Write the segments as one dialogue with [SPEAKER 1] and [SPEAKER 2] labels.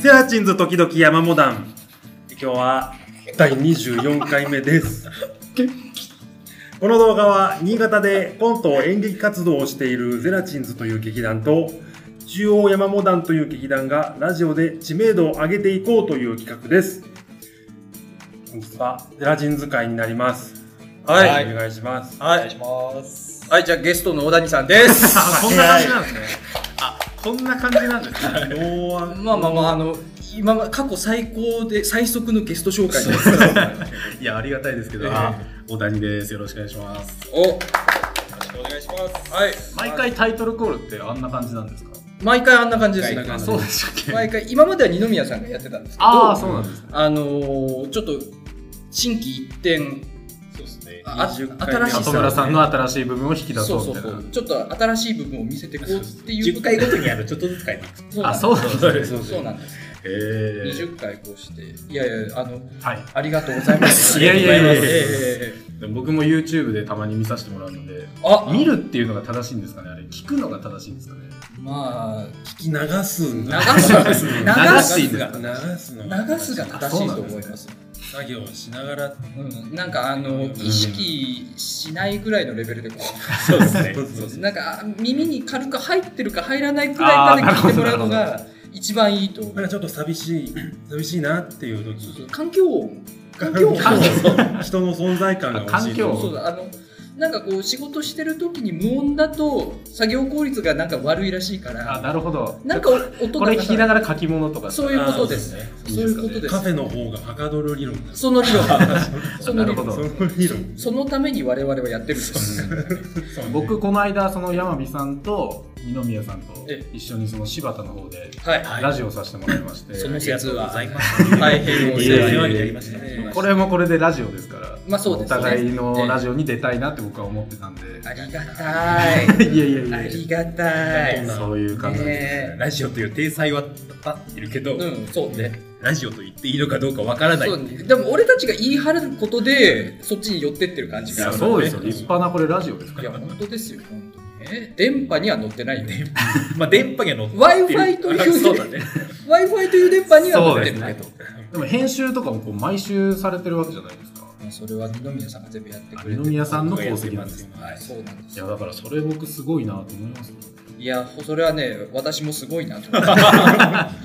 [SPEAKER 1] セラチンズ時々山モダン今日は第24回目 ですこの動画は新潟でコント演劇活動をしているゼラチンズという劇団と中央山モダンという劇団がラジオで知名度を上げていこうという企画です本日はゼラチンズ会になります
[SPEAKER 2] はい
[SPEAKER 3] はい
[SPEAKER 1] お願いします
[SPEAKER 3] は
[SPEAKER 2] お願い
[SPEAKER 3] い
[SPEAKER 2] し。ます。
[SPEAKER 3] はい、じゃあゲストの小谷さんです。
[SPEAKER 2] あこんな感じなんですね。あこんな感じなんですね。
[SPEAKER 1] ノーア
[SPEAKER 3] まあまあまあ、あの、今ま、過去最高で、最速のゲスト紹介です。
[SPEAKER 4] いや、ありがたいですけど、小谷です。よろしくお願いします。
[SPEAKER 3] お。よろしくお願いします。はい。
[SPEAKER 4] 毎回タイトルコールってあんな感じなんですか
[SPEAKER 3] 毎回あんな感じですね。
[SPEAKER 4] あそうでしたっけ
[SPEAKER 3] 毎回、今までは二宮さんがやってたんですけど、
[SPEAKER 4] ああ、
[SPEAKER 3] あ
[SPEAKER 4] そうなんですね。
[SPEAKER 3] のー、ちょっと、心機一転、
[SPEAKER 4] そうですね
[SPEAKER 3] あ
[SPEAKER 1] 20回目
[SPEAKER 3] 新しい
[SPEAKER 4] 里村さんの新しい部分を引き出
[SPEAKER 3] そ
[SPEAKER 4] そうう
[SPEAKER 3] そ
[SPEAKER 4] み
[SPEAKER 3] う
[SPEAKER 4] たい
[SPEAKER 3] そう
[SPEAKER 4] な。。
[SPEAKER 3] ちょっと新しい部分を見せてこうっていう。
[SPEAKER 5] ごとにやる、ちょっとずつ変えていく。
[SPEAKER 3] そうなん
[SPEAKER 4] あ、
[SPEAKER 3] です
[SPEAKER 4] そうなんですね。
[SPEAKER 3] そうなんです。
[SPEAKER 4] へー
[SPEAKER 3] 20回こうして、いやいや、あの、
[SPEAKER 4] はい。
[SPEAKER 3] ありがとうございます。
[SPEAKER 4] いやいやいや
[SPEAKER 3] え
[SPEAKER 4] いや
[SPEAKER 3] えええええ
[SPEAKER 4] でも僕も YouTube でたまに見させてもらうので、
[SPEAKER 3] あ、
[SPEAKER 4] 見るっていうのが正しいんですかねあれ、聞くのが正しいんですかね
[SPEAKER 3] まあ、
[SPEAKER 1] 聞き流すん
[SPEAKER 3] 流
[SPEAKER 1] だ
[SPEAKER 3] すが、流
[SPEAKER 4] 流
[SPEAKER 3] す
[SPEAKER 4] す
[SPEAKER 3] が
[SPEAKER 4] が、
[SPEAKER 1] 流すの
[SPEAKER 3] 流すが正しいと思います。
[SPEAKER 1] 作業しながら
[SPEAKER 3] うん、なんかあの、意識しないぐらいのレベルでこう、
[SPEAKER 5] そうですね。
[SPEAKER 3] なんか耳に軽く入ってるか入らないくらいまで聞いてもらうの
[SPEAKER 4] あーな
[SPEAKER 3] が一番いいと思
[SPEAKER 1] なん
[SPEAKER 3] う。
[SPEAKER 1] かちょっと寂しい寂しいなっていう時
[SPEAKER 3] 環境音、環境音、
[SPEAKER 1] 人の存在感が欲しい
[SPEAKER 4] 環境
[SPEAKER 3] そうだ、あの、なんかこう仕事してる時に無音だと作業効率がなんか悪いらしいか
[SPEAKER 4] あ、
[SPEAKER 3] ら、
[SPEAKER 4] なるほど。
[SPEAKER 3] なんか音
[SPEAKER 4] これ
[SPEAKER 3] が
[SPEAKER 4] 聞きながら書き物とか。
[SPEAKER 3] そういうことです。そういうことです
[SPEAKER 1] カ。フェの方がはかどる理論だ
[SPEAKER 3] その理 論、その理
[SPEAKER 4] なるほど
[SPEAKER 3] 論、
[SPEAKER 1] その理論
[SPEAKER 3] そのために我々はやってるん です。
[SPEAKER 4] 僕この間その山美さんと二宮さんと
[SPEAKER 3] え
[SPEAKER 4] 一緒にその柴田の方で
[SPEAKER 3] はい。
[SPEAKER 4] ラジオさせてもらいまして、
[SPEAKER 3] そ
[SPEAKER 5] あ
[SPEAKER 3] の
[SPEAKER 5] りがと
[SPEAKER 3] 説
[SPEAKER 5] うご
[SPEAKER 3] は
[SPEAKER 5] ざいます。
[SPEAKER 3] 大変お世話になりま
[SPEAKER 5] やりましたね。
[SPEAKER 3] した
[SPEAKER 4] これもこれでラジオですから、
[SPEAKER 3] まあそうですね
[SPEAKER 4] お互いのラジオに出たいなって僕は思ってたんで、
[SPEAKER 3] ありがた い。
[SPEAKER 4] いやいやい
[SPEAKER 3] あ
[SPEAKER 4] や
[SPEAKER 3] りがたい。
[SPEAKER 4] そういう感じで、
[SPEAKER 3] ね
[SPEAKER 5] ラジオという体裁は立ってるけど、
[SPEAKER 3] えうん、そうね。
[SPEAKER 5] ラジオと言っていいのかどうかわからない。
[SPEAKER 3] そうね。でも俺たちが言い張ることで、そっちに寄ってってる感じ
[SPEAKER 4] いや
[SPEAKER 3] が。
[SPEAKER 4] そうですよ立派なこれラジオですか
[SPEAKER 3] い
[SPEAKER 4] ら
[SPEAKER 3] や、本当ですよ、本当に。え電波には乗ってないよ。
[SPEAKER 5] まあ、電波が乗ってる
[SPEAKER 3] Wi-Fi という
[SPEAKER 5] そうだね。
[SPEAKER 3] Wi-Fi という電波には
[SPEAKER 4] そ
[SPEAKER 3] 乗
[SPEAKER 4] う
[SPEAKER 3] って
[SPEAKER 4] です
[SPEAKER 3] るけ
[SPEAKER 4] ね
[SPEAKER 3] ど。
[SPEAKER 4] でも編集とかもこう毎週されてるわけじゃないですか
[SPEAKER 3] まあそれは二宮さんが全部やってくれ
[SPEAKER 4] 二
[SPEAKER 3] て
[SPEAKER 4] 宮さんの功績なんですよ
[SPEAKER 3] はい、そうなんで
[SPEAKER 4] い
[SPEAKER 3] す
[SPEAKER 4] やだからそれ僕すごいなと思いますね
[SPEAKER 3] いや、それはね、私もすごいな と思って。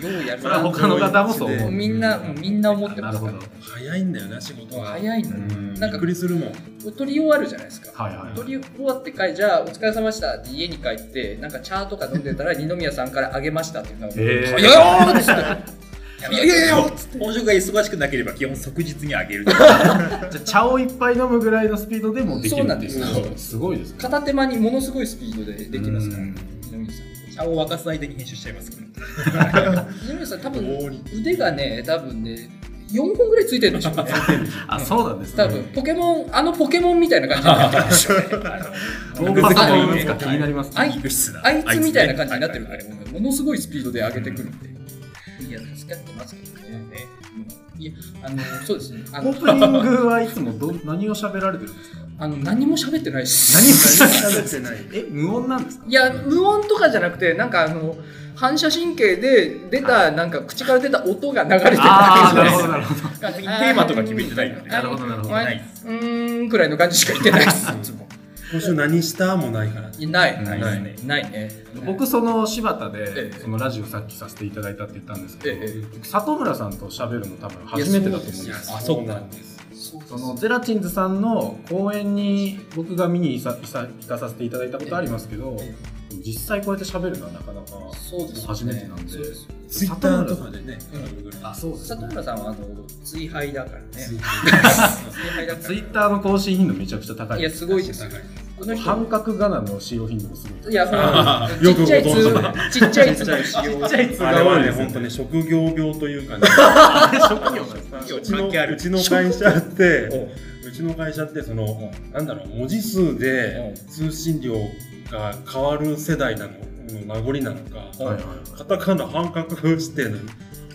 [SPEAKER 3] ようやる
[SPEAKER 4] それは
[SPEAKER 3] な
[SPEAKER 4] 他の方もそう思う
[SPEAKER 3] みんな、みんな思って
[SPEAKER 4] な
[SPEAKER 3] ま
[SPEAKER 4] る
[SPEAKER 3] す
[SPEAKER 4] ほ
[SPEAKER 3] か
[SPEAKER 4] ど
[SPEAKER 3] ら。も
[SPEAKER 1] 早いんだよな仕事
[SPEAKER 3] う
[SPEAKER 1] が
[SPEAKER 3] 早いの
[SPEAKER 1] う
[SPEAKER 3] よ。
[SPEAKER 1] んび
[SPEAKER 3] なんか
[SPEAKER 1] っくりするもん
[SPEAKER 3] 撮り終わるじゃないですか。
[SPEAKER 4] はいはい
[SPEAKER 3] 撮り終わってから、じゃあお疲れ様でしたって家に帰って、なんかチャーとか飲んでたら、二宮さんからあげましたっていうのを、
[SPEAKER 4] へー
[SPEAKER 3] いやよーって言って、いやいやいやよーっつって
[SPEAKER 5] 本職が忙しくなければ基本即日にあげる。
[SPEAKER 4] じゃあ茶をいっぱい飲むぐらいのスピードでもできる
[SPEAKER 3] そうな
[SPEAKER 4] っ
[SPEAKER 3] ん
[SPEAKER 4] て
[SPEAKER 3] で
[SPEAKER 4] い
[SPEAKER 3] す
[SPEAKER 4] う
[SPEAKER 3] よ
[SPEAKER 4] すごいですね
[SPEAKER 3] 片手間にものすごいスピードでできますから、
[SPEAKER 4] うん
[SPEAKER 3] 二宮さん。
[SPEAKER 5] 茶を沸かす間に編集しちゃいますから。
[SPEAKER 3] 二宮さん、多分腕がね、多分ね、4本ぐらいついてるんでしょう ね。
[SPEAKER 4] あそうなんですね
[SPEAKER 3] 多分ポケモン、あのポケモンみたいな感じにな ってるんでしょうね。
[SPEAKER 4] どうパソコン打つか気になります
[SPEAKER 3] あ
[SPEAKER 4] ね
[SPEAKER 3] い
[SPEAKER 5] 肉質な
[SPEAKER 3] あいつみたいな感じになってるから、もうものすごいスピードで上げてくるんで。いや、助かってますけどね。うんいや、あの、そうですね。あ
[SPEAKER 4] オ
[SPEAKER 3] の
[SPEAKER 4] ープニングはいつもど何を喋られてるんですか
[SPEAKER 3] あの何も喋ってないし。
[SPEAKER 4] 何
[SPEAKER 1] 喋ってない
[SPEAKER 4] え無音なんですか
[SPEAKER 3] いや、無音とかじゃなくて、なんかあの、反射神経で出た、なんか口から出た音が流れてる
[SPEAKER 4] ああな
[SPEAKER 3] だ
[SPEAKER 4] る
[SPEAKER 3] け
[SPEAKER 4] ほど
[SPEAKER 3] じ
[SPEAKER 4] なるほど
[SPEAKER 3] ゃないです
[SPEAKER 5] 別に
[SPEAKER 3] か。
[SPEAKER 5] テーマとか決めてないよね
[SPEAKER 4] なるほどなるほど
[SPEAKER 3] あー
[SPEAKER 5] ないっ
[SPEAKER 3] うーん、くらいの感じしか言ってないです。いつも
[SPEAKER 1] 今週何したもないから
[SPEAKER 3] いやない。
[SPEAKER 4] な
[SPEAKER 3] ないい
[SPEAKER 4] です
[SPEAKER 3] ね。
[SPEAKER 5] ね
[SPEAKER 3] ないね。
[SPEAKER 4] 僕その柴田で
[SPEAKER 3] ええ
[SPEAKER 4] そのラジオさっきさせていただいたって言ったんですけど、
[SPEAKER 3] ええ
[SPEAKER 4] 僕里村さんと喋るの多分初めてだと思うんで
[SPEAKER 3] い
[SPEAKER 4] す
[SPEAKER 3] や
[SPEAKER 4] よ
[SPEAKER 5] あそうか
[SPEAKER 1] なんです
[SPEAKER 3] そうです
[SPEAKER 4] そのゼラチンズさんの公演に僕が見にいさいさ行かさせていただいたことありますけど、
[SPEAKER 3] え
[SPEAKER 4] 実際こうやって喋るのはなかなか
[SPEAKER 3] そうですよね
[SPEAKER 4] 初めてなんで
[SPEAKER 3] そうすよ
[SPEAKER 1] ツイッターとかでね
[SPEAKER 4] あそうです
[SPEAKER 3] 里村さんはあの追敗だからね。追 敗だから。
[SPEAKER 4] ツイッターの更新頻度めちゃくちゃ高い
[SPEAKER 3] いや
[SPEAKER 4] です
[SPEAKER 3] すごいですよ。この人
[SPEAKER 4] 半角仮名の使用頻度もすごい高
[SPEAKER 3] いや
[SPEAKER 1] あー
[SPEAKER 3] ちっちゃい
[SPEAKER 1] よくご存
[SPEAKER 3] つちっちゃいつの使用。
[SPEAKER 1] あれはね本当ね職業病というかねうちの
[SPEAKER 5] 関係ある
[SPEAKER 1] うちの会社って
[SPEAKER 5] て。
[SPEAKER 1] うちの会社ってそのなんだろう文字数で通信量が変わる世代なのの名残なのか、
[SPEAKER 4] はいはいはい
[SPEAKER 1] カタカナ半角指定なの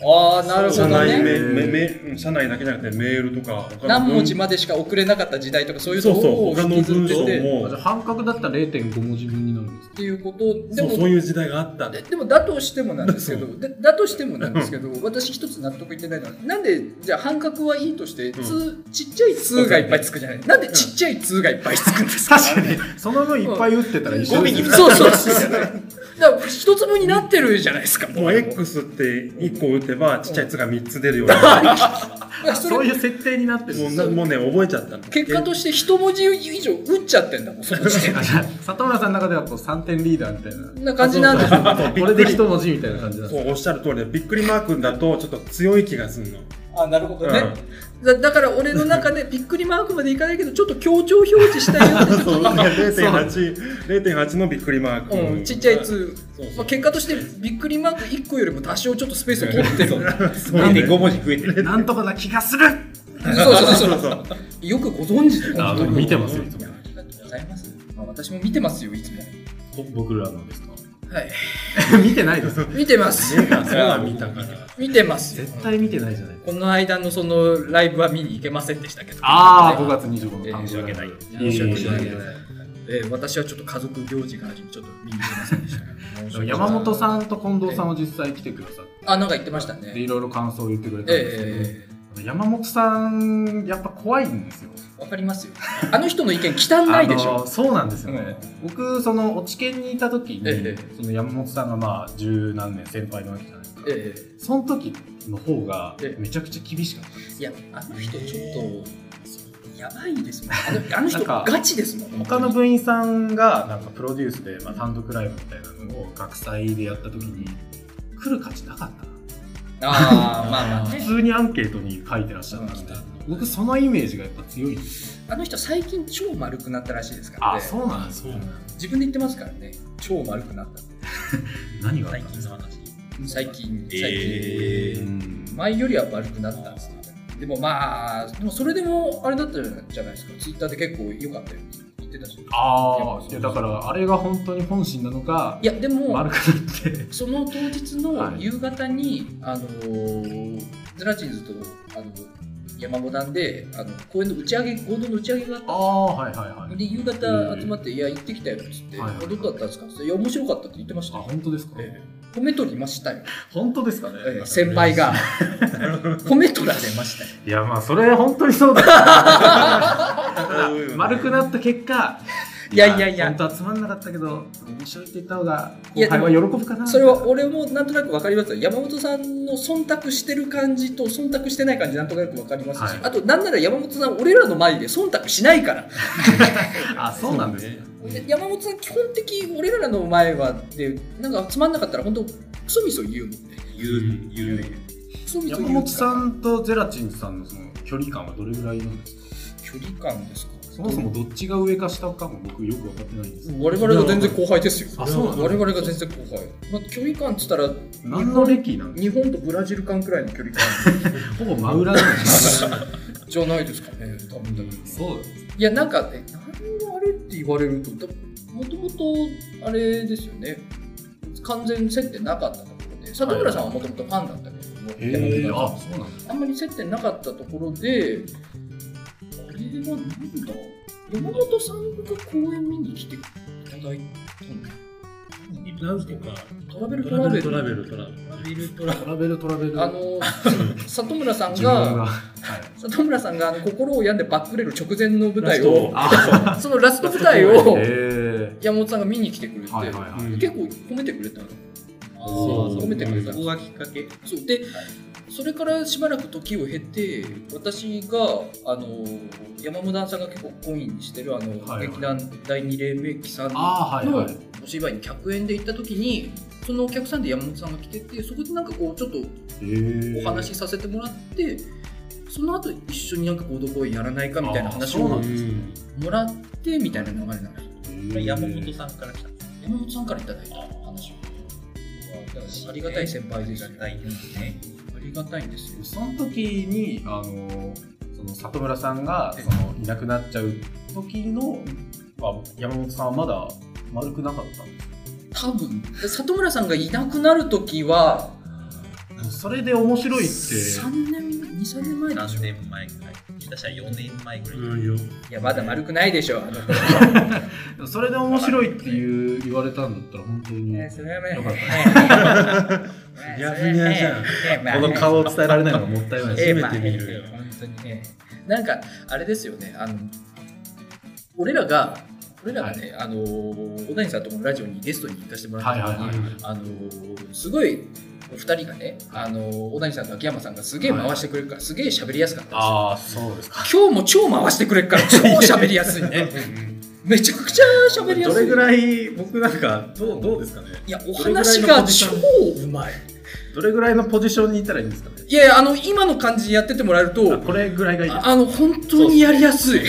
[SPEAKER 3] ああなるほ
[SPEAKER 1] 社
[SPEAKER 3] ど
[SPEAKER 1] 内
[SPEAKER 3] ね。
[SPEAKER 1] めめめうん社内だけじゃなくてメールとか他の
[SPEAKER 3] 何文字
[SPEAKER 1] も
[SPEAKER 3] までしか送れなかった時代とかそういう
[SPEAKER 1] そ
[SPEAKER 3] の
[SPEAKER 1] うそう
[SPEAKER 3] を
[SPEAKER 1] 他の
[SPEAKER 3] 引きず
[SPEAKER 1] 文
[SPEAKER 3] って
[SPEAKER 1] 章
[SPEAKER 3] て。
[SPEAKER 4] あじゃ
[SPEAKER 1] も
[SPEAKER 4] あ半角だったら0.5文字分になるんです
[SPEAKER 3] っていうことで
[SPEAKER 1] そう
[SPEAKER 3] も
[SPEAKER 1] そういう時代があったんだ
[SPEAKER 3] ででもだとしてもなんですけどだだとしてもなんですけど私一つ納得いってないのはなんでじゃあ半角はいいとし
[SPEAKER 1] う
[SPEAKER 3] て、
[SPEAKER 1] ん
[SPEAKER 3] つちっちゃい「通」がいっぱいつくじゃないなんでちっちゃい「通」がいっぱいつくんですか
[SPEAKER 4] 確かにその分いっぱい打ってたら一緒ですよね
[SPEAKER 3] そうそうそうだから一粒になってるじゃないですか
[SPEAKER 1] もう
[SPEAKER 3] う
[SPEAKER 1] X って1個打てばちっちゃい「つ」が3つ出るような
[SPEAKER 3] そ
[SPEAKER 4] そう
[SPEAKER 3] れ
[SPEAKER 4] いう設定になってる
[SPEAKER 1] もうなもうね覚えちゃったの
[SPEAKER 3] 結果として一文字以上打っちゃってんだもんその時点で
[SPEAKER 4] あじゃあ里村さんの中ではこう3点リーダーみたいな
[SPEAKER 3] な感じなんでしょうね
[SPEAKER 1] そうびっ
[SPEAKER 4] こ
[SPEAKER 1] くり
[SPEAKER 4] れで一文字みたいな感じなんです
[SPEAKER 1] そうおっしゃる通りでびっくりマークだとちょっと強い気がするの、
[SPEAKER 3] あなるほどね、
[SPEAKER 1] うん
[SPEAKER 3] だだから俺の中でびっくりマークまでいかないけどちょっと強調表示したいよ ってちょっ
[SPEAKER 1] 0.8 0.8のびっくりマー
[SPEAKER 3] と、う
[SPEAKER 1] ク、
[SPEAKER 3] ん、ちっちゃい「通
[SPEAKER 1] そう」そう
[SPEAKER 3] まあ、結果としてびっくりマーク1個よりも多少ちょっとスペースを取ってるそう
[SPEAKER 1] そうね
[SPEAKER 5] 0.5文字増えてる。
[SPEAKER 4] なんとかな気がする
[SPEAKER 3] そうそう
[SPEAKER 1] そう
[SPEAKER 3] よくご存知で
[SPEAKER 6] あ
[SPEAKER 3] 本当に
[SPEAKER 4] 見てますよいつも
[SPEAKER 3] ありがとうございます、まあ、私も見てますよいつも
[SPEAKER 6] ぼ僕らのですか
[SPEAKER 3] はい
[SPEAKER 4] 見てないです
[SPEAKER 3] 見てます
[SPEAKER 1] そうは見たから
[SPEAKER 3] 見てます
[SPEAKER 4] 絶対見てないじゃない
[SPEAKER 3] この間のそのライブは見に行けませんでしたけど
[SPEAKER 4] ああ5月25日の
[SPEAKER 3] 申し訳ない
[SPEAKER 4] えいえ
[SPEAKER 3] 申し訳ない
[SPEAKER 4] いえい
[SPEAKER 3] えー私はちょっと家族行事がありちょっと見に行けませんでしたけど申し訳ない
[SPEAKER 4] 山本さんと近藤さんは実際来てくださっ
[SPEAKER 3] あなんか言ってました
[SPEAKER 4] てで
[SPEAKER 3] ね
[SPEAKER 4] いろいろ感想を言ってくれたんですけど、
[SPEAKER 3] ええ
[SPEAKER 4] 山本さんやっぱ怖いんですよ
[SPEAKER 3] わかりますよあの人の意見汚ないでし
[SPEAKER 4] あ
[SPEAKER 3] ょ
[SPEAKER 4] のそうなんですよね、僕その落研にいた時に、
[SPEAKER 3] え
[SPEAKER 4] その山本さんがまあ十何年先輩なわけじゃないですか、
[SPEAKER 3] ええ
[SPEAKER 4] その時の方が
[SPEAKER 3] ええ
[SPEAKER 4] めちゃくちゃ厳しかった、
[SPEAKER 3] いや、あの人ちょっと、やばいですもん。あのあの人、
[SPEAKER 4] なんか
[SPEAKER 3] ガチですもん。
[SPEAKER 4] 他の部員さんがなんかプロデュースで、まあ、単独ライブみたいなのを学祭でやった時に来る価値なかったな
[SPEAKER 3] ああ、まあまあね。
[SPEAKER 4] 普通にアンケートに書いてらっしゃったんで、僕そのイメージがやっぱ強いんですよ
[SPEAKER 3] あの人、最近超丸くなったらしいですから
[SPEAKER 4] あ
[SPEAKER 3] ね。
[SPEAKER 4] そうなんですね
[SPEAKER 3] 自分で言ってますからね。超丸くなったって。
[SPEAKER 4] 何があっ
[SPEAKER 5] 最
[SPEAKER 4] たんで
[SPEAKER 5] 近
[SPEAKER 4] す
[SPEAKER 5] の
[SPEAKER 4] か、
[SPEAKER 5] 話。
[SPEAKER 3] 最近、最近。
[SPEAKER 5] えー。
[SPEAKER 3] 前よりは悪くなったんですねでもまあ、でもそれでもあれだったじゃないですか。ツイッターで結構良かったよって言ってたし。
[SPEAKER 4] ああいやだからあれが本当に本心なのか
[SPEAKER 3] いや、でも、
[SPEAKER 4] 悪くなって
[SPEAKER 3] その当日の夕方に、あのーゼラチンズとあの山モダンであの公演の打ち上げ合同の打ち上げがあった
[SPEAKER 4] ああはいはいはい
[SPEAKER 3] んですよで夕方集まって「いや行ってきたよ」っつって「
[SPEAKER 4] はいはい
[SPEAKER 3] どこだったんですか?」って言っていや面白かった」って言ってました
[SPEAKER 4] あ
[SPEAKER 3] よ
[SPEAKER 4] 本当ですか、
[SPEAKER 3] ええ褒めとりましたよ、
[SPEAKER 4] 本当ですかね、
[SPEAKER 3] ええ先輩 が褒めとられましたよ
[SPEAKER 4] いやまあそれ本当にそう だ丸く
[SPEAKER 1] っ
[SPEAKER 4] なった結果
[SPEAKER 3] いやいやいや
[SPEAKER 4] 本当はつまんなかったけど面白いって言った方が
[SPEAKER 3] いや
[SPEAKER 4] 後輩は喜ぶかな
[SPEAKER 3] それは俺もなんとなく分かりますよ山本さんの忖度してる感じと忖度してない感じなんとなく分かりますし、
[SPEAKER 4] はい
[SPEAKER 3] あとなんなら山本さん俺らの前で忖度しないから
[SPEAKER 4] あそうなんですね
[SPEAKER 3] で山本さん基本的俺らの前はでなんかつまんなかったら本当クソみそ言うもんね
[SPEAKER 5] 言う、言うね。
[SPEAKER 3] クソみそ
[SPEAKER 4] 山
[SPEAKER 3] 言う
[SPEAKER 4] 本さんとゼラチンさんのその距離感はどれぐらいなんです
[SPEAKER 3] 距
[SPEAKER 4] か
[SPEAKER 3] 離感ですか
[SPEAKER 4] そもそもどっちが上か下かも僕よく分かってないんですよ
[SPEAKER 3] 我々が全然後輩ですよ
[SPEAKER 4] あそうなんだ
[SPEAKER 3] 我々が全然後輩、まあ、距離感っつったら
[SPEAKER 4] 何の歴なんで
[SPEAKER 3] 日本とブラジル間くらいの距離 感
[SPEAKER 4] すかほぼ真裏なんですか
[SPEAKER 3] じゃないですかね多分だけど
[SPEAKER 4] そうです
[SPEAKER 3] いやなんかね何のあれって言われるとだもともとあれですよね完全接点なかったところで里村さんはもともとファンだったけども、
[SPEAKER 4] へ
[SPEAKER 3] 山本さん
[SPEAKER 4] えあそうなんです
[SPEAKER 3] あんまり接点なかったところで、あれはなんだ山本さんが公演見に来ていただいたんだ。
[SPEAKER 1] なんとか
[SPEAKER 3] トラベル
[SPEAKER 1] ト
[SPEAKER 3] ト
[SPEAKER 1] ラ
[SPEAKER 3] ラ
[SPEAKER 1] ベ
[SPEAKER 3] ベ
[SPEAKER 1] ルト
[SPEAKER 3] ル。
[SPEAKER 1] ラベルトラベル
[SPEAKER 4] トラベルトラベル
[SPEAKER 3] あの、里村さん
[SPEAKER 4] 自分
[SPEAKER 3] が、
[SPEAKER 4] が
[SPEAKER 3] 里村さんがあの心を病んでバックれる直前の舞台
[SPEAKER 1] ラス
[SPEAKER 3] を、そのラスト舞台を
[SPEAKER 4] へえ
[SPEAKER 3] 山本さんが見に来てくれて、
[SPEAKER 4] はいはいはい
[SPEAKER 1] うん
[SPEAKER 3] 結構褒めてくれたの。
[SPEAKER 5] あ
[SPEAKER 1] そう
[SPEAKER 3] 褒めてくれた
[SPEAKER 5] そこがきっかけ。
[SPEAKER 3] そうで、それからしばらく時を経て私があの山本さんが結構コインしてるあの、
[SPEAKER 4] はいはい
[SPEAKER 3] 劇団第二黎明期さんの
[SPEAKER 4] ああーはいはい
[SPEAKER 3] お芝居に客演で行った時にそのお客さんで山本さんが来ててそこでなんかこうちょっと
[SPEAKER 4] へえ
[SPEAKER 3] お話しさせてもらってその後一緒になんか合同公演やらないかみたいな話を
[SPEAKER 4] あそう
[SPEAKER 3] も
[SPEAKER 4] なん
[SPEAKER 3] らってみたいな流れなんです
[SPEAKER 5] これ山本さんから来た。
[SPEAKER 3] 山本さんからいただいた話をありがたい先輩ですよあ
[SPEAKER 5] 大変ですね。
[SPEAKER 3] りがたいんですよ
[SPEAKER 4] その時にあのその里村さんが
[SPEAKER 3] ええ
[SPEAKER 4] そのいなくなっちゃう時の、まあ、山本さんはまだ丸くなかったんで
[SPEAKER 3] 多分で里村さんがいなくなる時は
[SPEAKER 4] すそれで面白いって
[SPEAKER 3] 3年2 23年前でし
[SPEAKER 5] 何
[SPEAKER 3] ょ
[SPEAKER 5] 年前ぐらい下手したら4年前ぐらい、
[SPEAKER 1] うんよ
[SPEAKER 3] いやまだ丸くないでし ょあの子
[SPEAKER 4] でもそれで面白いっていう言われたんだったら本当に
[SPEAKER 3] ねそれはね
[SPEAKER 4] よかっ
[SPEAKER 1] ふにゃふにゃじゃん
[SPEAKER 4] たこの顔を伝えられないのがもったいないです
[SPEAKER 3] え
[SPEAKER 1] 初
[SPEAKER 3] え
[SPEAKER 1] め
[SPEAKER 3] まあ
[SPEAKER 1] て見る
[SPEAKER 3] ええ本当にええなんかあれですよねあの俺らが俺らがね、あの小谷さんとこのラジオにゲストに行かせてもらった時に、
[SPEAKER 4] はいはいはい
[SPEAKER 3] あのすごいお二人がね、あの小谷さんと秋山さんがすげえ回してくれるから、すげえ喋りやすかったんですよ
[SPEAKER 4] ああそ うですか
[SPEAKER 3] 今日も超回してくれる から超喋りやすいねめちゃくちゃ喋りやすい
[SPEAKER 4] どれぐらい僕なんかどうどうですかね
[SPEAKER 3] いやお話が超うまい
[SPEAKER 4] どれぐらいのポジションにいたらいいんですかね
[SPEAKER 3] いやいやあの今の感じでやっててもらえると
[SPEAKER 4] あこれぐらいがいいです
[SPEAKER 3] ああの本当にやりやすい。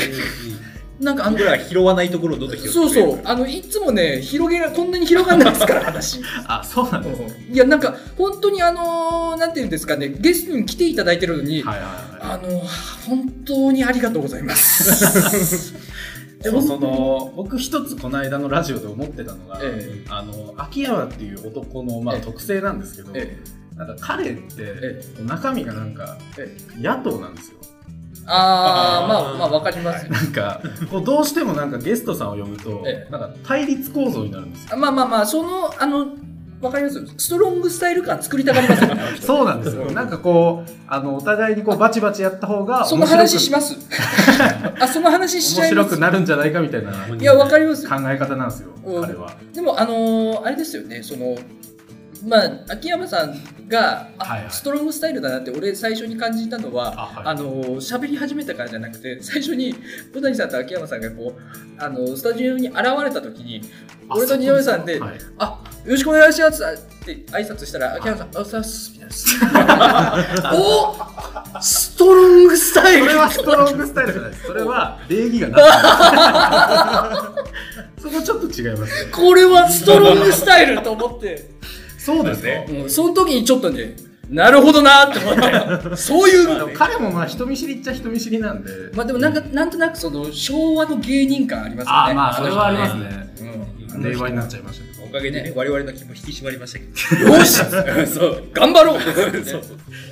[SPEAKER 3] なんかあの
[SPEAKER 5] 僕らは拾わないところをどんどん拾って
[SPEAKER 3] そうそうあのいつもね広げらこんなに広がんないですから 話
[SPEAKER 4] あそうなんです
[SPEAKER 3] いやなんか本当にあのーなんていうんですかねゲストに来ていただいてるのに、
[SPEAKER 4] はいはいは
[SPEAKER 3] あの本当にありがとうございます
[SPEAKER 4] いでもその僕一つこの間のラジオで思ってたのが、
[SPEAKER 3] え
[SPEAKER 4] あの秋山っていう男のまあ
[SPEAKER 3] ええ
[SPEAKER 4] 特性なんですけど、
[SPEAKER 3] え
[SPEAKER 4] なんか彼って、
[SPEAKER 3] え
[SPEAKER 4] 中身がなんか
[SPEAKER 3] え
[SPEAKER 4] 野党なんですよ
[SPEAKER 3] ああ
[SPEAKER 1] あー
[SPEAKER 3] まあまあわかりますよ、
[SPEAKER 4] なんかこうどうしてもなんかゲストさんを呼ぶと、
[SPEAKER 3] ええ
[SPEAKER 4] なんか対立構造になるんですよ
[SPEAKER 3] まあまあまあそのあのわかりますストロングスタイル感作りたがりますよね
[SPEAKER 4] そうなんですよ なんかこうあのお互いにこうバチバチやった方が
[SPEAKER 3] その話し
[SPEAKER 4] 面
[SPEAKER 3] ます あその話しちゃい
[SPEAKER 4] 白
[SPEAKER 3] ま
[SPEAKER 4] く
[SPEAKER 3] す
[SPEAKER 4] なるんじゃないかみたいな考
[SPEAKER 3] いやわかりますよ
[SPEAKER 4] え方なんですよ、
[SPEAKER 3] うん
[SPEAKER 4] 彼は
[SPEAKER 3] でもあのーあれですよねそのまあ秋山さんが、あ
[SPEAKER 4] はいはい
[SPEAKER 3] ストロングスタイルだなって俺最初に感じたのは
[SPEAKER 4] あはい
[SPEAKER 3] あのー喋り始めたからじゃなくて最初に小谷さんと秋山さんがこうあのースタジオに現れた時に俺と二宮さんで「
[SPEAKER 4] はい
[SPEAKER 3] あよろしくお願いします」って挨拶したら秋山さん「あさっす」みたい なおストロングスタイ
[SPEAKER 4] そ
[SPEAKER 3] ル
[SPEAKER 4] れはストロングスタイルじゃないです。それは礼儀がな くて。そこちょっと違いますね。
[SPEAKER 3] これはストロングスタイルと思って。
[SPEAKER 4] そうですね。
[SPEAKER 3] うんその時にちょっとね、なるほどなって思ったよ。そうい
[SPEAKER 4] で
[SPEAKER 3] う
[SPEAKER 4] も。彼もまあ人見知りっちゃ人見知りなんで。
[SPEAKER 3] まあでもなんか、なんとなくその昭和の芸人感ありますよね。
[SPEAKER 4] ああまあそれはあります
[SPEAKER 3] ね。
[SPEAKER 4] ね。
[SPEAKER 3] うん
[SPEAKER 4] 令和になっちゃいましたけ
[SPEAKER 5] おかげでね我々の気も引き締まりましたけど
[SPEAKER 3] よし そう頑張ろう そうそう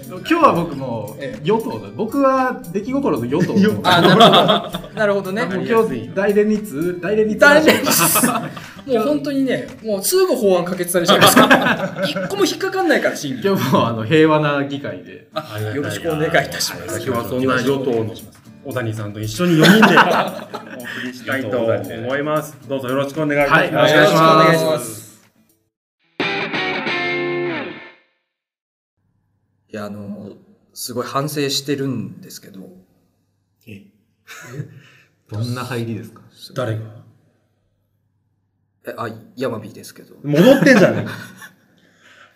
[SPEAKER 4] ど。今日は僕も
[SPEAKER 3] ええ
[SPEAKER 4] 与党だ。僕は出来心の与党
[SPEAKER 1] 与
[SPEAKER 4] の。
[SPEAKER 3] あなるほど。なるほどね。
[SPEAKER 4] もう今日大連立大連立
[SPEAKER 3] 大連立もう本当にね、もうすぐ法案可決されちゃい ますから。一個も引っかかんないから、審議。
[SPEAKER 4] 今日もあの平和な議会で。
[SPEAKER 1] よ
[SPEAKER 3] よろしくお願いいたしま
[SPEAKER 1] 今
[SPEAKER 3] す。。
[SPEAKER 1] 日はそんな与党の小谷さんと一緒に4人でお送りしたいと思います。どうぞよろしくお願いいたします。
[SPEAKER 4] はいよろしくお願いします
[SPEAKER 3] いや、あの、すごい反省してるんですけど、
[SPEAKER 4] どんな入りですか。
[SPEAKER 1] 誰が
[SPEAKER 3] えあ、ヤマビーですけど、
[SPEAKER 1] 戻ってんじゃねえか。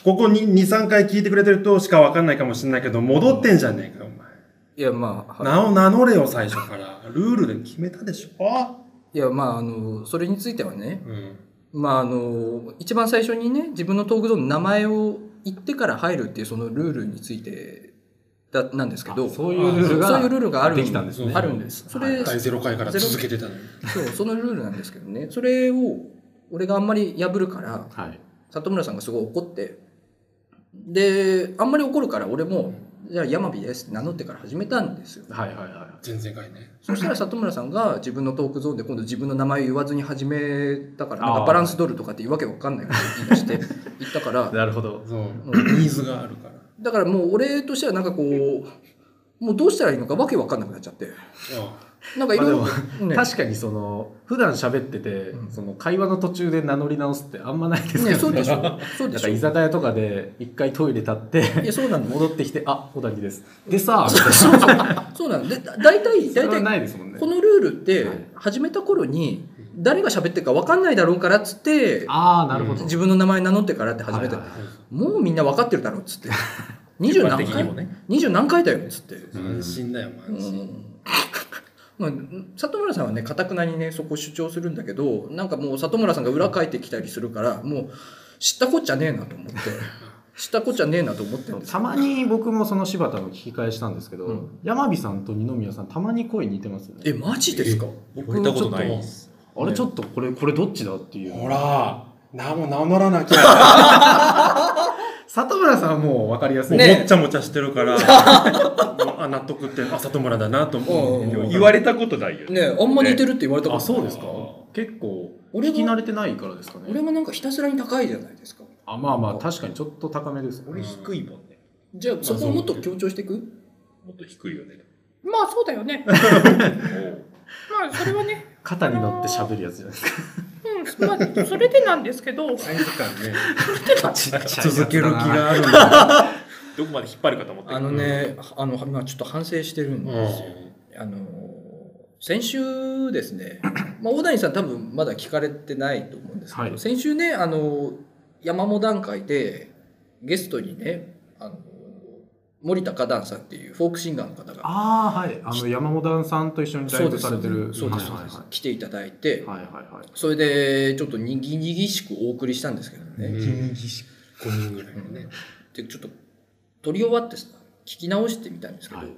[SPEAKER 1] ここに2、3回聞いてくれてるとしかわかんないかもしれないけど、戻ってんじゃねえか、お前。
[SPEAKER 3] いや、まあ、はい
[SPEAKER 1] 名を名乗れよ、最初から。ルールで決めたでしょ。
[SPEAKER 3] いや、まあ、あの、それについてはね、
[SPEAKER 1] うん。
[SPEAKER 3] まあ、あの、一番最初にね、自分のトークゾーンの名前を言ってから入るっていう、そのルールについてだ、なんですけど、
[SPEAKER 4] そういうルールが
[SPEAKER 3] そういうルールがある
[SPEAKER 4] できたんですね
[SPEAKER 3] あるんです。それ、
[SPEAKER 1] 第0回から続けてたのに。
[SPEAKER 3] そう、そのルールなんですけどね、それを俺があんまり破るから、
[SPEAKER 4] はい。
[SPEAKER 3] 里村さんがすごい怒って、で、あんまり怒るから俺も、じゃあ山火ですって名乗ってから始めたんですよ。
[SPEAKER 4] はいはいはい。
[SPEAKER 1] 全然回ね。
[SPEAKER 3] そしたら里村さんが自分のトークゾーンで今度自分の名前言わずに始めたから、
[SPEAKER 4] あー
[SPEAKER 3] なんかバランス取るとかっていうわけわかんないこと言い出し て、言ったから、
[SPEAKER 4] なるほど。
[SPEAKER 1] そう。
[SPEAKER 3] うん
[SPEAKER 1] ニーズがあるから。
[SPEAKER 3] だからもう俺としてはなんかこう、もうどうしたらいいのかわけわかんなくなっちゃって、なんかいろいろ
[SPEAKER 4] まあ、
[SPEAKER 3] ね
[SPEAKER 4] 確かにその普段喋ってて、
[SPEAKER 3] うん
[SPEAKER 4] その会話の途中で名乗り直すってあんまないですけ
[SPEAKER 3] ね、
[SPEAKER 4] ど
[SPEAKER 3] そう
[SPEAKER 4] ね
[SPEAKER 3] でしょ、そうで
[SPEAKER 4] なん
[SPEAKER 3] し
[SPEAKER 4] か
[SPEAKER 3] ょ。
[SPEAKER 4] 居
[SPEAKER 3] い
[SPEAKER 4] 酒屋とかで一回トイレ立って
[SPEAKER 3] や、そうなんだ。
[SPEAKER 4] 戻ってきて「あ小谷です」でさあみたいな
[SPEAKER 3] そうそうそうなんでだ大体
[SPEAKER 4] それ
[SPEAKER 3] 大
[SPEAKER 4] は
[SPEAKER 3] 体
[SPEAKER 4] ないですもんね
[SPEAKER 3] このルールって
[SPEAKER 4] はい
[SPEAKER 3] 始めた頃に誰が喋ってるか分かんないだろうからっつって
[SPEAKER 4] ああなるほど、
[SPEAKER 3] 自分の名前名乗ってからって始めて
[SPEAKER 4] はいはいはい
[SPEAKER 3] もうみんな分かってるだろうっ つって二十何回二十何回だよっつって、
[SPEAKER 1] 安心だよ、
[SPEAKER 3] う
[SPEAKER 1] 安心。
[SPEAKER 3] んまあ、里村さんはねかたくなにねそこ主張するんだけどなんかもう里村さんが裏書いてきたりするからもう知ったこっちゃねえなと思って 知ったこっちゃねえなと思ってるんです
[SPEAKER 4] たまに僕もその柴田の聞き返したんですけど、
[SPEAKER 3] うん
[SPEAKER 4] 山火さんと二宮さんたまに声似てますよね
[SPEAKER 3] えマジですか
[SPEAKER 1] 僕
[SPEAKER 4] 言われたことない
[SPEAKER 1] ちょっ
[SPEAKER 4] あれちょっとこれこれどっちだっていう
[SPEAKER 1] ほら、名も名乗らなきゃ。
[SPEAKER 4] 里村さんはもう分かりやすい。
[SPEAKER 1] もう
[SPEAKER 3] ね
[SPEAKER 1] もっちゃもちゃしてるから、もうあ納得って、あ、里村だなと思
[SPEAKER 3] うんうん
[SPEAKER 1] う。
[SPEAKER 5] 言われたことないよ。
[SPEAKER 3] ねえあんま似てるって言われたこと
[SPEAKER 4] あ、そう
[SPEAKER 3] ない
[SPEAKER 4] ですか結構、
[SPEAKER 3] 俺
[SPEAKER 4] 聞
[SPEAKER 3] は
[SPEAKER 4] き慣れてないからですか
[SPEAKER 3] 俺
[SPEAKER 4] ね。
[SPEAKER 3] もなんかひたすらに高いじゃないですか
[SPEAKER 4] あ、まあまあ、確かにちょっと高めです。
[SPEAKER 5] 俺低いもんね。
[SPEAKER 3] じゃあそこをもっと強調していく
[SPEAKER 5] もっと低いよね。
[SPEAKER 7] まあそうだよね。まあそれはね、
[SPEAKER 4] 肩に乗って喋るやつじゃな いですか。
[SPEAKER 7] うん、まあそれでなんですけど、
[SPEAKER 1] サイズ感ね、続
[SPEAKER 2] 続け
[SPEAKER 1] ける
[SPEAKER 2] る
[SPEAKER 1] 気
[SPEAKER 2] 気が。
[SPEAKER 1] があるんだ。
[SPEAKER 5] どこまで引っ張るかと思って
[SPEAKER 3] あのね、あの今ちょっと反省してるんですよ、あの先週です ね、まあ、大谷さん多分まだ聞かれてないと思うんですけど、
[SPEAKER 4] はい
[SPEAKER 3] 先週ねあの山本段階でゲストにねあの森田花壇さんっていうフォークシンガーの方が
[SPEAKER 4] ああ、はい。あの、山本さんと一緒にライブされてる。
[SPEAKER 3] そうです、
[SPEAKER 4] はい
[SPEAKER 3] そうです来ていただいて、
[SPEAKER 4] はいはい。はいはいはい。
[SPEAKER 3] それでちょっとにぎにぎしくお送りしたんですけどね、
[SPEAKER 1] 人気し5人ぐらいね。
[SPEAKER 3] でちょっと撮り終わってさ聞き直してみたんですけど、
[SPEAKER 4] はい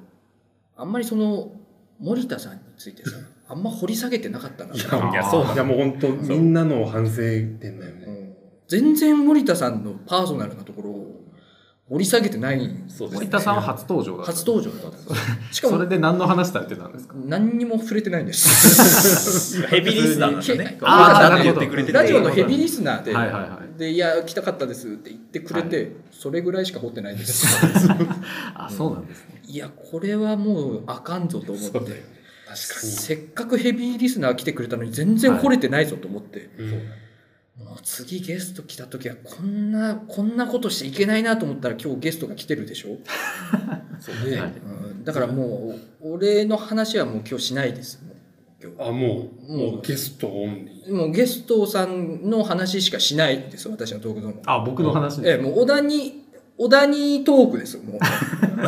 [SPEAKER 3] あんまりその森田さんについてさあんま掘り下げてなかったな、
[SPEAKER 1] いや、そう。いや、もう本当、みんなの反省点だよ
[SPEAKER 3] う
[SPEAKER 1] ね。
[SPEAKER 3] ん全然森田さんのパーソナルなところを掘り下げてないんですよ
[SPEAKER 5] そうですね
[SPEAKER 4] 森田さんは初登場だった。
[SPEAKER 3] 初登場だったんですしか
[SPEAKER 4] それ
[SPEAKER 3] も
[SPEAKER 4] で何の話されてたんですか
[SPEAKER 3] 何にも触れてないんです
[SPEAKER 5] ヘビーリスナーなんだ
[SPEAKER 3] へ
[SPEAKER 5] ね。
[SPEAKER 3] あー
[SPEAKER 5] あ
[SPEAKER 3] な
[SPEAKER 5] あ、
[SPEAKER 3] るほ
[SPEAKER 5] 言っ
[SPEAKER 4] ど
[SPEAKER 5] てくれてて
[SPEAKER 3] ラジオのヘビーリスナーで、
[SPEAKER 4] はいはいはい
[SPEAKER 3] でいや来たかったですって言ってくれて、
[SPEAKER 4] は
[SPEAKER 3] それぐらいしか掘ってないです
[SPEAKER 4] あ、そうなんですね。
[SPEAKER 3] いやこれはもうあかんぞと思って、
[SPEAKER 1] 確かに。
[SPEAKER 3] せっかくヘビーリスナー来てくれたのに全然掘れてないぞと思って、
[SPEAKER 1] うん
[SPEAKER 3] もう次ゲスト来た時はこんなこんなことしていけないなと思ったら今日ゲストが来てるでしょそうね、
[SPEAKER 4] はい
[SPEAKER 3] うんだからもう俺の話はもう今日しないですも
[SPEAKER 1] あ、もう、
[SPEAKER 3] もう
[SPEAKER 1] もうゲストオンリ
[SPEAKER 3] うもうゲストさんの話しかしないです私のトークゾーンは
[SPEAKER 4] あ、僕の話
[SPEAKER 3] ええ
[SPEAKER 4] です。
[SPEAKER 3] もう小田に小田にトークですよもう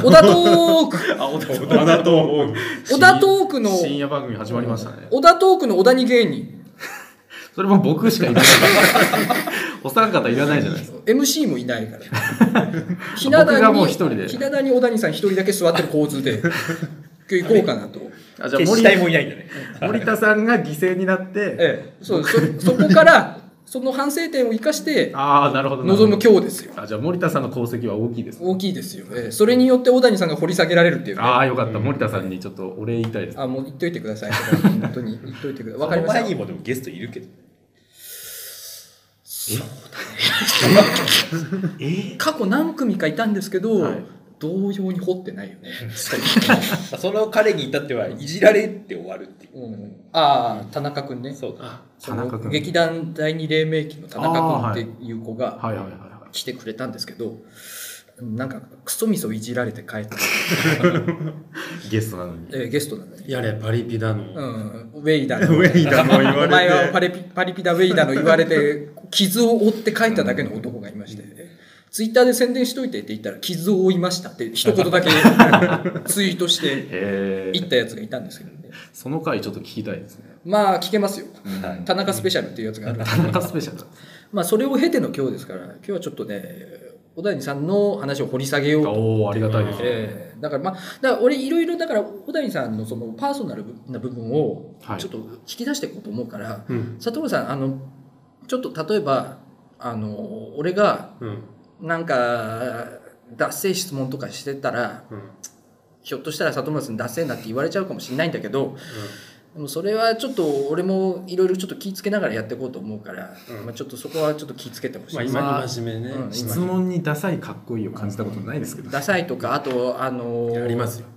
[SPEAKER 3] 小田トー ク
[SPEAKER 1] ー。小田と、
[SPEAKER 3] 小田トークの
[SPEAKER 4] 深夜番組始まりましたね。
[SPEAKER 3] 小田トークの小田に芸人
[SPEAKER 4] それも僕しか いない。お三方いらないじゃないですか。
[SPEAKER 3] MC もいないから ひな壇に
[SPEAKER 4] 僕がもう一人で
[SPEAKER 3] ひな壇に小谷さん一人だけ座ってる構図 で今日行こうかなと、
[SPEAKER 4] あじゃあ
[SPEAKER 5] 消
[SPEAKER 4] 森
[SPEAKER 5] し
[SPEAKER 4] 田
[SPEAKER 5] 体もいないんだね。
[SPEAKER 4] 森田さんが犠牲になって、
[SPEAKER 3] ええ、そう そそこからその反省点を生かして
[SPEAKER 4] ああ、なるほど。
[SPEAKER 3] 臨む今日ですよ
[SPEAKER 4] 日。あじゃあ森田さんの功績は大きいですね。
[SPEAKER 3] 大きいですよ、ええ、それによって小谷さんが掘り下げられるっていうね
[SPEAKER 4] ああ、よかった。森田さんにちょっとお礼言いたいです。
[SPEAKER 3] あもう言っといてください本当に 言っといてくださいわかりま
[SPEAKER 5] 前
[SPEAKER 3] し
[SPEAKER 5] に
[SPEAKER 3] た
[SPEAKER 5] もでもゲストいるけど。
[SPEAKER 3] 過去何組かいたんですけど、
[SPEAKER 4] はい
[SPEAKER 3] 同様に掘ってないよ ね、
[SPEAKER 5] その彼に至ってはいじられて終わるっていう。
[SPEAKER 3] うん、ああ田中君ね
[SPEAKER 5] そうだ。
[SPEAKER 3] その
[SPEAKER 4] 田中君
[SPEAKER 3] 劇団第二黎明期の田中君っていう子が、
[SPEAKER 4] はいはいはいは
[SPEAKER 3] 来てくれたんですけどなんかクソみそいじられて帰った、
[SPEAKER 4] い。ゲストなのに。
[SPEAKER 3] えーゲストなのに、
[SPEAKER 1] やれ、パリピだ
[SPEAKER 3] う
[SPEAKER 1] の。
[SPEAKER 3] ん、ウェイダ ーの
[SPEAKER 1] ウェイだの言
[SPEAKER 3] お前は
[SPEAKER 1] わ
[SPEAKER 3] パ
[SPEAKER 1] れて。
[SPEAKER 3] リピパリピだウェイダーの言われて傷を負って帰っただけの男がいまして、ツイッターで宣伝しといてって言ったら傷を負いましたって一言だけツイートして
[SPEAKER 4] へ
[SPEAKER 3] 言
[SPEAKER 4] え。
[SPEAKER 3] ったやつがいたんですけどね
[SPEAKER 4] その回ちょっと聞きたいですね。
[SPEAKER 3] まあ聞けますよ
[SPEAKER 5] はい
[SPEAKER 3] 田中スペシャルっていうやつがある
[SPEAKER 4] 田中スペシャルだ。
[SPEAKER 3] まあそれを経ての今日ですから今日はちょっとね小谷さんの話を掘り下げようと
[SPEAKER 4] おお、ありがたいですね。
[SPEAKER 3] ええだからまあだから俺いろいろだから小谷さんのそのパーソナルな部分を
[SPEAKER 4] はい
[SPEAKER 3] ちょっと引き出していこうと 思うから、
[SPEAKER 1] うん。
[SPEAKER 3] 佐藤さんあのちょっと例えばあの俺が
[SPEAKER 1] うん。
[SPEAKER 3] なんか脱線質問とかしてたら
[SPEAKER 1] うん。
[SPEAKER 3] ひょっとしたら里村さん脱線だって言われちゃうかもしれないんだけどでもそれはちょっと俺もいろいろちょっと気ぃつけながらやっていこうと思うから、
[SPEAKER 1] うん
[SPEAKER 3] まあ、ちょっとそこはちょっと気ぃつけてほしい、
[SPEAKER 1] まあ、今、真面目ね。
[SPEAKER 3] うん
[SPEAKER 4] 質問にダサいかっこいいを感じたことないですけど。
[SPEAKER 3] ダサいとかあとあの
[SPEAKER 1] ありますよ。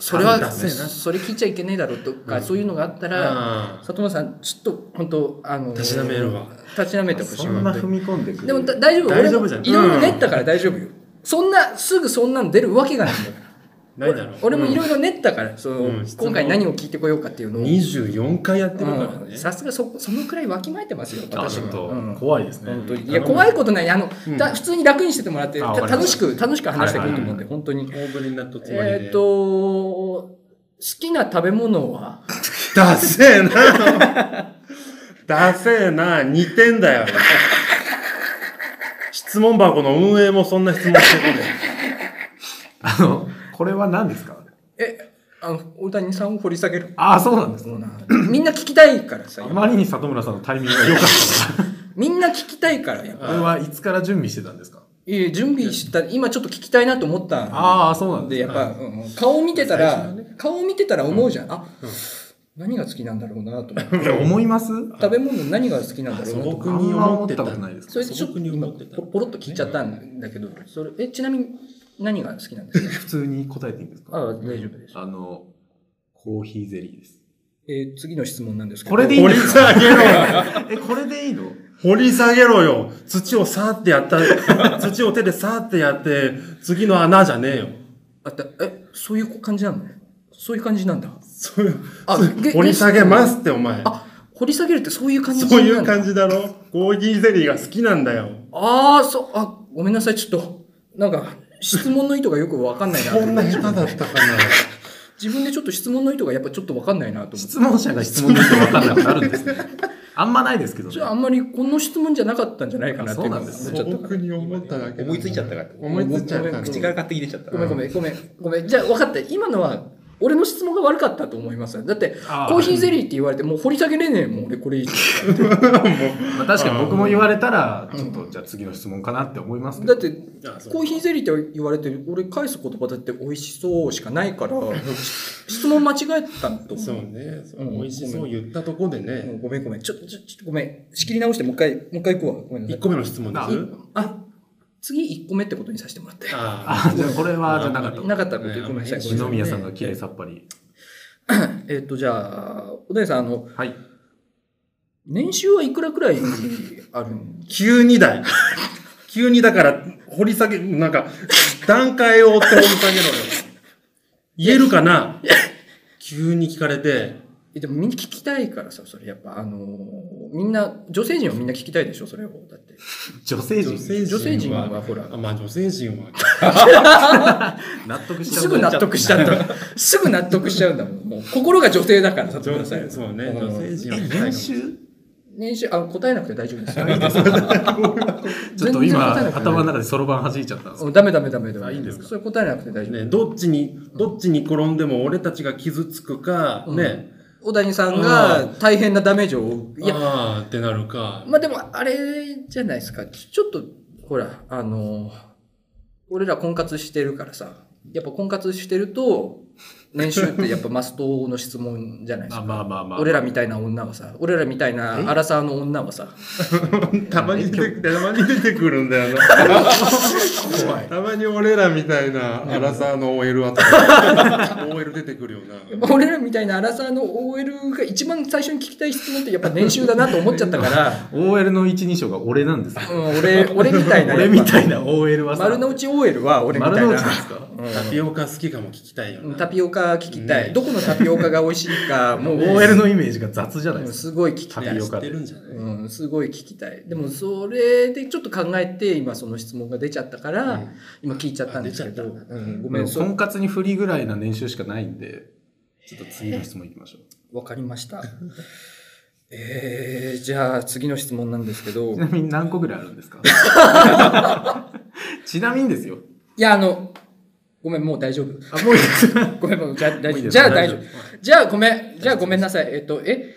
[SPEAKER 3] それは、
[SPEAKER 1] ダセ
[SPEAKER 3] そ
[SPEAKER 1] えな
[SPEAKER 3] それ聞いちゃいけねえだろうとか、そういうのがあったら、
[SPEAKER 1] あ
[SPEAKER 3] 里村さん、ちょっと本当、あの、
[SPEAKER 1] たしなめるわ。
[SPEAKER 3] たしなめてほしい。
[SPEAKER 4] そんな踏み込んでくる。
[SPEAKER 3] でもだ大丈夫、
[SPEAKER 1] 大丈夫じゃん
[SPEAKER 3] 俺もいろいろ練ったから大丈夫よ。そんな、すぐそんなの出るわけがないんだから。
[SPEAKER 1] あ ないだろう。
[SPEAKER 3] 俺もいろいろ練ったから、その、
[SPEAKER 1] うん質問
[SPEAKER 3] 今回何を聞いてこようかっていうのを。
[SPEAKER 1] 24回やってるから
[SPEAKER 3] う
[SPEAKER 1] ね
[SPEAKER 3] ん。さすがそ、そのくらいわきまえてますよ、
[SPEAKER 4] あ
[SPEAKER 3] 私
[SPEAKER 4] ちょっ
[SPEAKER 3] は。
[SPEAKER 4] と
[SPEAKER 3] うん
[SPEAKER 4] 怖いですね。
[SPEAKER 3] 本当にいや怖いことないあの、た普通に楽にしててもらって
[SPEAKER 4] あ
[SPEAKER 3] た
[SPEAKER 4] わかりました
[SPEAKER 3] 楽しく楽しく話してくれると思うんで、
[SPEAKER 4] は
[SPEAKER 3] 本当に
[SPEAKER 1] 大ぶりになっとつまりで。
[SPEAKER 3] えーっ、と好きな食べ物は
[SPEAKER 1] ダセえな。ダセえな。似てん だよ。質問箱の運営もそんな質問してこね
[SPEAKER 4] あの、これは何ですか
[SPEAKER 3] え、あの、大谷さんを掘り下 げる
[SPEAKER 4] ああ、そうなんです
[SPEAKER 3] コ。ーナー。みんな聞きたいからさ
[SPEAKER 4] あ、まりに里村さんのタイミングが良かった
[SPEAKER 3] みんな聞きたいからやっぱ。
[SPEAKER 4] な。これはいつから準備してたんですか
[SPEAKER 3] いえ準備した今ちょっと聞きたいなと思ったん
[SPEAKER 4] ああ、そうなん
[SPEAKER 3] で
[SPEAKER 4] です
[SPEAKER 3] や
[SPEAKER 4] ね
[SPEAKER 3] っぱ、うんうん顔を見てたら、
[SPEAKER 4] 最初の
[SPEAKER 3] 顔を見てたら思うじゃん、あ、何が好きなんだろうなと思って
[SPEAKER 4] いや思います
[SPEAKER 3] 食べ物何が好きなんだろうな
[SPEAKER 1] 素
[SPEAKER 3] と思って
[SPEAKER 1] 朴に思ってた
[SPEAKER 4] あんま思ことないです
[SPEAKER 3] それでちょっと今ポポロッと聞いちゃったんだけど、それえちなみに何が好きなんですか
[SPEAKER 4] 普通に答えていいんですか
[SPEAKER 3] ああ大丈夫です、
[SPEAKER 4] あの、コーヒーゼリーです。
[SPEAKER 3] えー次の質問なんですけど
[SPEAKER 4] これでいいん
[SPEAKER 1] 掘り
[SPEAKER 4] です
[SPEAKER 1] 下げろよ
[SPEAKER 4] かえ、これでいいの
[SPEAKER 1] 掘り下げろよ土をさーってやった、土を手でさーってやって、次の穴じゃねえよ。
[SPEAKER 3] あったえそういう感じなのそういう感じなんだ
[SPEAKER 1] そういう、
[SPEAKER 3] あげ
[SPEAKER 1] 掘り下げますってお前。
[SPEAKER 3] あ掘り下げるってそういう感じ
[SPEAKER 1] そういう
[SPEAKER 3] じ
[SPEAKER 1] 感じだろコーヒーゼリーが好きなんだよ。
[SPEAKER 3] ああそうあごめんなさいちょっとなんか質問の意図がよくわかんない なと
[SPEAKER 1] こんな下手だったかな。
[SPEAKER 3] 自分でちょっと質問の意図がやっぱちょっとわかんないなと思って
[SPEAKER 4] 質問者が質問だと分からなくなるん ですね。あんまないですけどね
[SPEAKER 3] それあんまりこの質問じゃなかったんじゃないかなってい
[SPEAKER 4] あそうなんです
[SPEAKER 3] ちょっと
[SPEAKER 1] 僕に思っただけ。
[SPEAKER 5] 思いついちゃったから
[SPEAKER 1] 思いついちゃった
[SPEAKER 5] 口から買ってきてちゃった
[SPEAKER 3] ごめんごめんごめんごめんじゃあ分かった今のは俺の質問が悪かったと思いますだって
[SPEAKER 4] あー
[SPEAKER 3] コーヒーゼリーって言われてもう掘り下げれねえもん俺これ以上
[SPEAKER 4] まあ、確かに僕も言われたら、ちょっとじゃあ次の質問かなって思いますけ
[SPEAKER 3] だっ
[SPEAKER 4] ど。
[SPEAKER 3] てコーヒーゼリーって言われて俺返す言葉だって美味しそうしかないから質問間違えたんだと
[SPEAKER 1] そ
[SPEAKER 3] 思
[SPEAKER 1] う
[SPEAKER 3] う
[SPEAKER 1] ね。そう
[SPEAKER 3] うん
[SPEAKER 1] 美味しそう言ったとこでね。
[SPEAKER 3] もうごめんごめんちょちょちょごめん仕切り直してもう一回もう一回行くわごめんなさ
[SPEAKER 1] 1
[SPEAKER 3] い
[SPEAKER 1] 個目の質問です。
[SPEAKER 3] あ次1個目ってことにさせてもらって
[SPEAKER 1] あ
[SPEAKER 4] あ、じゃあこれは、じゃあなかった。
[SPEAKER 3] なかったことでごめんなさい
[SPEAKER 4] 二宮さんが綺麗
[SPEAKER 3] え
[SPEAKER 4] さっぱり。
[SPEAKER 3] えっとじゃあおでんさんあの
[SPEAKER 4] はい。
[SPEAKER 3] 年収はいくらくらい ある
[SPEAKER 1] ー急にだよ。 急にだから、掘り下げ、なんか、段階を追って掘り下げろよ。言えるかな急に聞かれて。
[SPEAKER 3] えでもみんな聞きたいからさそれやっぱあのみんな女性陣はみんな聞きたいでしょそれをだ って
[SPEAKER 4] 女性
[SPEAKER 1] 女
[SPEAKER 4] 陣。
[SPEAKER 1] 性
[SPEAKER 3] 女性陣
[SPEAKER 1] 陣は、
[SPEAKER 3] はほら
[SPEAKER 1] あまあ女性陣は、
[SPEAKER 4] 納得しちゃう。
[SPEAKER 3] すぐ納得しちゃ った。すぐ納得しちゃうんだもん。もう心が女性だから、里村
[SPEAKER 1] 女
[SPEAKER 3] さん
[SPEAKER 1] 性、。そうね、
[SPEAKER 3] うん
[SPEAKER 1] 女性陣は
[SPEAKER 4] え、
[SPEAKER 1] 聞きたい
[SPEAKER 4] 年
[SPEAKER 1] か
[SPEAKER 4] 収
[SPEAKER 3] 年収、あ、答えなくて大丈夫です よ。
[SPEAKER 4] ちょっと
[SPEAKER 3] 全然
[SPEAKER 4] 今、
[SPEAKER 3] 答えなくて
[SPEAKER 4] 頭の中でそろばん弾いちゃったんですけど
[SPEAKER 3] うんダメダメダメダメ。
[SPEAKER 4] あいいんですか
[SPEAKER 3] それ答えなくて大丈
[SPEAKER 1] も
[SPEAKER 3] 夫。
[SPEAKER 1] ね。どっちに、どっちに転んでも俺たちが傷つくか、
[SPEAKER 3] うん
[SPEAKER 1] ね、
[SPEAKER 3] 小谷さんが大変なダメージを負う。い
[SPEAKER 1] いや
[SPEAKER 3] や、
[SPEAKER 1] あーってなるか。
[SPEAKER 3] まあでも、あれじゃないですか。ちょちょっと、ほら、あの、俺ら婚活してるからさ、やっぱ婚活してると、年収ってやっぱマストの質問じゃないです
[SPEAKER 4] あ
[SPEAKER 3] か。
[SPEAKER 4] まあまあまあ。
[SPEAKER 3] 俺らみたいな女はさ、俺らみたいなアラサーの女はさ、
[SPEAKER 1] たまに出て、たまに出てくるんだ よな。たまに俺らみたいな、アラサーの OL はと か、OL 出てくるよな。
[SPEAKER 3] 俺らみたいなアラサーの OL が一番最初に聞きたい質問ってやっぱ年収だなと思っちゃったから、
[SPEAKER 4] OL の一人称が俺なんですよ。
[SPEAKER 3] うん、 俺俺みたいな
[SPEAKER 4] 俺みた
[SPEAKER 3] やっ
[SPEAKER 4] いな OL は
[SPEAKER 3] ぱ
[SPEAKER 4] さ。
[SPEAKER 3] 丸の内 OL は俺みたい
[SPEAKER 4] 丸
[SPEAKER 3] な
[SPEAKER 4] の内ですか
[SPEAKER 1] タピオカ好きかも聞きたいよ
[SPEAKER 3] うん
[SPEAKER 1] な。
[SPEAKER 3] タピオカ聞きたい、
[SPEAKER 1] ね
[SPEAKER 3] どこのタピオカが美味しいか もう
[SPEAKER 4] OL のイメージが雑じゃない
[SPEAKER 3] うん
[SPEAKER 4] ですか。
[SPEAKER 3] すごい聞きた
[SPEAKER 4] タ
[SPEAKER 3] い
[SPEAKER 4] ピオ
[SPEAKER 1] 知
[SPEAKER 4] カ
[SPEAKER 1] って
[SPEAKER 4] で。
[SPEAKER 1] るんじゃない、
[SPEAKER 3] うん、すごい聞きたいでもそれでちょっと考えて今その質問が出ちゃったから、
[SPEAKER 1] うん
[SPEAKER 3] 今聞いちゃったんですけど、
[SPEAKER 1] あ出ちゃ
[SPEAKER 3] うん、ごめんそう
[SPEAKER 4] 婚活に振りぐらいな年収しかないんで、ちょっと次の質問いきましょう。
[SPEAKER 3] わかりました えー、じゃあ次の質問なんですけど
[SPEAKER 4] ちなみに何個ぐらいあるんで すかちなみにですよ。
[SPEAKER 3] いや、あの、ごめん、もう大丈夫。
[SPEAKER 4] あ、もういいです。
[SPEAKER 3] ごめん、もう、じゃあ大
[SPEAKER 4] もう
[SPEAKER 3] 丈夫。
[SPEAKER 4] いいです
[SPEAKER 3] じゃあ大丈夫。じゃあごめん、じゃあごめんなさい。えっと、え、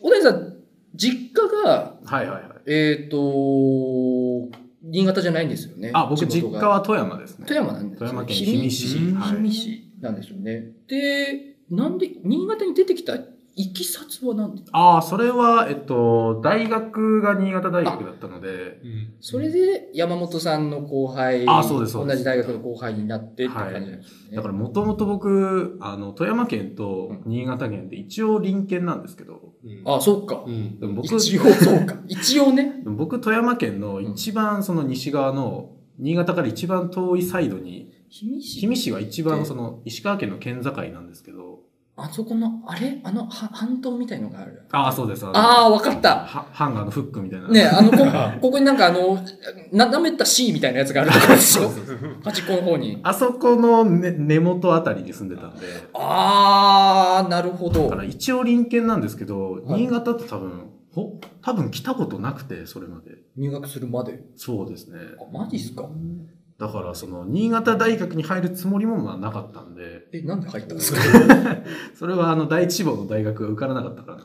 [SPEAKER 3] 小田井さん、実家が、
[SPEAKER 4] はいはいはい。
[SPEAKER 3] えっと、新潟じゃないんですよね。
[SPEAKER 4] あ、僕
[SPEAKER 3] 地
[SPEAKER 4] 実
[SPEAKER 3] 元が
[SPEAKER 4] 家は富山ですね。
[SPEAKER 3] 富山なんですよ
[SPEAKER 4] 富山県氷見市。
[SPEAKER 3] 氷見
[SPEAKER 4] は
[SPEAKER 3] 市なんですよね。で、なんで、新潟に出てきたいきさつは何で
[SPEAKER 4] ああ、それは、えっと、大学が新潟大学だったので、
[SPEAKER 1] うん
[SPEAKER 3] それで山本さんの後輩、
[SPEAKER 4] あそうですそうです
[SPEAKER 3] 同じ大学の後輩になってって感じなんですよね。
[SPEAKER 4] だからもともと僕、あの、富山県と新潟県って一応隣県なんですけど、
[SPEAKER 3] あ、そっか
[SPEAKER 1] う。ん
[SPEAKER 4] でも僕、
[SPEAKER 3] 一応、そうか。一応 ね。
[SPEAKER 4] でも僕富山県の一番その西側の、新潟から一番遠いサイドに、
[SPEAKER 3] 氷見市
[SPEAKER 4] 氷見市は一番その石川県の県境なんですけど、
[SPEAKER 3] あそこの、あれあの、は半島みたいのがある。
[SPEAKER 4] ああ、そうです。あの
[SPEAKER 3] ああ、わかった。
[SPEAKER 4] はハンガーのフックみたいな。
[SPEAKER 3] ねえあの、 こここになんかあの、な、舐めた C みたいなやつがあるとこ で しょ端っこの方に。
[SPEAKER 4] あそこの、ね、根元あたりに住んでたんで、
[SPEAKER 3] ああ、なるほ
[SPEAKER 4] だ
[SPEAKER 3] ど
[SPEAKER 4] か。ら一応隣県なんですけど、
[SPEAKER 3] はい
[SPEAKER 4] 新潟って多分、ほ、多分来たことなくて、それまで。
[SPEAKER 3] 入学するまで。
[SPEAKER 4] そうですね。
[SPEAKER 3] あ、マジっすか
[SPEAKER 4] だからその、新潟大学に入るつもりもまあなかったんで、
[SPEAKER 3] え、なんで入ったんですか
[SPEAKER 4] それはあの、第一志望の大学が受からなかったからなん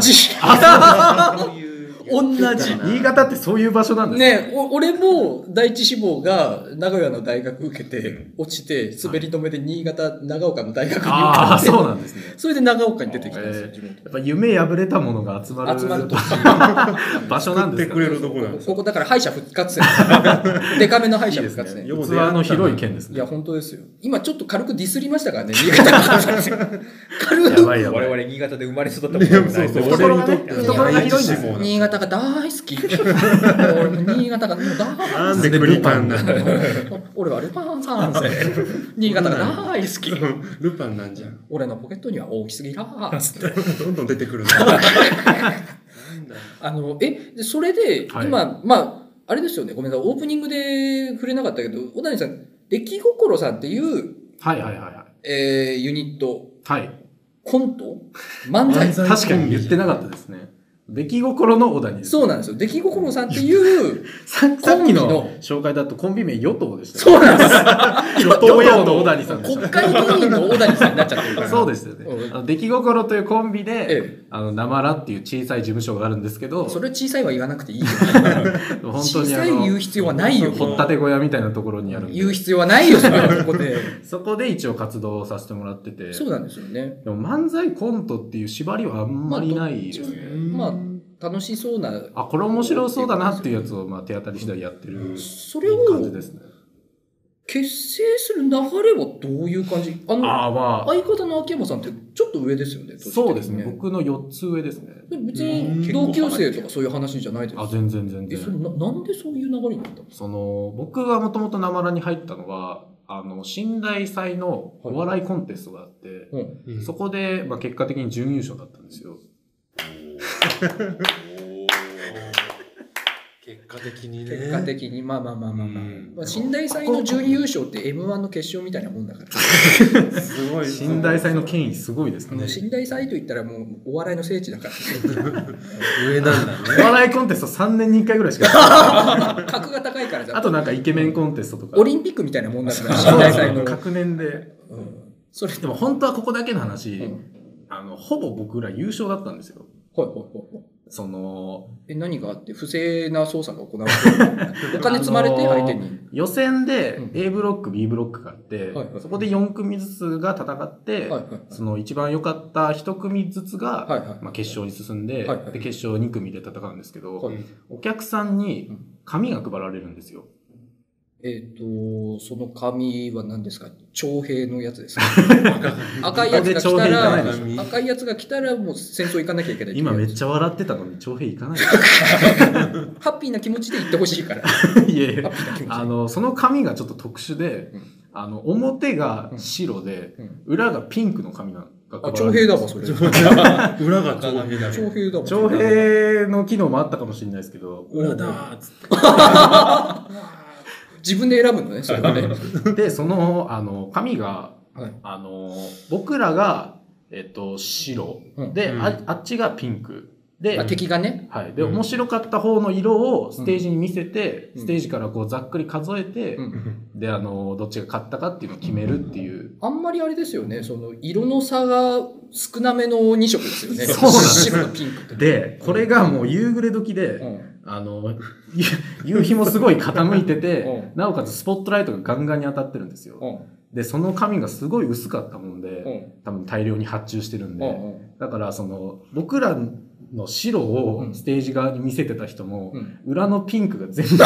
[SPEAKER 4] です。
[SPEAKER 3] あ、同じ。
[SPEAKER 5] そういう
[SPEAKER 3] 同じ。
[SPEAKER 4] 新潟ってそういう場所なんですね
[SPEAKER 3] ねお俺も第一志望が名古屋の大学受けて落ちて滑り止めで新潟長岡の大学に受
[SPEAKER 4] あ
[SPEAKER 3] か
[SPEAKER 4] あ
[SPEAKER 3] って
[SPEAKER 4] そうなんですね
[SPEAKER 3] それで長岡に出てきたんですよ
[SPEAKER 4] え
[SPEAKER 3] 自分
[SPEAKER 4] やっぱ夢破れたものが集まる
[SPEAKER 3] 集まると
[SPEAKER 4] 場所なん
[SPEAKER 1] 作っ
[SPEAKER 4] で
[SPEAKER 1] て
[SPEAKER 4] す
[SPEAKER 1] くれるとこなんです
[SPEAKER 3] ここだから敗者復活戦デカめの敗者復活戦
[SPEAKER 4] ね
[SPEAKER 3] い
[SPEAKER 1] よう
[SPEAKER 4] 器
[SPEAKER 1] 出会ったな
[SPEAKER 4] の広い県ですね
[SPEAKER 3] や本当ですよ今ちょっと軽くディスりましたからね新潟の軽
[SPEAKER 4] や
[SPEAKER 3] く
[SPEAKER 4] ばいやば
[SPEAKER 5] 我
[SPEAKER 4] い
[SPEAKER 5] 々新潟で生まれ育ったこともない
[SPEAKER 1] そう
[SPEAKER 4] 俺にと
[SPEAKER 1] 懐
[SPEAKER 4] って
[SPEAKER 1] がね
[SPEAKER 4] 懐が広いんですよ
[SPEAKER 3] 新潟が大好きもう俺も新潟がもう大好き
[SPEAKER 1] なんでクリパンなんだ
[SPEAKER 3] 俺はルパン三世新潟が大好き
[SPEAKER 1] ルパンなんじゃん
[SPEAKER 3] 俺のポケットには大きすぎだ ーっつって
[SPEAKER 1] どんどん出てくるな
[SPEAKER 3] あのえでそれで
[SPEAKER 4] はい
[SPEAKER 3] 今、まああれですよねごめんなさいオープニングで触れなかったけど小谷さん出来心さんっていう、
[SPEAKER 4] はいはいはいはい
[SPEAKER 3] えーユニット
[SPEAKER 4] はい
[SPEAKER 3] コント漫才
[SPEAKER 4] 確かに言ってなかったですね出来心の小谷です
[SPEAKER 3] そうなんですよ出来心さんって いう
[SPEAKER 4] ささっき
[SPEAKER 3] コンビ
[SPEAKER 4] の
[SPEAKER 3] の
[SPEAKER 4] 紹介だとコンビ名与党でした
[SPEAKER 3] そうなんです
[SPEAKER 4] 与党野党小谷さんでし
[SPEAKER 3] 国会議員の小谷さんになっちゃってるか
[SPEAKER 4] た
[SPEAKER 3] ら
[SPEAKER 4] そう
[SPEAKER 3] で
[SPEAKER 4] ですよね、
[SPEAKER 3] うん
[SPEAKER 4] あの出来心というコンビで、
[SPEAKER 3] え
[SPEAKER 4] あのなまらっていう小さい事務所があるんですけど
[SPEAKER 3] それ小さいは言わなくていいよ
[SPEAKER 4] 本当
[SPEAKER 3] 小
[SPEAKER 4] に
[SPEAKER 3] さ
[SPEAKER 4] あ
[SPEAKER 3] い言う
[SPEAKER 4] の
[SPEAKER 3] 必要はないよ
[SPEAKER 4] 掘ったて小屋みたいなところに あるんで
[SPEAKER 3] 言う必要はないよそれはここで
[SPEAKER 4] そこで一応活動させてもらってて
[SPEAKER 3] そうなんですよね
[SPEAKER 4] でも漫才コントっていう縛りはあんまりないですね、
[SPEAKER 3] まあ楽しそうな
[SPEAKER 4] あこれ面白そうだなっていうやつを、まあ、手当たり次第やってる
[SPEAKER 3] それを
[SPEAKER 4] 感じですね
[SPEAKER 3] 結成する流れはどういう感じあの
[SPEAKER 4] ああまあ
[SPEAKER 3] 相方の秋山さんってちょっと上ですよね年的に
[SPEAKER 4] そうですね僕の4つ上ですね
[SPEAKER 3] 別に同級生とかそういう話じゃないです
[SPEAKER 4] あ全然全
[SPEAKER 3] えそれ
[SPEAKER 4] 然
[SPEAKER 3] ななんでそういう流れになったの
[SPEAKER 4] その僕がもともと「なまら」に入ったのはあの新大祭のお笑いコンテストがあって、
[SPEAKER 1] うん
[SPEAKER 4] そこで、まあ、結果的に準優勝だったんですよ
[SPEAKER 1] 結果的にね
[SPEAKER 3] 結果的にまあまあまあまあまあ、
[SPEAKER 1] うん
[SPEAKER 3] まあ、新大祭の準優勝って m 1の決勝みたいなもんだから
[SPEAKER 1] すごい
[SPEAKER 4] 新大祭の権威すごいです
[SPEAKER 3] あの
[SPEAKER 4] ね
[SPEAKER 3] 新大祭といったらもうお笑いの聖地だか
[SPEAKER 1] 上なんだね
[SPEAKER 4] お笑いコンテスト3年に1回ぐらいしか
[SPEAKER 3] ら格が高いから
[SPEAKER 4] あ
[SPEAKER 3] さ
[SPEAKER 4] となんかイケメンコンテストとか
[SPEAKER 3] オリンピックみたいなもんだから
[SPEAKER 4] そ
[SPEAKER 3] 新
[SPEAKER 4] う
[SPEAKER 3] 大祭
[SPEAKER 4] そう
[SPEAKER 3] の、
[SPEAKER 4] 各年で
[SPEAKER 3] うん、それ
[SPEAKER 4] でも本当はここだけの話、
[SPEAKER 3] うん
[SPEAKER 4] あのほぼ僕ら優勝だったんですよ
[SPEAKER 3] ほいほいほいほい
[SPEAKER 4] その
[SPEAKER 3] え何があって不正な操作が行われ てるお金積まれて
[SPEAKER 4] あのー
[SPEAKER 3] 相手に、
[SPEAKER 4] 予選で
[SPEAKER 3] うん
[SPEAKER 4] A ブロック、B ブロックがあって、
[SPEAKER 3] はいはい
[SPEAKER 4] そこで4組ずつが戦って、
[SPEAKER 3] はいはいはい
[SPEAKER 4] その一番良かった1組ずつが、
[SPEAKER 3] はいはい
[SPEAKER 4] まあ、決勝に進ん
[SPEAKER 3] は
[SPEAKER 4] で,、
[SPEAKER 3] いはい
[SPEAKER 4] で決勝2組で戦うんですけど、
[SPEAKER 3] はい
[SPEAKER 4] お客さんに
[SPEAKER 3] うん
[SPEAKER 4] 紙が配られるんですよ。
[SPEAKER 3] えっ、と、その紙は何ですか徴兵のやつ ですか赤いやつが来
[SPEAKER 4] ここ
[SPEAKER 3] た
[SPEAKER 4] で徴兵行かない
[SPEAKER 1] で
[SPEAKER 3] ら、
[SPEAKER 1] しょ
[SPEAKER 3] 赤いやつが来たらもう戦争行かなきゃいけない。
[SPEAKER 4] 今めっちゃ笑ってたのに徴兵行かない
[SPEAKER 3] ハッピーな気持ちで行ってほ しいから。ハ
[SPEAKER 4] いや
[SPEAKER 3] ッ
[SPEAKER 4] い
[SPEAKER 3] ピー
[SPEAKER 4] や
[SPEAKER 3] な気持ち
[SPEAKER 4] あのその紙がちょっと特殊で、
[SPEAKER 3] うん
[SPEAKER 4] あの表が白で、
[SPEAKER 3] で。うん
[SPEAKER 4] 裏がピンクの紙が配ら
[SPEAKER 3] あ、
[SPEAKER 4] れる
[SPEAKER 3] 徴兵だわ、それ。徴
[SPEAKER 1] 裏が長兵だね
[SPEAKER 3] 兵だわ。
[SPEAKER 4] 徴兵の機能もあったかもしれないですけど、
[SPEAKER 1] 裏だーっつって
[SPEAKER 3] 自分で選ぶのね、それはね。
[SPEAKER 4] で、その、あの、紙が、
[SPEAKER 3] はい
[SPEAKER 4] あの、僕らが、えっと、白。
[SPEAKER 3] うん
[SPEAKER 4] で、
[SPEAKER 1] うん
[SPEAKER 4] あ、あっちがピンク。で、
[SPEAKER 3] あ敵がね。
[SPEAKER 4] はい。で、
[SPEAKER 1] うん
[SPEAKER 4] 面白かった方の色をステージに見せて、
[SPEAKER 3] うん
[SPEAKER 4] ステージからこうざっくり数えて、
[SPEAKER 3] うん
[SPEAKER 4] で、あの、どっちが勝ったかっていうのを決めるっていう。
[SPEAKER 3] あんまりあれですよね、その色の差が少なめの2色ですよね。
[SPEAKER 4] そうなんです
[SPEAKER 3] 白とピンクって。
[SPEAKER 4] で、これがもう夕暮れ時で、
[SPEAKER 3] うん
[SPEAKER 4] あの、ゆ夕日もすごい傾いてて、
[SPEAKER 3] う
[SPEAKER 4] なおかつスポットライトがガンガンに当たってるんですよ。
[SPEAKER 3] うん
[SPEAKER 4] で、その紙がすごい薄かったもんで、
[SPEAKER 3] うん
[SPEAKER 4] 多分大量に発注してるんで、
[SPEAKER 3] うんうん
[SPEAKER 4] だからその、僕らの白をステージ側に見せてた人も、
[SPEAKER 3] うん
[SPEAKER 4] 裏のピンクが全 部、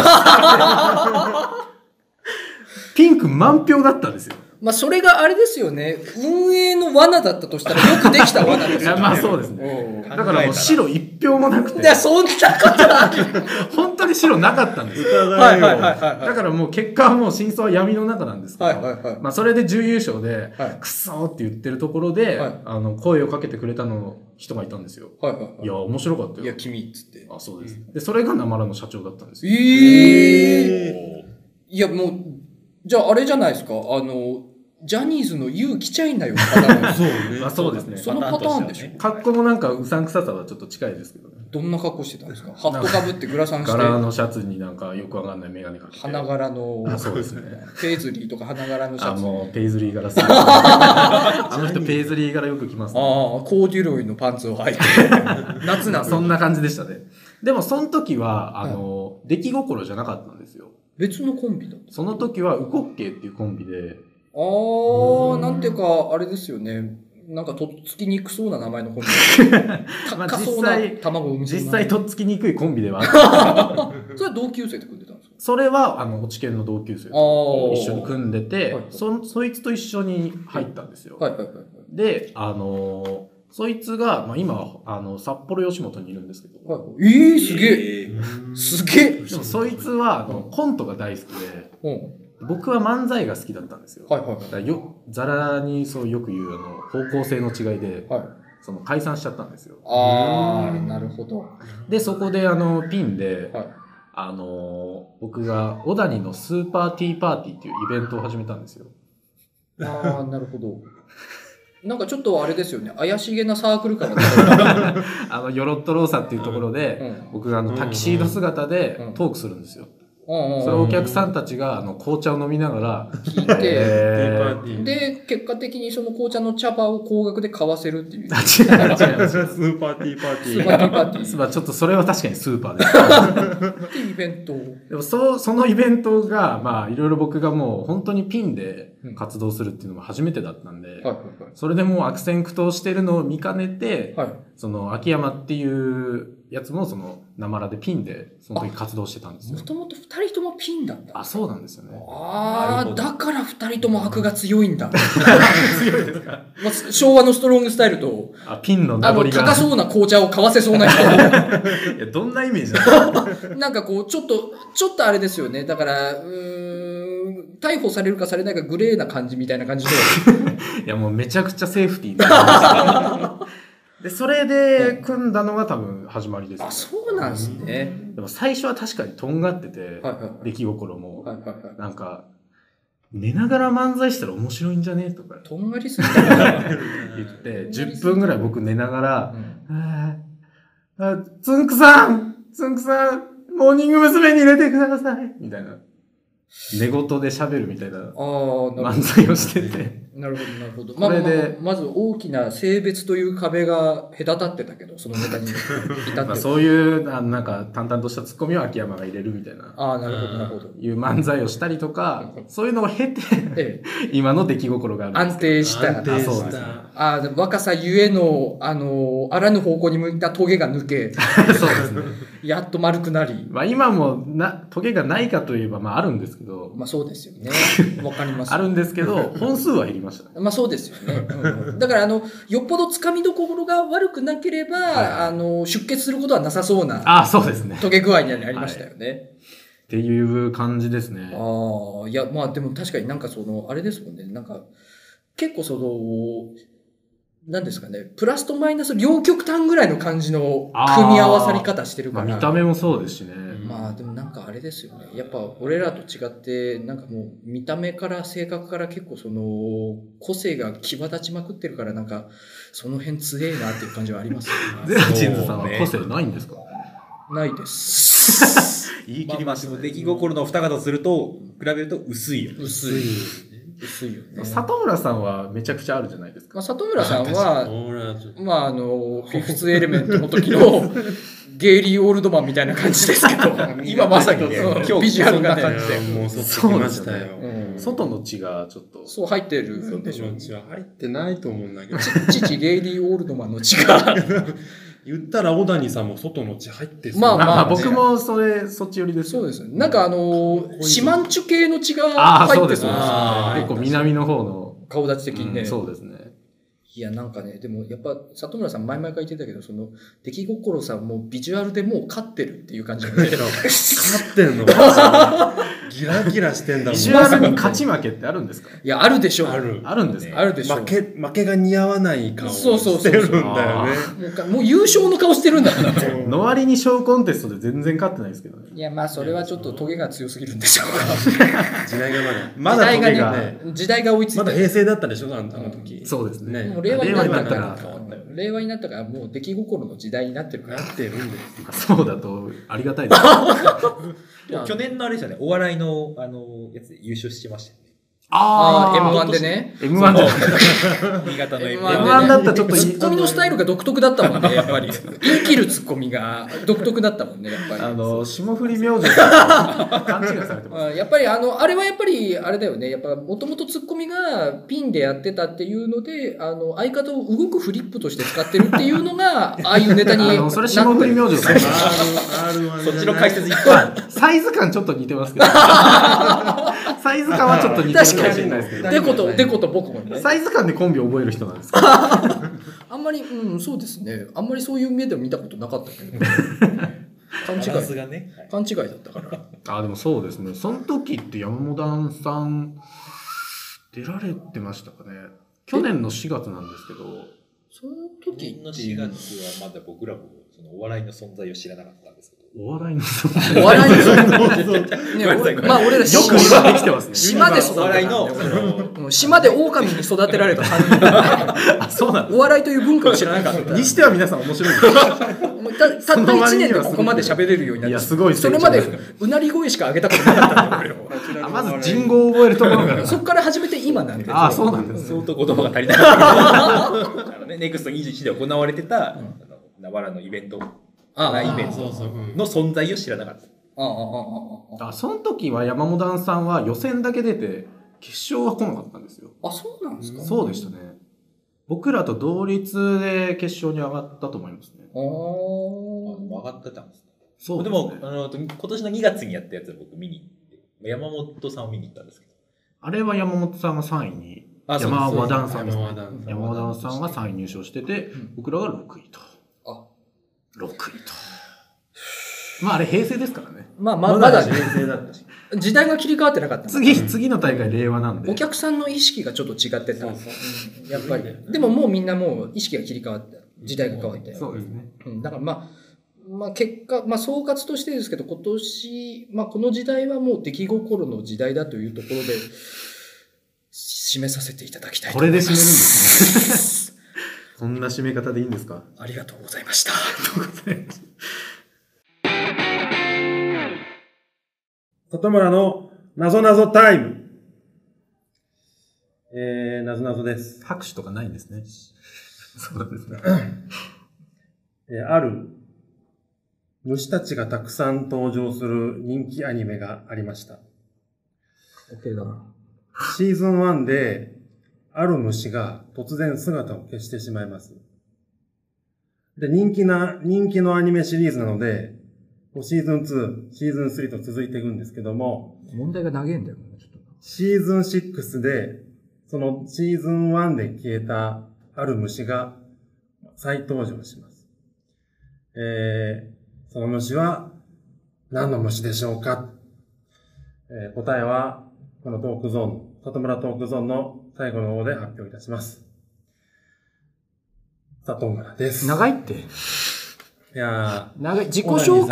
[SPEAKER 4] ピンク満票だったんですよ。
[SPEAKER 3] まあ、それがあれですよね、運営の罠だったとしたら、よくできた罠です
[SPEAKER 4] い
[SPEAKER 3] よ
[SPEAKER 4] や、
[SPEAKER 3] ね。
[SPEAKER 4] まあ そうですね。
[SPEAKER 3] うん
[SPEAKER 4] だからもう白一票もなく
[SPEAKER 3] い
[SPEAKER 4] て
[SPEAKER 3] や、、そんなことない。
[SPEAKER 4] 本当に白なかったんですよ。
[SPEAKER 1] 疑えよ
[SPEAKER 4] だからもう結果はもう真相は闇の中なんですけど、
[SPEAKER 3] はいはいはい
[SPEAKER 4] まあそれで準優勝で、
[SPEAKER 3] はい
[SPEAKER 4] くそーって言ってるところで、
[SPEAKER 3] はい
[SPEAKER 4] あの、声をかけてくれたの人がいたんですよ。
[SPEAKER 3] はいはい
[SPEAKER 4] いや、面白かった
[SPEAKER 3] い
[SPEAKER 4] よ。
[SPEAKER 3] や、君っつって。
[SPEAKER 4] あ、そうです。で、それが生ラの社長だったんですよ。
[SPEAKER 3] ええいや、もう、じゃああれじゃないですか、あの、ジャニーズの YOU 来ちゃいなよ、パターン
[SPEAKER 1] そうね
[SPEAKER 4] まあそうですね。
[SPEAKER 3] そのパターンでしょ。
[SPEAKER 4] 格好もなんかうさんくささはちょっと近いですけどね。
[SPEAKER 3] どんな格好してたんですかハットかぶってグラサンし
[SPEAKER 4] 柄
[SPEAKER 3] て、
[SPEAKER 4] のシャツになんかよくわかんないメガネかけて。
[SPEAKER 3] 花柄の、
[SPEAKER 4] あそうです ね。
[SPEAKER 3] ペイズリーとか花柄のシ
[SPEAKER 4] あ
[SPEAKER 3] ャツ。
[SPEAKER 4] の、ペイズリー柄 好きあの人ペイズリー柄よく着ます
[SPEAKER 3] ああ
[SPEAKER 4] ね。
[SPEAKER 3] ー、コーデュロイのパンツを履いて。夏なの
[SPEAKER 4] そ
[SPEAKER 3] に
[SPEAKER 4] んな感じでしたね。でもその時は、あの、出来心じゃなかったんですよ。
[SPEAKER 3] 別のコンビだ
[SPEAKER 4] その時は、ウコッケイっていうコンビで、
[SPEAKER 3] あーなんていうかあれですよねなんかとっつきにくそうな名前のコンビ
[SPEAKER 4] まあ
[SPEAKER 3] 高そうな
[SPEAKER 4] 実際
[SPEAKER 3] 卵を産みそうな
[SPEAKER 4] 実際とっつきにくいコンビではあ った。
[SPEAKER 3] それは同級生で組んでたんですか
[SPEAKER 4] それは、あの、落研の同級生
[SPEAKER 3] ああ
[SPEAKER 4] と一緒に組んでて
[SPEAKER 3] はい、
[SPEAKER 4] そ、そいつと一緒に入ったんですよ。
[SPEAKER 3] はいはいはいはい
[SPEAKER 4] で、あのーそいつが、まあ、今、あの、札幌吉本にいるんですけど、
[SPEAKER 3] はいえー、すげえ
[SPEAKER 5] え
[SPEAKER 3] すげえ
[SPEAKER 4] でもそいつは、あの、コントが大好きで、
[SPEAKER 3] うん
[SPEAKER 4] 僕は漫才が好きだったんですよ。
[SPEAKER 3] はいはいはい
[SPEAKER 4] だからよ、ざらにそうよく言う、あの、方向性の違いで、
[SPEAKER 3] はい
[SPEAKER 4] その、解散しちゃったんですよ。
[SPEAKER 3] ああなるほど
[SPEAKER 4] で、そこで、あの、ピンで、
[SPEAKER 3] はい
[SPEAKER 4] あのー僕が、小谷のスーパーティーパーティーっていうイベントを始めたんですよ。
[SPEAKER 3] ああなるほどなんかちょっとあれですよね怪しげなサークル感が出てる
[SPEAKER 4] あの、ヨロットローサっていうところで、
[SPEAKER 3] うん
[SPEAKER 4] 僕があのタキシード姿でトークするんですよ。
[SPEAKER 3] うんうん
[SPEAKER 4] それをお客さんたちがあの紅茶を飲みながら、
[SPEAKER 3] 聞いて
[SPEAKER 4] え
[SPEAKER 1] ティー
[SPEAKER 3] で、結果的にその紅茶の茶葉を高額で買わせるっていう。ス
[SPEAKER 4] ー違う
[SPEAKER 1] パーティースーパーティーパーティ
[SPEAKER 3] ーパ
[SPEAKER 1] ー
[SPEAKER 3] ーティーパーティー
[SPEAKER 4] まあちょっとそれは確かにスーパーで
[SPEAKER 3] っ
[SPEAKER 4] す。
[SPEAKER 3] ていうイベントを。
[SPEAKER 4] でもそう、そのイベントが、まあいろいろ僕がもう本当にピンで活動するっていうのも初めてだったんで、
[SPEAKER 3] はいは
[SPEAKER 4] それでもう悪戦苦闘してるのを見かねて、
[SPEAKER 3] いはい。はい。
[SPEAKER 4] その秋山っていうやつもその生らでピンでその時活動してたんですよ
[SPEAKER 3] も。ともと二人ともピンだった。
[SPEAKER 4] あ、
[SPEAKER 3] あ
[SPEAKER 4] そうなんですよね。
[SPEAKER 3] あ
[SPEAKER 5] なる
[SPEAKER 3] ー、
[SPEAKER 5] ほど
[SPEAKER 3] だから二人とも悪が強いんだ。まあ、昭和のストロングスタイルと、
[SPEAKER 4] あ、ピンの名
[SPEAKER 3] あの、
[SPEAKER 4] 残
[SPEAKER 3] 高
[SPEAKER 4] が。
[SPEAKER 3] そうな紅茶を買わせそうな人。
[SPEAKER 5] いやどんなイメージなの
[SPEAKER 3] なんかこう、ちょっと、ちょっとあれですよね。だから、うーん、逮捕されるかされないかグレーな感じみたいな感じで。
[SPEAKER 4] いや、もうめちゃくちゃセーフティー なで、それで組んだのが多分始まりですね、
[SPEAKER 3] あ、そうなんですね。
[SPEAKER 4] でも最初は確かにとんがってて、
[SPEAKER 3] はいはいはい
[SPEAKER 4] 出来心も、
[SPEAKER 3] はいはいはい。
[SPEAKER 4] なんか、寝ながら漫才したら面白いんじゃねとか
[SPEAKER 3] とんがりすぎたな。
[SPEAKER 4] 言って、10分ぐらい僕寝ながら
[SPEAKER 3] う、ん
[SPEAKER 4] あーあ、つんくさんつんくさんモーニング娘。に入れてくださいみたいな。寝言で喋るみたいな
[SPEAKER 3] ああ、なるほど
[SPEAKER 4] 漫才をしてて。
[SPEAKER 3] なるほど、なるほど。ま
[SPEAKER 4] こ
[SPEAKER 3] あま
[SPEAKER 4] れ
[SPEAKER 3] あ
[SPEAKER 4] で
[SPEAKER 3] まあ、まず大きな性別という壁が隔たってたけど、そのネタ に至
[SPEAKER 4] まあ、
[SPEAKER 3] って
[SPEAKER 4] そういうあなんか淡々としたツッコミを秋山が入れるみたいな
[SPEAKER 3] ああ、なるほど、なるほど。
[SPEAKER 4] いう漫才をしたりとかそういうのを経て
[SPEAKER 3] ええ、
[SPEAKER 4] 今の出来心があるんで
[SPEAKER 3] 安定した。
[SPEAKER 4] 定
[SPEAKER 1] あそう
[SPEAKER 4] し
[SPEAKER 1] ですね
[SPEAKER 4] た
[SPEAKER 3] ああ、若さゆえの、あの、あらぬ方向に向いたトゲが抜け、
[SPEAKER 4] す そうですね、
[SPEAKER 3] やっと丸くなり。
[SPEAKER 4] まあ、今もなトゲがないかといえば、まあ、あるんですけど、
[SPEAKER 3] まあそうですよ ね。わかります。
[SPEAKER 4] あるんですけど本数は減りましたね
[SPEAKER 3] まあそうですよね。うんうんだから、あの、よっぽどつかみどころが悪くなければ、あの、出血することはなさそうな、
[SPEAKER 4] ああそうですねっ
[SPEAKER 3] トゲ具合にはなりましたよね。
[SPEAKER 4] ていう感じですね
[SPEAKER 3] ああ、いや、まあでも確かになんかその、あれですもんね、なんか、結構その、なんですかね、プラスとマイナス両極端ぐらいの感じの
[SPEAKER 4] あー
[SPEAKER 3] 組み合わさり方してる
[SPEAKER 4] ま
[SPEAKER 3] か
[SPEAKER 4] あ、
[SPEAKER 3] ら。
[SPEAKER 4] 見た目もそうですしね、
[SPEAKER 3] まあでもなんかあれですよね。やっぱ俺らと違って、なんかもう見た目から性格から結構その、個性が際立ちまくってるからなんか、その辺強えなっていう感じはありますよ
[SPEAKER 4] ゼ
[SPEAKER 3] ね。
[SPEAKER 4] ラチンズさんは個性ないんですか、
[SPEAKER 3] ない です。
[SPEAKER 5] 言い切りました、まあ、出来心のお二方すると比べると薄いよね
[SPEAKER 3] 薄い。薄いよね。
[SPEAKER 4] 里村さんはめちゃくちゃあるじゃないですか
[SPEAKER 3] まあ、里村さんは、
[SPEAKER 1] 俺はちょっと
[SPEAKER 3] まああ の、フィフスエレメントの時のゲイリー・オールドマンみたいな感じですけど、今 まさにね、今日ビジュアルな感じ
[SPEAKER 1] いや
[SPEAKER 3] で。
[SPEAKER 1] もうそっきましたよ
[SPEAKER 3] う。ん
[SPEAKER 4] 外の血がちょっと
[SPEAKER 3] そう入ってるんでしょ
[SPEAKER 1] うちは入ってないと思うんだけど。
[SPEAKER 3] ち父ゲイリー・オールドマンの血が。
[SPEAKER 1] 言ったら小谷さんも外の血入ってそう
[SPEAKER 3] まあ
[SPEAKER 4] まあ、まあ、
[SPEAKER 3] ね
[SPEAKER 4] 僕もそれそっち寄りで す
[SPEAKER 3] そうですね。なんかあの、シマンチュ系の血が
[SPEAKER 4] ああ、
[SPEAKER 3] 入
[SPEAKER 4] そ
[SPEAKER 3] っ
[SPEAKER 4] うで
[SPEAKER 3] て
[SPEAKER 4] す、
[SPEAKER 3] そ
[SPEAKER 4] そ
[SPEAKER 3] う
[SPEAKER 4] うで
[SPEAKER 3] ですす。
[SPEAKER 1] あー
[SPEAKER 4] 結構南の方の、
[SPEAKER 3] 顔立ち的にね。
[SPEAKER 4] そうですね。
[SPEAKER 3] いや、なんかね、でもやっぱ、里村さん前々から言ってたけど、その、出来心さんもビジュアルでもう勝ってるっていう感じが ね。
[SPEAKER 1] 勝ってんの ギラギラしてんだも
[SPEAKER 4] ビ
[SPEAKER 1] ん。
[SPEAKER 4] ジュアルに勝ち負けってあるんです か
[SPEAKER 3] いや、あるでしょう。
[SPEAKER 1] ある。
[SPEAKER 4] あるんですか、
[SPEAKER 3] あるでしょう。
[SPEAKER 1] 負け、負けが似合わない顔を
[SPEAKER 3] そうそうそう
[SPEAKER 1] してるんだよね。
[SPEAKER 3] もうか もう優勝の顔してるんだから。
[SPEAKER 4] の割に小コンテストで全然勝ってないですけどね。
[SPEAKER 3] いや、まあ、それはちょっとトゲが強すぎるんでしょうか。
[SPEAKER 1] 時代がまだ。
[SPEAKER 4] まだ
[SPEAKER 3] 時代が
[SPEAKER 4] トゲ
[SPEAKER 3] ね、時代が追いつい
[SPEAKER 1] ま
[SPEAKER 3] た。
[SPEAKER 1] だ平成だったでしょあのあの時。
[SPEAKER 4] そうですね。
[SPEAKER 3] もう令和になったか
[SPEAKER 4] 令和にな
[SPEAKER 3] ら
[SPEAKER 4] ったら、
[SPEAKER 3] 令和になったから、もう出来心の時代になってるから。
[SPEAKER 1] なってるんです。
[SPEAKER 4] そうだと ありがたいです。
[SPEAKER 5] 去年のあれじゃねお笑いのあのやつで優勝してましたよね
[SPEAKER 4] あー
[SPEAKER 3] M1 でね
[SPEAKER 4] M1 だ。
[SPEAKER 5] 新潟の M1
[SPEAKER 3] まあ
[SPEAKER 5] で
[SPEAKER 4] M1 だったらちょっといい
[SPEAKER 3] ツッコミのスタイルが独特だったもん ねやっぱり言い切るツッコミが独特だったもんねやっぱり
[SPEAKER 4] あの、霜降り明星さん勘違いされ てます。
[SPEAKER 3] あやっぱりあのあれはやっぱりあれだよねやっぱもともとツッコミがピンでやってたっていうのであの相方を動くフリップとして使ってるっていうのがああいうネタに
[SPEAKER 4] あの、それ霜降り明星さん。
[SPEAKER 1] R1
[SPEAKER 5] そっちの解説いっぱい
[SPEAKER 4] まあサイズ感ちょっと似てますけど。 サイズ感はちょっと似てるかもしれないですけど。
[SPEAKER 3] デコとデコとボコもね
[SPEAKER 4] サイズ感でコンビ覚える人なんですか
[SPEAKER 3] あんまりうんそうですねあんまりそういう目でも見たことなかったけど勘
[SPEAKER 5] バランス
[SPEAKER 3] 違い
[SPEAKER 5] がね
[SPEAKER 3] 勘違いだったから
[SPEAKER 4] あ、でもそうですね。その時って山本さん、出られてましたかね。去年の4月なんですけど、
[SPEAKER 3] その
[SPEAKER 5] 去
[SPEAKER 3] 時
[SPEAKER 5] 年の
[SPEAKER 3] って
[SPEAKER 5] 4
[SPEAKER 3] いう
[SPEAKER 5] 月はまだ僕らもそのお笑いの存在を知らなかったんですけど
[SPEAKER 4] お笑いの、
[SPEAKER 3] お笑いのね
[SPEAKER 5] ごめんなさいごめんなさい
[SPEAKER 3] まあ俺ら
[SPEAKER 4] よく今できてますね。
[SPEAKER 3] 島で育
[SPEAKER 5] お笑い
[SPEAKER 3] て
[SPEAKER 5] の
[SPEAKER 3] うん島で狼に育てられた3人
[SPEAKER 4] あ、そうなんで
[SPEAKER 3] お笑いという文化を知らなかった
[SPEAKER 4] す。 にしては皆さん面白いですね。
[SPEAKER 3] もうたたった
[SPEAKER 4] その
[SPEAKER 3] 1
[SPEAKER 4] 割に
[SPEAKER 3] 年で
[SPEAKER 4] は
[SPEAKER 3] ここまで喋れるようになって
[SPEAKER 4] いやすごい
[SPEAKER 3] それまで
[SPEAKER 4] 成長で
[SPEAKER 3] うなり声しか上げたことなかったんだよ俺は
[SPEAKER 4] あまず人語を覚えるところ から。
[SPEAKER 3] そこから始めて今なんで
[SPEAKER 4] ああ、そうなんです。
[SPEAKER 5] 相当言葉が足りなかったあのねネクスト21で行われてた、あのナバラのイベント
[SPEAKER 3] ああ
[SPEAKER 5] ライ
[SPEAKER 3] あ
[SPEAKER 5] ベン
[SPEAKER 6] そうそう。
[SPEAKER 5] トの存在を知らなかった
[SPEAKER 3] あああああ
[SPEAKER 4] あ、その時は山本さんは予選だけ出て、決勝は来なかったんですよ。
[SPEAKER 3] ああそうなんですか
[SPEAKER 4] そうでしたね。僕らと同率で決勝に上がったと思いますね。
[SPEAKER 3] あ
[SPEAKER 5] 上
[SPEAKER 3] ー
[SPEAKER 5] がってたんですね
[SPEAKER 4] そう
[SPEAKER 5] で
[SPEAKER 4] です
[SPEAKER 5] も
[SPEAKER 4] ね。
[SPEAKER 5] あの今年の2月にやったやつを僕見に行って山本さんを見に行ったんですけど
[SPEAKER 4] あれは山本さんが3位に、
[SPEAKER 5] あそうです
[SPEAKER 4] 山和田さんですね
[SPEAKER 6] 山和田さん。
[SPEAKER 4] 山和田さんが3位入賞してて、
[SPEAKER 3] ん
[SPEAKER 4] 僕らが6位と。
[SPEAKER 3] あ
[SPEAKER 4] 6位と。まああれ平成ですからね。
[SPEAKER 3] まあままだね
[SPEAKER 1] 平成なんだし
[SPEAKER 3] 時代が切り替わってなかった
[SPEAKER 4] 次、次の大会令和なんで。
[SPEAKER 3] お客さんの意識がちょっと違ってたうんやっぱりでももうみんなもう意識が切り替わって時代が変わって
[SPEAKER 4] そうですね。
[SPEAKER 3] うん、だからまあ、まあ結果、まあ総括としてですけど、今年、まあこの時代はもう出来心の時代だというところで、締めさせていただきたいと
[SPEAKER 4] こ
[SPEAKER 3] 思い
[SPEAKER 4] れで
[SPEAKER 3] ま
[SPEAKER 4] 締
[SPEAKER 3] す。
[SPEAKER 4] めるんですね。こんな締め方でいいんですか
[SPEAKER 3] ありがとうございま した。
[SPEAKER 1] 里村のなぞなぞタイムえー、なぞなぞです、
[SPEAKER 4] 拍手とかないんですね。そうなんですね。
[SPEAKER 1] えーある虫たちがたくさん登場する人気アニメがありました。
[SPEAKER 3] OK だな。
[SPEAKER 1] シーズン1で、ある虫が突然姿を消してしまいます。で、人気な、人気のアニメシリーズなので、こうシーズン2、シーズン3と続いていくんですけども、
[SPEAKER 3] 問題が長えんだよね、ちょっと。
[SPEAKER 1] シーズン6で、そのシーズン1で消えたある虫が再登場します。えー、その虫は何の虫でしょうか、えー答えは、このトークゾーン、里村トークゾーンの最後の方で発表いたします。里村です。い
[SPEAKER 4] 長いって。
[SPEAKER 1] や
[SPEAKER 4] 長い。自
[SPEAKER 1] 自
[SPEAKER 3] 自
[SPEAKER 4] 己紹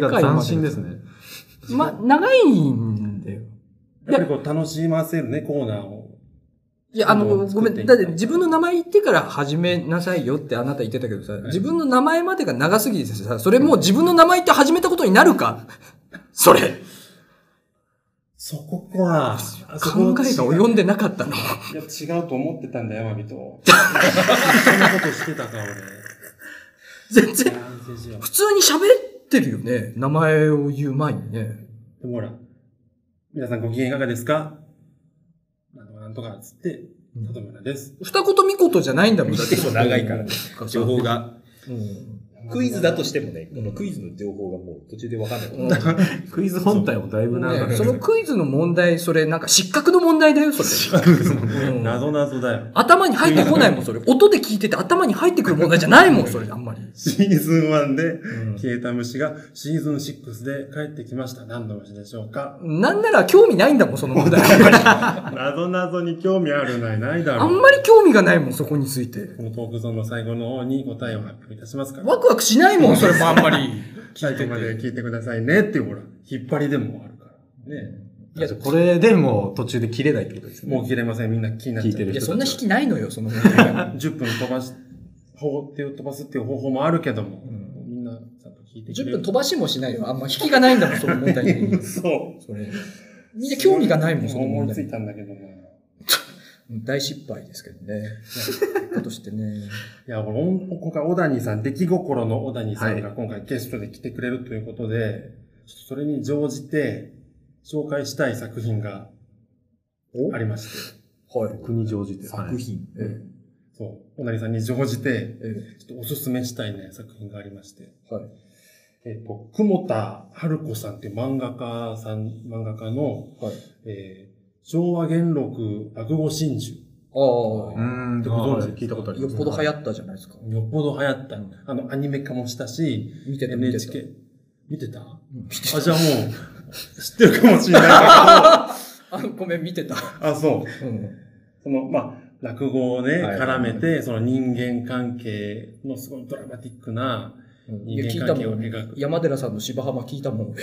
[SPEAKER 4] 介斬新ですね。
[SPEAKER 3] ま、長いんだよ。
[SPEAKER 1] やっぱりこう楽しませるね、コーナーを。
[SPEAKER 3] いや、あの、
[SPEAKER 1] うん
[SPEAKER 3] ご
[SPEAKER 1] 作
[SPEAKER 3] め
[SPEAKER 1] って
[SPEAKER 3] ん。
[SPEAKER 1] い
[SPEAKER 3] だ
[SPEAKER 1] ただ
[SPEAKER 3] っ
[SPEAKER 1] いて
[SPEAKER 3] て自分の名前言ってから始めなさいよってあなた言ってたけどさ、自分の名前までが長すぎてさ、それもう自分の名前言って始めたことになるか それ。
[SPEAKER 1] そこか。あそ
[SPEAKER 3] 考
[SPEAKER 1] こ
[SPEAKER 3] えが及んでなかったの。
[SPEAKER 1] いや、違うと思ってたんだよ、山人。そんなことしてたか、俺。
[SPEAKER 3] 全然、
[SPEAKER 1] 安心しよ
[SPEAKER 3] 普通に喋ってるよね。名前を言う前にね。
[SPEAKER 1] う。でもほら、皆さんご機嫌いかがですかなんとかなんとか、つって、里村です。
[SPEAKER 3] 二言三言じゃないんだもん。だって
[SPEAKER 5] 結構長いから情報が
[SPEAKER 3] うん
[SPEAKER 5] クイズだ としてもね、このクイズの情報がもう途中で分かんなくな
[SPEAKER 3] うん
[SPEAKER 5] る。
[SPEAKER 4] クイズ本体もだいぶ長い。
[SPEAKER 3] ねそのクイズの問題、それなんか失格の問題だよ、それ。うん
[SPEAKER 1] 謎謎だよ。
[SPEAKER 3] 頭に入ってこないもん、それ。音で聞いてて頭に入ってくる問題じゃないもん、それ、あんまり。
[SPEAKER 1] シーズン1で消えた虫がシーズン6で帰ってきました。何の虫でしょう か
[SPEAKER 3] なんなら興味ないんだもん、その問題。
[SPEAKER 1] 謎謎に興味あるないないだ
[SPEAKER 3] あ
[SPEAKER 1] ろ
[SPEAKER 3] ん
[SPEAKER 1] う。
[SPEAKER 3] まり興味がないもん、そこについて。
[SPEAKER 1] このトークゾーンの最後の方に答えを発表いたしますから。
[SPEAKER 3] ワクワクしないもん、それもあんまり。
[SPEAKER 1] 最後まで聞いてくださいねっていう、ほら、引っ張りでもあるから。ね
[SPEAKER 4] いやこれでもう途中で切れないってことですね。
[SPEAKER 1] もう切れません。みんな気になっちゃう。
[SPEAKER 4] 聞いてる
[SPEAKER 3] いや、そんな引きないのよ、その問題が。
[SPEAKER 1] 10分飛ばし、放って飛ばすっていう方法もあるけども、みんなちゃんと聞いてくれ
[SPEAKER 3] 10
[SPEAKER 1] る
[SPEAKER 3] 分飛ばしもしないよ。あんま引きがないんだもん、その問題に。
[SPEAKER 1] そ
[SPEAKER 3] それ。
[SPEAKER 1] う。
[SPEAKER 3] みんな興味がないもん、その
[SPEAKER 1] 思
[SPEAKER 3] 問
[SPEAKER 1] いつ
[SPEAKER 3] 題
[SPEAKER 1] い。たんだけどな。い
[SPEAKER 3] 大失敗ですけどね。結果としてね。
[SPEAKER 1] や、これ、おん今回、小谷さん、出来心の小谷さんが今回ゲストで来てくれるということで、ちょっとそれに乗じて、紹介したい作品がありまして、
[SPEAKER 3] はい。
[SPEAKER 4] 僕に乗じて。はい
[SPEAKER 5] 作品。
[SPEAKER 3] ええ
[SPEAKER 1] そう、小谷さんに乗じて、
[SPEAKER 3] え
[SPEAKER 1] ちょっとおすすめしたいね、作品がありまして。
[SPEAKER 3] えはい。
[SPEAKER 1] えっと、久保田春子さんっていう漫画家さん、漫画家の、
[SPEAKER 3] はい
[SPEAKER 1] えー昭和元禄落語真珠。
[SPEAKER 3] あ
[SPEAKER 4] うーん、でご存知聞いたことあ
[SPEAKER 3] あ、
[SPEAKER 4] りま
[SPEAKER 3] よっ
[SPEAKER 4] す。
[SPEAKER 3] ぽど流行ったじゃないですか。
[SPEAKER 1] よっぽど流行った
[SPEAKER 3] うん。
[SPEAKER 1] あの、アニメ化もしたし、
[SPEAKER 3] 見てた、見てた。
[SPEAKER 1] NHK。見てた
[SPEAKER 3] うん見て
[SPEAKER 1] あ、じゃあもう、知ってるかもしれな い
[SPEAKER 3] たあ、ごめん、見てた。
[SPEAKER 1] けど。あ、そう。
[SPEAKER 3] うん。
[SPEAKER 1] その、まあ、落語をね、
[SPEAKER 5] はい
[SPEAKER 1] 絡めて、その人間関係のすごいドラマティックな
[SPEAKER 3] いや、聞
[SPEAKER 1] 人
[SPEAKER 3] い
[SPEAKER 1] 間
[SPEAKER 3] た
[SPEAKER 1] 関係を
[SPEAKER 3] もん。
[SPEAKER 1] 描く。
[SPEAKER 3] 山寺さんの芝浜聞いたもん。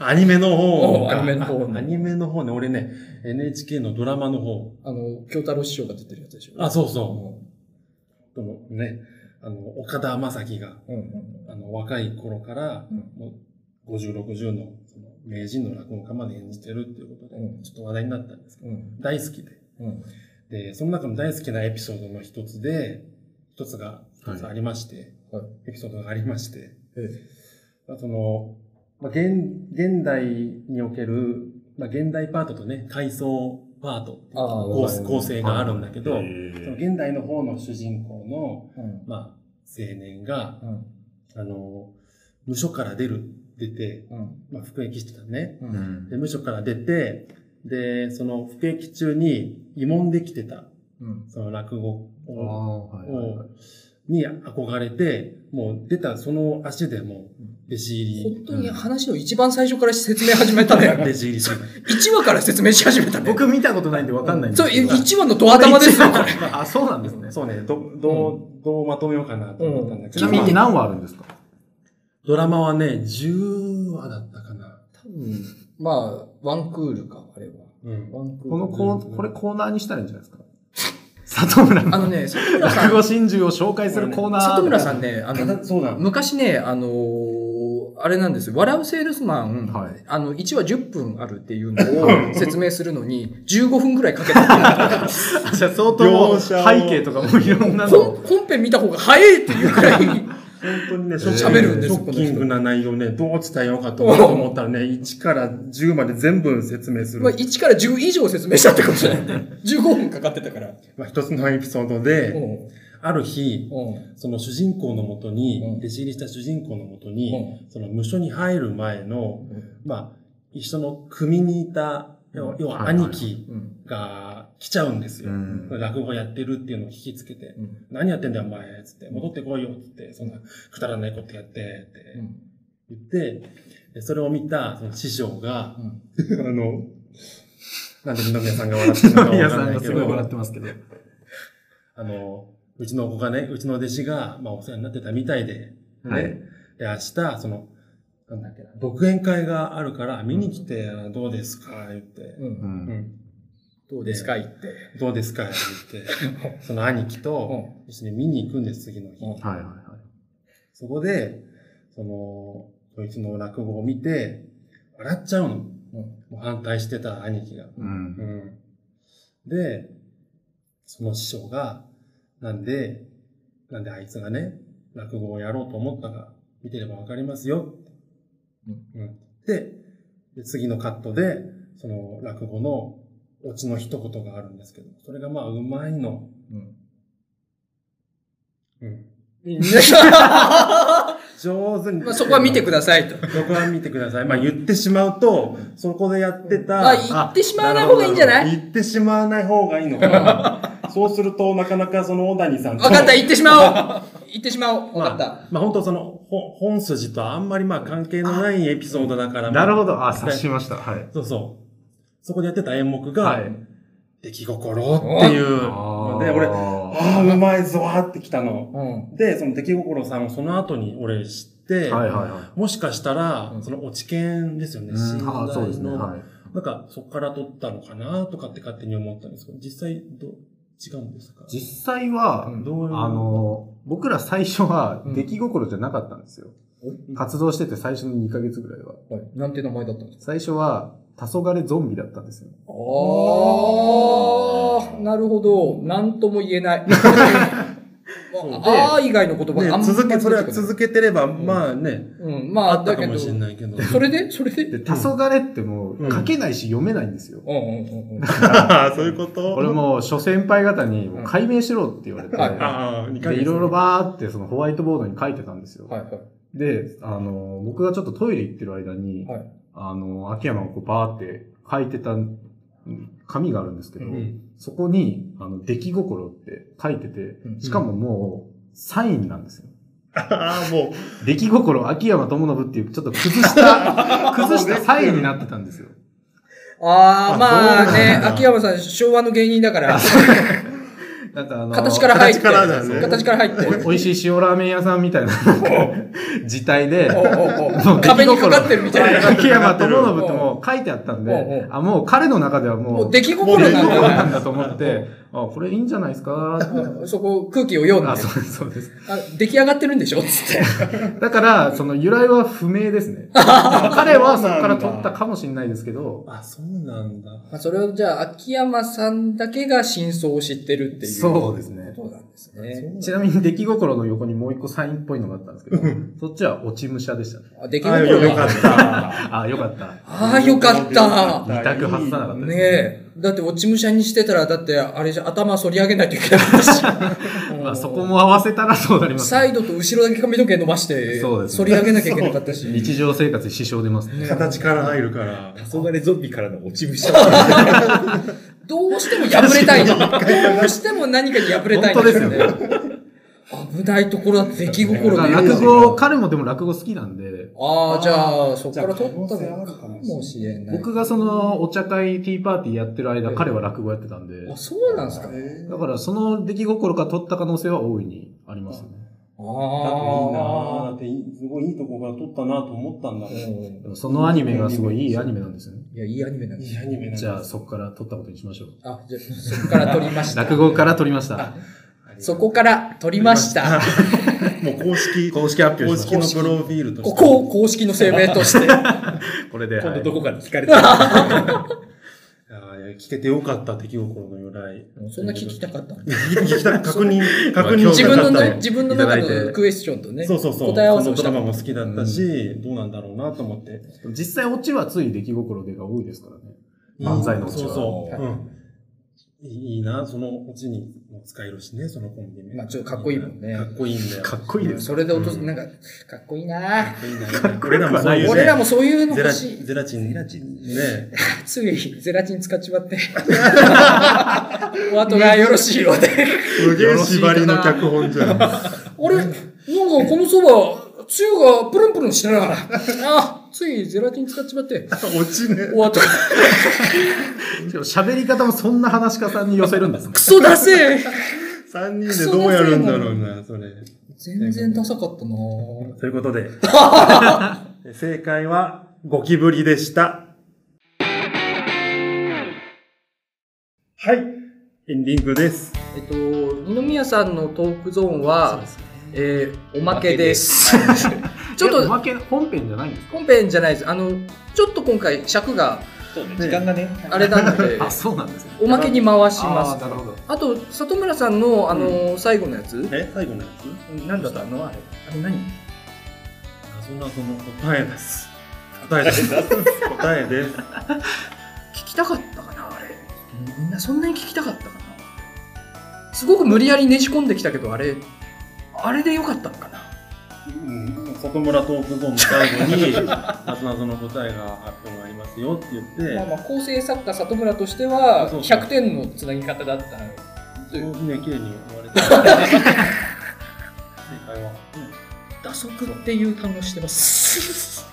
[SPEAKER 1] アニメの方
[SPEAKER 3] おう
[SPEAKER 1] か
[SPEAKER 3] アニメの方
[SPEAKER 1] あアニメの方ね、俺ね、NHK のドラマの方。
[SPEAKER 3] あの、京太郎師匠が出てるやつでしょ。
[SPEAKER 1] あ、そうそう。でもね、あの、岡田将生が、
[SPEAKER 3] うん。うん
[SPEAKER 1] あの、若い頃から、
[SPEAKER 3] うん
[SPEAKER 1] もう50、60の、その、名人の落語家まで演じてるっていうことで、
[SPEAKER 3] うん
[SPEAKER 1] ちょっと話題になったんですけ
[SPEAKER 3] うん。うん
[SPEAKER 1] ど、大好きで。
[SPEAKER 3] うん。
[SPEAKER 1] で、その中の大好きなエピソードの一つで、一つが、一つありまして、
[SPEAKER 3] はいは
[SPEAKER 1] エピソードがありまして、
[SPEAKER 3] え
[SPEAKER 1] まあその、まあ、現、現代における、まあ、現代パートとね、階層パートっていう
[SPEAKER 3] ああ
[SPEAKER 1] 構成構成があるんだけど、
[SPEAKER 6] はい
[SPEAKER 1] その現代の方の主人公の、
[SPEAKER 3] うん。
[SPEAKER 1] まあ、青年が、
[SPEAKER 3] うん。
[SPEAKER 1] あの、無所から出る、出て、
[SPEAKER 3] うん。
[SPEAKER 1] まあ、服役してたね。
[SPEAKER 3] う。
[SPEAKER 4] うんん
[SPEAKER 1] で、無所から出て、で、その服役中に慰問できてた、
[SPEAKER 3] うん。
[SPEAKER 1] その落語
[SPEAKER 4] あ
[SPEAKER 1] を、
[SPEAKER 4] あ、はいはいはい。
[SPEAKER 1] に憧れて、もう出たその足でもう弟子入り、
[SPEAKER 3] 本当に話の一番最初から説明始めたね。
[SPEAKER 1] 弟子入りする。
[SPEAKER 3] 1話から説明し始めたね。
[SPEAKER 4] 僕見たことないんでわかんないんで
[SPEAKER 3] そう、
[SPEAKER 4] すけど。
[SPEAKER 3] 1話のド頭ですよ、これ。
[SPEAKER 4] あ、そうなんですね。
[SPEAKER 1] そうね、ど、どう、どうまとめようかなと思ったんだけ
[SPEAKER 4] ち
[SPEAKER 1] ど、
[SPEAKER 4] なみに
[SPEAKER 1] まあ
[SPEAKER 4] 何話あるんですか
[SPEAKER 1] ドラマはね、10話だったかな。
[SPEAKER 3] 多分、まあ、ワンクールか、あれは。
[SPEAKER 1] うん。
[SPEAKER 3] ワンクール。
[SPEAKER 4] このコー、これコーナーにしたらいいんじゃないですか里村
[SPEAKER 3] あ
[SPEAKER 4] の
[SPEAKER 3] のね、里村さ
[SPEAKER 4] 落
[SPEAKER 3] ん
[SPEAKER 4] 語、真珠を紹介するコーナー。
[SPEAKER 3] 里村さんね、あ
[SPEAKER 1] た
[SPEAKER 3] の、
[SPEAKER 1] だ、そうだ。
[SPEAKER 3] 昔ね、あのーあれなんですよ。笑うセールスマン、
[SPEAKER 4] はい
[SPEAKER 3] あの、1話10分あるっていうのを説明するのに、15分くらいかけた っていう
[SPEAKER 4] あじゃあ相当
[SPEAKER 1] 描
[SPEAKER 4] 背
[SPEAKER 1] 写を
[SPEAKER 4] 景とかもいろんなの
[SPEAKER 3] 本
[SPEAKER 4] を。
[SPEAKER 3] 本編見た方が早いっていうくらい。
[SPEAKER 1] 本当にね、ショ
[SPEAKER 3] 喋るんです
[SPEAKER 1] ショッキングな内容ね、どう伝えようかと思ったらね、1から10まで全部説明する。
[SPEAKER 3] まあ、1から10以上説明したってことじゃないね。15分かかってたから。
[SPEAKER 1] まあ、一つのエピソード
[SPEAKER 3] うん。
[SPEAKER 1] で、
[SPEAKER 3] う
[SPEAKER 1] ある日、
[SPEAKER 3] ん。
[SPEAKER 1] その主人公のもと
[SPEAKER 3] うん
[SPEAKER 1] に、弟子入りした主人公のもとに、
[SPEAKER 3] う
[SPEAKER 1] その無所に入る前の、まあ、一緒の組にいた、要は要は
[SPEAKER 4] はいはい
[SPEAKER 1] 兄貴
[SPEAKER 3] ん。
[SPEAKER 1] が来ちゃうんですよ
[SPEAKER 4] う。ん
[SPEAKER 1] 落語やってるっていうのを聞きつけて、
[SPEAKER 3] うん。
[SPEAKER 1] 何やってんだよお前、つって、戻ってこいよ、つって、そんなくだらないことやって、って言って、でそれを見たその師匠が、 あの、なんで二宮さんが笑ってるのか
[SPEAKER 4] 宮
[SPEAKER 1] わか
[SPEAKER 4] さ
[SPEAKER 1] んなんい
[SPEAKER 4] が
[SPEAKER 1] け
[SPEAKER 4] すごい笑っ
[SPEAKER 1] ど、
[SPEAKER 4] てますけど。
[SPEAKER 1] あの、うちの子がね、うちの弟子が、まあ、お世話になってたみたいで、
[SPEAKER 4] はい
[SPEAKER 1] ねで、明日、その、なんだっけな、独演会があるから、見に来て、あのどうですか言って、
[SPEAKER 3] う。
[SPEAKER 4] うんん
[SPEAKER 3] どうですか言って。
[SPEAKER 1] どうですか言 って、その兄貴と一緒に見に行くんです、次の日。
[SPEAKER 3] うん
[SPEAKER 4] はいはいはい。
[SPEAKER 1] そこで、その、そいつの落語を見て、笑っちゃうの。もう反対してた兄貴が。
[SPEAKER 4] うん。
[SPEAKER 1] で、その師匠が、なんで、なんであいつがね、落語をやろうと思ったか、見てればわかりますよ。うんでで、次のカットで、その落語のオチの一言があるんですけど、それがまあ、うまいの。うん上手に。
[SPEAKER 3] まあ、そこは見てくださいと。
[SPEAKER 1] そこは見てください。まあ言ってしまうと、そこでやってた。
[SPEAKER 3] まあ、言ってしまわない方がいいんじゃない
[SPEAKER 1] 言ってしまわない方がいいのかな。そうすると、なかなかその小谷さん
[SPEAKER 3] 分かった、言ってしまおう。言ってしまおう。分かった。
[SPEAKER 1] まあ本当その、ほ本筋とあんまりまあ関係のないエピソードだから。
[SPEAKER 4] なるほ
[SPEAKER 1] ど。
[SPEAKER 4] ど。あ、察しました。はい。
[SPEAKER 1] そうそう。そこでやってた演目
[SPEAKER 4] は
[SPEAKER 1] が、
[SPEAKER 4] い。
[SPEAKER 1] 出来心っていうので、俺、あ
[SPEAKER 4] は
[SPEAKER 1] あ、うまいぞーってきたの。
[SPEAKER 3] うん。
[SPEAKER 1] で、その出来心さんをその後に俺知って、
[SPEAKER 4] いはいは
[SPEAKER 1] もしかしたら
[SPEAKER 3] う、ん
[SPEAKER 1] その落ち券ですよ
[SPEAKER 4] い。
[SPEAKER 1] ね、
[SPEAKER 4] う
[SPEAKER 1] 信
[SPEAKER 4] ん、あそうです
[SPEAKER 1] 頼
[SPEAKER 4] ね。
[SPEAKER 1] の。
[SPEAKER 4] はい。
[SPEAKER 1] なんか、そこから取ったのかなとかって勝手に思ったんですけど、実際、どう、違うんですか
[SPEAKER 4] 実際は、
[SPEAKER 3] うん
[SPEAKER 1] どういう
[SPEAKER 4] あの、僕ら最初は出来心じゃなかったんですよ。活動してて最初の2ヶ月ぐらいは。
[SPEAKER 3] はい。なんて名前だったんですか
[SPEAKER 4] 最初は、黄昏ゾンビだったんですよ。
[SPEAKER 3] あー、なるほど。なんとも言えない。
[SPEAKER 1] うで
[SPEAKER 3] ああー以外の言葉
[SPEAKER 1] ね
[SPEAKER 3] があんまり出て
[SPEAKER 1] 続
[SPEAKER 3] こな
[SPEAKER 1] け、
[SPEAKER 3] い
[SPEAKER 1] それは続けてれば、まあね、
[SPEAKER 3] うん、ま
[SPEAKER 1] あ
[SPEAKER 3] あ、
[SPEAKER 1] った
[SPEAKER 3] だ
[SPEAKER 1] か
[SPEAKER 3] け
[SPEAKER 1] も
[SPEAKER 3] ど、
[SPEAKER 1] しれ
[SPEAKER 3] そ
[SPEAKER 1] ないけど。
[SPEAKER 3] れでそれで
[SPEAKER 4] で、黄昏っても
[SPEAKER 1] う
[SPEAKER 4] うん書けないし読めないんですよ。
[SPEAKER 3] うんうんうんうん。
[SPEAKER 1] ああ、そういうこと
[SPEAKER 4] 俺も、諸先輩方に、もう解明しろって言われて、
[SPEAKER 3] はい
[SPEAKER 1] ああ、二回
[SPEAKER 4] で、いろいろバーってそのホワイトボードに書いてたんですよ。
[SPEAKER 3] はいはい。
[SPEAKER 4] で、あの、僕がちょっとトイレ行ってる間に、
[SPEAKER 3] はい
[SPEAKER 4] あの、秋山がこうバーって書いてたうん紙があるんですけど、
[SPEAKER 1] うん
[SPEAKER 4] そこに、あの、出来心って書いてて、
[SPEAKER 3] ん
[SPEAKER 4] しかももう、サインなんですよ。
[SPEAKER 1] ああ、も
[SPEAKER 4] 出来心、秋山友信っていう、ちょっと崩 した、崩したサインになってたんですよ。
[SPEAKER 3] ああ、まあね、
[SPEAKER 1] そうなんだ
[SPEAKER 3] 秋山さん、昭和の芸人だから、
[SPEAKER 4] なんかあの、
[SPEAKER 3] 形から入って、
[SPEAKER 1] 形からだね
[SPEAKER 3] 形から入って。
[SPEAKER 4] お美味しい塩ラーメン屋さんみたいな、字体で、
[SPEAKER 3] おうおうおう
[SPEAKER 4] そう
[SPEAKER 3] 壁にかかってるみたいな。
[SPEAKER 4] 秋山友信ってもう書いてあったん
[SPEAKER 3] うん
[SPEAKER 4] で
[SPEAKER 3] う、ん
[SPEAKER 4] あ、もう彼の中ではも
[SPEAKER 3] も
[SPEAKER 4] う
[SPEAKER 3] う、出来心なん
[SPEAKER 4] こうな
[SPEAKER 3] だ
[SPEAKER 4] んだと思って、あ、これいいんじゃないですか
[SPEAKER 3] な。 そこ、空気を読んで
[SPEAKER 4] あ、。そうです、そうです。
[SPEAKER 3] あ出来上がってるんでしょつって。
[SPEAKER 4] だから、その由来は不明です ね。彼はそこから取ったかもしれないですけど
[SPEAKER 1] う。、あ、そうなんだ。
[SPEAKER 3] まあ、それをじゃあ、秋山さんだけが真相を知ってるっていう。
[SPEAKER 4] そうですね
[SPEAKER 3] ことなんですね。
[SPEAKER 4] ちなみに出来心の横にもう一個サインっぽいのがあったんですけど、そっちは落ち武者でしたね。
[SPEAKER 3] あ出来
[SPEAKER 1] ああ、よ
[SPEAKER 3] 心
[SPEAKER 1] よか
[SPEAKER 3] が。
[SPEAKER 1] った。
[SPEAKER 4] あ、よかった。
[SPEAKER 3] ああ、よかった。
[SPEAKER 4] 二択外さなかった
[SPEAKER 3] ねえ。だって、落ち武者にしてたら、だって、あれじゃ、頭反り上げないといけなかったし。
[SPEAKER 4] まあ、そこも合わせたらそうなります。
[SPEAKER 3] サイドと後ろだけ髪の毛伸ばして、
[SPEAKER 4] そうです
[SPEAKER 3] 反
[SPEAKER 4] ね
[SPEAKER 3] り上げなきゃいけなかったし。
[SPEAKER 4] 日常生活に支障出ますね。
[SPEAKER 1] 形から入るから。
[SPEAKER 5] 黄昏ゾンビからの落ち 武者。
[SPEAKER 3] どうしても破れたいの。どうしても何かに破れたいんですよね。危ないところだって出来心で言う
[SPEAKER 4] 落語、彼もでも落語好きなんで、
[SPEAKER 3] ああ、じゃあ、そこ
[SPEAKER 1] じ
[SPEAKER 3] か
[SPEAKER 1] ゃあ
[SPEAKER 3] ら取った
[SPEAKER 1] 可能性あ
[SPEAKER 3] の
[SPEAKER 1] る
[SPEAKER 3] か
[SPEAKER 1] か
[SPEAKER 3] も
[SPEAKER 1] も
[SPEAKER 3] しれない。
[SPEAKER 4] 僕がそのお茶会、ティーパーティーやってる間、彼は落語やってたんで、
[SPEAKER 3] あ、そうなんですか。
[SPEAKER 4] だからその出来心から取った可能性は大いにありますね。
[SPEAKER 1] だ
[SPEAKER 3] ああ。
[SPEAKER 1] っていいなだっていいすごいいいとこから撮ったなと思ったんだもん。
[SPEAKER 3] うん
[SPEAKER 4] でもそのアニメがすごいいいアニメなんですよね。
[SPEAKER 3] いや、いいアニメなんで
[SPEAKER 1] い
[SPEAKER 3] す
[SPEAKER 1] いア
[SPEAKER 3] よ。
[SPEAKER 1] ニメなんだ
[SPEAKER 4] じゃあそこから取ったことにしましょう。
[SPEAKER 3] あ、じゃあ、そこから撮りました。
[SPEAKER 4] 落語から取りました。
[SPEAKER 3] そこから撮りました。
[SPEAKER 1] もう公式、公
[SPEAKER 4] 公式発表し
[SPEAKER 1] 式
[SPEAKER 4] ま
[SPEAKER 1] の
[SPEAKER 4] す。
[SPEAKER 1] プロフィールとして。
[SPEAKER 3] ここを公式の声明と して。
[SPEAKER 4] これで、
[SPEAKER 5] 今
[SPEAKER 4] は
[SPEAKER 5] 度
[SPEAKER 4] い
[SPEAKER 5] どこかで聞かれたら。
[SPEAKER 1] いやーいや聞けてよかった、出来心の由来。
[SPEAKER 3] そんな聞きたかった の
[SPEAKER 1] 聞き聞きた確認、確認し
[SPEAKER 3] 自
[SPEAKER 1] た
[SPEAKER 3] 分
[SPEAKER 1] か
[SPEAKER 3] の
[SPEAKER 1] っ
[SPEAKER 3] ね、
[SPEAKER 1] た
[SPEAKER 3] 自分の中
[SPEAKER 4] いただい
[SPEAKER 3] の
[SPEAKER 4] て
[SPEAKER 3] クエスチョンとね、
[SPEAKER 1] そうそうそう。
[SPEAKER 3] 答え合わせ
[SPEAKER 1] そ
[SPEAKER 3] を
[SPEAKER 1] のド
[SPEAKER 3] した
[SPEAKER 1] ラマ
[SPEAKER 3] の。
[SPEAKER 1] も好きだったし、どうなんだろうなと思って。
[SPEAKER 4] 実際オチはつい出来心でが多いですからね。漫才のオチ
[SPEAKER 1] そう
[SPEAKER 4] は。
[SPEAKER 1] そう。うんいいいいな、そのオチにも使えるしね、そのコンビ名。
[SPEAKER 3] まあちょっとかっこいいもんね
[SPEAKER 1] かっこいいんだよ。
[SPEAKER 4] かっこいいです。
[SPEAKER 3] それで落とす、なんか、かっこいいな
[SPEAKER 1] こいいんだよね。俺らもそういうね
[SPEAKER 3] 俺らもそういうの
[SPEAKER 1] ゼ
[SPEAKER 3] 欲
[SPEAKER 1] ラ
[SPEAKER 3] し
[SPEAKER 1] チ
[SPEAKER 3] い
[SPEAKER 1] ン、。ゼラチン、ゼラチン。ね。
[SPEAKER 3] ついゼラチン使っちまって。 お後がよろしいようで。
[SPEAKER 1] すげえ縛りの脚本じゃん。
[SPEAKER 3] 俺、なんかこのそば、つゆがプルンプルンしてながら。あ、ついゼラチン使っちまって。
[SPEAKER 1] 落ちね。
[SPEAKER 3] お後が、
[SPEAKER 4] 喋り方もそんな話家さんに寄せるんです ね
[SPEAKER 3] ク。ソだせえ
[SPEAKER 1] 三人でどうやるんだろうな、それ。
[SPEAKER 3] 全然ダサかったな
[SPEAKER 1] ということ で、正解はゴキブリでした。はい、エンディングです。
[SPEAKER 3] えっと、二宮さんのトークゾーンは、えーおまけです。ち
[SPEAKER 4] ち
[SPEAKER 3] ょっ
[SPEAKER 4] お
[SPEAKER 3] と、
[SPEAKER 4] まけ本編じゃないんです
[SPEAKER 3] 本編じゃないです。あの、ちょっと今回尺が
[SPEAKER 5] そうね、時間がね。
[SPEAKER 3] あれなので
[SPEAKER 4] か。、そうなんですね。
[SPEAKER 3] おまけに回しま
[SPEAKER 4] あー
[SPEAKER 3] す。
[SPEAKER 4] なるほど。
[SPEAKER 3] あと、里村さんの、あのー最後のやつ、
[SPEAKER 1] え、最後のやつ
[SPEAKER 3] なんだったのあれ。あれ何
[SPEAKER 1] 謎なその答えです。答えです。答えです。
[SPEAKER 3] 聞きたかったかなあれ。みんなそんなに聞きたかったかなすごく無理やりねじ込んできたけど、あれ、あれでよかったのかな
[SPEAKER 1] うん外村トークゾーンの最後に、謎なその答えが発表がありますよって言
[SPEAKER 3] まあ
[SPEAKER 1] って、
[SPEAKER 3] まあ、構成作家里村としては、
[SPEAKER 1] そうそう
[SPEAKER 3] 100点のつなぎ方だったの
[SPEAKER 1] そういうね、綺麗に終われた。正解は。
[SPEAKER 3] 打足っていう単語してます。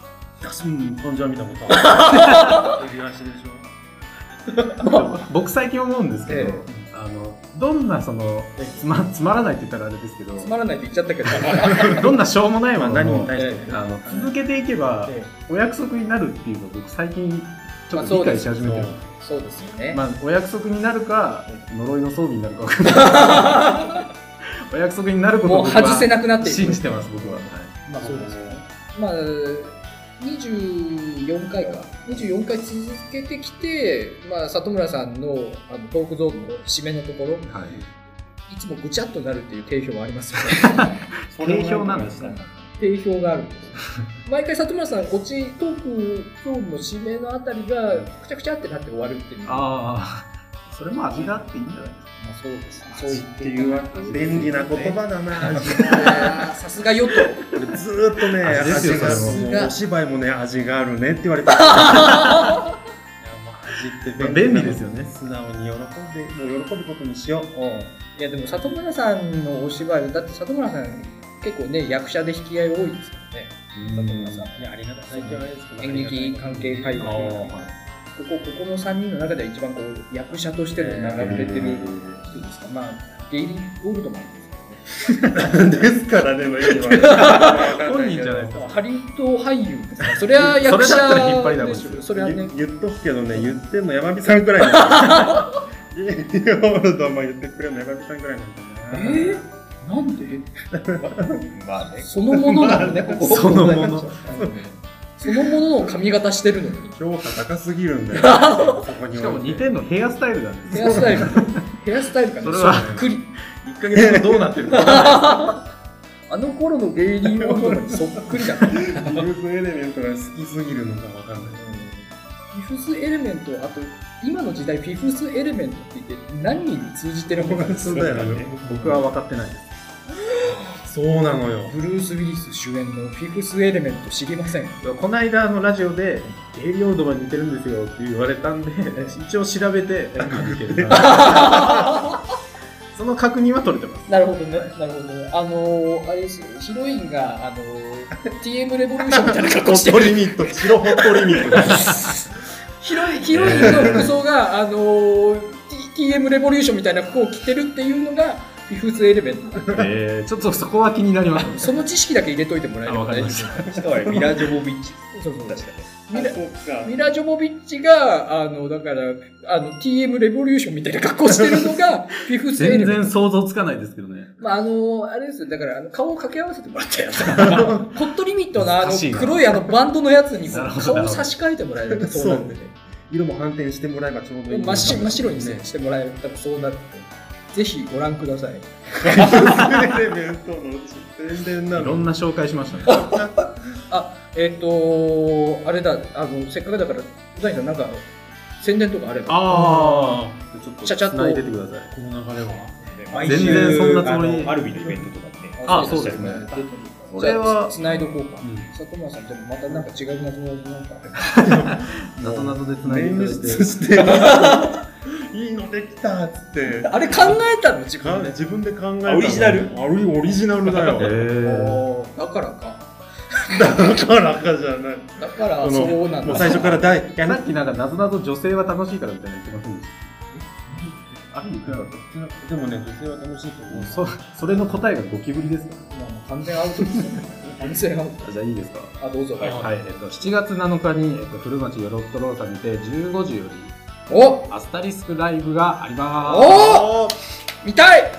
[SPEAKER 1] うん、飛んじゃ見たことある。襟足でしょ。
[SPEAKER 4] 僕最近思うんですけど、
[SPEAKER 3] え
[SPEAKER 4] あのどんなそのつまつまらないって言ったらあれですけど
[SPEAKER 3] つまらないって言っちゃった けど。
[SPEAKER 4] どんなしょうもない
[SPEAKER 1] ま
[SPEAKER 4] も
[SPEAKER 1] あ
[SPEAKER 4] の
[SPEAKER 1] 何
[SPEAKER 4] も
[SPEAKER 1] に対してもね。
[SPEAKER 4] あの続けていけば
[SPEAKER 3] ええ
[SPEAKER 4] お約束になるっていうのを僕最近ちょっと理解し始めてる
[SPEAKER 1] まあそうです
[SPEAKER 3] そうですよね。
[SPEAKER 4] まあ、お約束になるか呪いの装備になるか分かんない お約束になることを
[SPEAKER 3] もう
[SPEAKER 4] 僕は
[SPEAKER 3] 外せなくなってい
[SPEAKER 4] 信
[SPEAKER 3] る。
[SPEAKER 4] じてます僕は、はい
[SPEAKER 3] まあそうですよね。まあ、24回か24回続けてきて、まあ、里村さんのあのトークゾーンの締めのところい
[SPEAKER 4] はい。
[SPEAKER 3] つもぐちゃっとなるっていう定評はありますよね
[SPEAKER 4] 定評なんですね。
[SPEAKER 3] 定評があるんです毎回里村さんこっちトークゾーンの締めのあたりがくちゃくちゃってなって終わるっていうまあ
[SPEAKER 4] ああ、それも味があっていいんじゃないですか。
[SPEAKER 3] そうですねそう
[SPEAKER 1] 味
[SPEAKER 3] 言
[SPEAKER 1] っ
[SPEAKER 3] ってて
[SPEAKER 1] いう便利な言葉だな味
[SPEAKER 3] さすが与党
[SPEAKER 1] 俺ずーっとね
[SPEAKER 4] 味です
[SPEAKER 1] 味
[SPEAKER 4] よ
[SPEAKER 1] が
[SPEAKER 4] そ
[SPEAKER 3] れも
[SPEAKER 1] もうお芝居もね味があるねって言われたいやもう味って便利
[SPEAKER 4] 便利ですよね
[SPEAKER 1] 素直に喜んでもう喜ぶことにしよう
[SPEAKER 3] いやでも里村さんのお芝居はだって里村さん結構ね役者で引き合い多いですからね里村さん
[SPEAKER 1] いやありがたい最近あれですけど
[SPEAKER 3] 演劇関係会
[SPEAKER 1] あ
[SPEAKER 3] 話
[SPEAKER 1] ー
[SPEAKER 3] ここここの3人の中では一番こう役者としての名が売れてる人ですか、まあゲイリー・ゴールドマンですか
[SPEAKER 1] ですからねの意味は
[SPEAKER 4] 本人じゃないです
[SPEAKER 3] ねハリウッド俳優ですからそれは役
[SPEAKER 4] それだったら引っ張
[SPEAKER 3] 者
[SPEAKER 4] りだこ
[SPEAKER 3] で
[SPEAKER 4] です
[SPEAKER 3] し
[SPEAKER 4] よ
[SPEAKER 3] ょそれはね
[SPEAKER 1] 言言っとくけどね言っても山火さんくらいなんだよいやオールドも言ってくれるの山火さんくらいなんだよ
[SPEAKER 3] え
[SPEAKER 1] な
[SPEAKER 3] ー、なんで
[SPEAKER 5] まあね。
[SPEAKER 3] そのものなのねここ
[SPEAKER 4] そのもの。
[SPEAKER 3] そのものの髪型してるのに
[SPEAKER 1] 評価高すぎるんだよそこにおいて
[SPEAKER 4] しかも似てんのヘアスタイルなんで
[SPEAKER 3] ヘ
[SPEAKER 4] す
[SPEAKER 3] アスタイルヘアスタイルがね
[SPEAKER 4] それは
[SPEAKER 3] そっくり
[SPEAKER 4] 1ヶ月後どうなってるか。
[SPEAKER 3] あの頃のゲイリー・ゴールドマンにそっくりだから
[SPEAKER 1] ブルース・エレメントが好きすぎるのかわかんない
[SPEAKER 3] フィフスエレメントあと今の時代フィフスエレメントって言って何人に通じてるのか
[SPEAKER 1] そうだよね
[SPEAKER 4] 僕は分かってないです。
[SPEAKER 1] そうなのよ
[SPEAKER 3] ブルース・ウィリス主演のフィフスエレメント知りません
[SPEAKER 4] この間のラジオで、ゲイリオードマン似てるんですよって言われたんで、 一応調べて、似てる なその確認は取れてます。
[SPEAKER 3] なるほどねなるほどねあのー、あれですよヒロインがあのー TM レボリューションみたいな格好して
[SPEAKER 1] ホット
[SPEAKER 3] る
[SPEAKER 1] リミット白ホットリミット
[SPEAKER 3] ヒロインヒロインの服装があのー T- TM レボリューションみたいな服を着てるっていうのがフィフスエレメント
[SPEAKER 4] えー、ちょっとそこは気になります。
[SPEAKER 3] その知識だけ入れといてもらえ
[SPEAKER 4] あ、
[SPEAKER 3] れば
[SPEAKER 4] 分か
[SPEAKER 3] 大
[SPEAKER 4] り
[SPEAKER 3] 丈
[SPEAKER 4] ま
[SPEAKER 3] 夫
[SPEAKER 4] した。
[SPEAKER 5] しかもあれミラ・ジョボビッチ。
[SPEAKER 3] そうそう
[SPEAKER 5] 確かに。
[SPEAKER 3] ミラ
[SPEAKER 1] そうか
[SPEAKER 3] ミラ・ジョボビッチが、あの、だから、あの、TM レボリューションみたいな格好してるのが、フィフスエレ
[SPEAKER 4] 全
[SPEAKER 3] メン
[SPEAKER 4] 然
[SPEAKER 3] ト。
[SPEAKER 4] 想像つかないですけどね。
[SPEAKER 3] まあ、あの、あれですよ、だから、あの顔を掛け合わせてもらったやつ。ホットリミットのあの、黒いあの、バンドのやつにこ
[SPEAKER 4] なるほ
[SPEAKER 3] う、
[SPEAKER 4] ど
[SPEAKER 3] 顔を差し替えてもらえるとそうなるんでね。
[SPEAKER 1] 色も反転してもらえばちょうどいい
[SPEAKER 3] 真っ白真っ白にね、してもらえたらそうなるんで。ぜひご覧ください。
[SPEAKER 1] エレメントの宣伝ない
[SPEAKER 4] ろ
[SPEAKER 1] の
[SPEAKER 4] んな紹介しましたね。
[SPEAKER 3] あ、えっ、と、あれだ、あの、せっかくだから、う大さん、なんか、宣伝とかあれば。
[SPEAKER 4] ああ、ちょっと
[SPEAKER 3] ちゃちゃっと
[SPEAKER 4] 繋いでてください。
[SPEAKER 6] この流れは
[SPEAKER 5] 毎
[SPEAKER 4] 全然そんなつもり
[SPEAKER 5] あのアルビのイベントとかね。
[SPEAKER 4] あそうですね
[SPEAKER 3] そ
[SPEAKER 4] そ
[SPEAKER 3] れ
[SPEAKER 4] れは
[SPEAKER 3] は、つないどこうか。
[SPEAKER 6] うん
[SPEAKER 3] 里村さん、でもまたなんか違う謎のなんか。
[SPEAKER 4] なぞなぞで繋いでいた
[SPEAKER 1] 捻
[SPEAKER 4] だいて。
[SPEAKER 1] 出していいのできたっつって
[SPEAKER 3] あれ考えたの自
[SPEAKER 1] か
[SPEAKER 3] 分で。
[SPEAKER 1] 自分で考えた
[SPEAKER 5] あオリジナル
[SPEAKER 1] あオリジナルだ
[SPEAKER 4] え
[SPEAKER 1] よ
[SPEAKER 4] ー、
[SPEAKER 3] だからか。
[SPEAKER 1] だからかじゃない
[SPEAKER 3] だから
[SPEAKER 1] あの
[SPEAKER 3] そうなん
[SPEAKER 1] もう
[SPEAKER 3] だ。
[SPEAKER 1] 最初から大いや
[SPEAKER 4] さっきなんかなぞなぞ女性は楽しいからみたいな言ってませんでした。あるに言ってなかった
[SPEAKER 1] でもね女性は楽しいと思う
[SPEAKER 4] そそれの答えがゴキブリですか
[SPEAKER 3] もう完全アウトですよね。完全アウ
[SPEAKER 4] あじゃあいいですか
[SPEAKER 3] ト。あ、どうぞ。
[SPEAKER 4] はい、えっと、7月7日に、えっと、古町ヨロットローサにて15時より
[SPEAKER 3] お
[SPEAKER 4] アスタリスクライブがあります
[SPEAKER 3] お見たい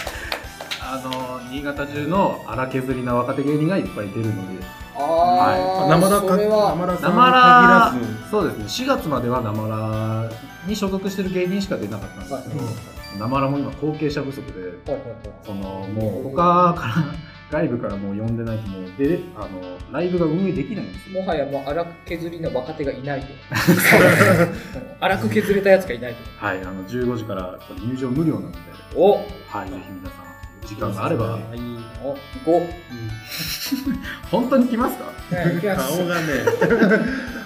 [SPEAKER 4] あの新潟中の荒削りな若手芸人がいっぱい出るので
[SPEAKER 3] あ
[SPEAKER 1] 生
[SPEAKER 3] ー、
[SPEAKER 1] だ
[SPEAKER 3] それは。
[SPEAKER 1] 生ださん
[SPEAKER 4] 生
[SPEAKER 1] は
[SPEAKER 4] ラ
[SPEAKER 1] 限らず
[SPEAKER 4] そうですね4月までは生ラに所属してる芸人しか出なかったんですけど、
[SPEAKER 3] は
[SPEAKER 4] 生ラも今後継者不足で
[SPEAKER 3] はいはいはい
[SPEAKER 4] そのもう他から外部からもう呼んでないともうであのライブが運営できないんですよ
[SPEAKER 3] もはやもう荒削りの若手がいないと。荒く削れたやつがいないと。
[SPEAKER 4] はいあの15時から入場無料なので
[SPEAKER 3] おお
[SPEAKER 4] はい、ぜひ皆さん、時間があれば、
[SPEAKER 3] 行こう。
[SPEAKER 4] 本当に来ますか
[SPEAKER 3] ね行きます。
[SPEAKER 1] 顔がね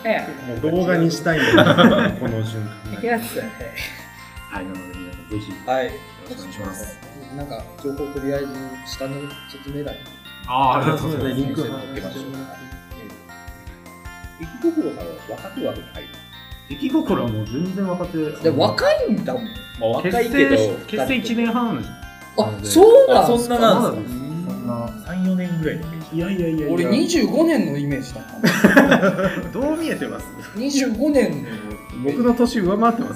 [SPEAKER 3] ね
[SPEAKER 1] もう動画にしたいんだよこの瞬間
[SPEAKER 3] 行きます。ね
[SPEAKER 4] はい、なので皆さん、ぜひ、よ
[SPEAKER 3] はい。
[SPEAKER 4] ろしくお願いします。
[SPEAKER 3] なんか情報とりあえず下の説明欄に
[SPEAKER 4] あ
[SPEAKER 1] ありがとうございます
[SPEAKER 3] リンクを貼ってましょう。
[SPEAKER 5] 池袋さんは若くはない。
[SPEAKER 4] 出来心はもう全然若手。
[SPEAKER 3] で若いんだもん。
[SPEAKER 5] まあ
[SPEAKER 4] 結
[SPEAKER 5] 若いけど
[SPEAKER 4] 成、結成1年半
[SPEAKER 3] あ、そうなん
[SPEAKER 5] あ
[SPEAKER 3] で
[SPEAKER 5] そ
[SPEAKER 3] す
[SPEAKER 5] ん
[SPEAKER 3] か
[SPEAKER 5] な
[SPEAKER 4] ま
[SPEAKER 5] な
[SPEAKER 4] だ
[SPEAKER 5] ん
[SPEAKER 4] で
[SPEAKER 5] です
[SPEAKER 4] す。そんな、
[SPEAKER 5] か。3、 34年ぐらいのイメージ
[SPEAKER 6] いやいやいやいや
[SPEAKER 3] 俺25年のイメージだな
[SPEAKER 4] どう見えてます
[SPEAKER 3] 25年の
[SPEAKER 4] 僕の年上回ってます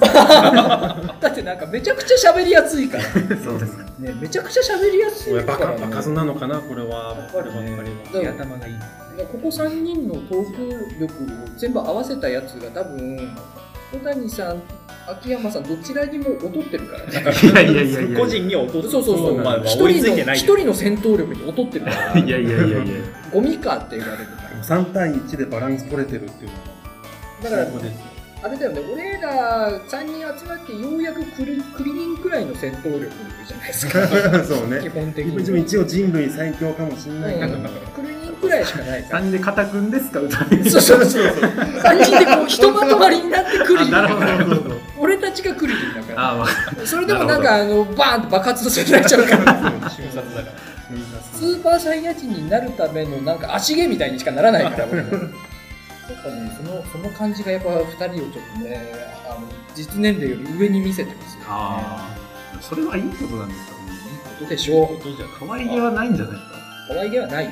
[SPEAKER 3] だってなんかめちゃくちゃ喋りやすいから、
[SPEAKER 4] ねそうですか
[SPEAKER 3] ね、めちゃくちゃ喋りやすい
[SPEAKER 1] バ
[SPEAKER 3] から、
[SPEAKER 1] カ
[SPEAKER 3] ね、
[SPEAKER 1] バカずなのかなこれは
[SPEAKER 5] わかるね
[SPEAKER 3] だから
[SPEAKER 5] 頭がいいな
[SPEAKER 3] ここ3人のトーク力を全部合わせたやつが多分小谷さん秋山さんどちらにも劣ってるからね
[SPEAKER 6] いやいやいやいや
[SPEAKER 5] 個人に落と
[SPEAKER 3] そう
[SPEAKER 5] す
[SPEAKER 3] そうそう
[SPEAKER 5] まあまあ
[SPEAKER 3] 一
[SPEAKER 5] 追いつ
[SPEAKER 3] 人
[SPEAKER 5] いて
[SPEAKER 3] の
[SPEAKER 5] ない
[SPEAKER 3] 一
[SPEAKER 5] けど
[SPEAKER 3] 人の戦闘力に劣ってるから
[SPEAKER 6] いやいやいやいや
[SPEAKER 3] ゴミかって言われるから
[SPEAKER 1] 3対1でバランス取れてるっていうの
[SPEAKER 3] だか
[SPEAKER 1] が
[SPEAKER 3] ら
[SPEAKER 1] ここです
[SPEAKER 3] あれだよね俺ら3人集まってようやくクリクリリンくらいの戦闘力じゃないです か
[SPEAKER 1] そう
[SPEAKER 3] 基
[SPEAKER 1] ね
[SPEAKER 3] 本的
[SPEAKER 1] 一
[SPEAKER 3] に。
[SPEAKER 1] 応人類最強かもしれないけど、
[SPEAKER 3] クリリンくらいしかないから
[SPEAKER 4] 3人で肩組んですか歌い
[SPEAKER 3] そうそうそうそう。三人でこうひとまとまりになってクリリン
[SPEAKER 4] な
[SPEAKER 3] だ
[SPEAKER 4] る
[SPEAKER 3] か
[SPEAKER 4] ほどなる
[SPEAKER 3] ら。
[SPEAKER 4] ほど
[SPEAKER 3] 俺たちがクリリンだか
[SPEAKER 4] ああ
[SPEAKER 3] ら。それでもなんかあのバーンと爆発させられちゃうから。
[SPEAKER 5] 瞬殺だから
[SPEAKER 3] スーパーサイヤ人になるためのなんか足毛みたいにしかならない から。俺らやっぱねそのその感じがやっぱ二人をちょっとねあの実年齢より上に見せてますよ、ね。
[SPEAKER 6] ああそれはいいことなんですかね
[SPEAKER 3] どうでしょう。
[SPEAKER 6] 可愛げはないんじゃないですか
[SPEAKER 3] 可愛げはないよ。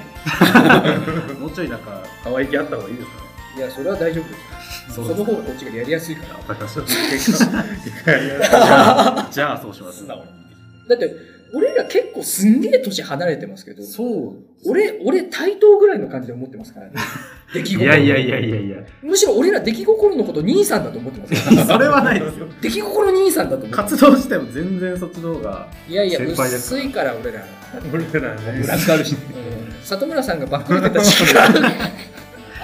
[SPEAKER 4] もうちょいなんか可愛げあった方がいいですかね
[SPEAKER 3] いやそれは大丈夫です。その方がこっちがやりやすいから。
[SPEAKER 6] わかりまし
[SPEAKER 4] じゃあそうします
[SPEAKER 5] 素直に
[SPEAKER 3] だって俺ら結構すんげえ年離れてますけど。
[SPEAKER 4] そう
[SPEAKER 3] 俺、俺、対等ぐらいの感じで思ってます からね。出来
[SPEAKER 6] た
[SPEAKER 3] 心。
[SPEAKER 6] いやいやいやいやいや
[SPEAKER 3] むしろ俺ら出来心のこと兄さんだと思ってます から。
[SPEAKER 4] それはないですよ
[SPEAKER 3] 出来心兄さんだと思ってま
[SPEAKER 4] 活動自体も全然そっちの方が
[SPEAKER 3] す。いやいや、
[SPEAKER 6] 先輩です
[SPEAKER 3] 薄いから俺ら。うん
[SPEAKER 1] 俺らね
[SPEAKER 5] ランクあるし
[SPEAKER 3] 里村さんがバックれてた時期がある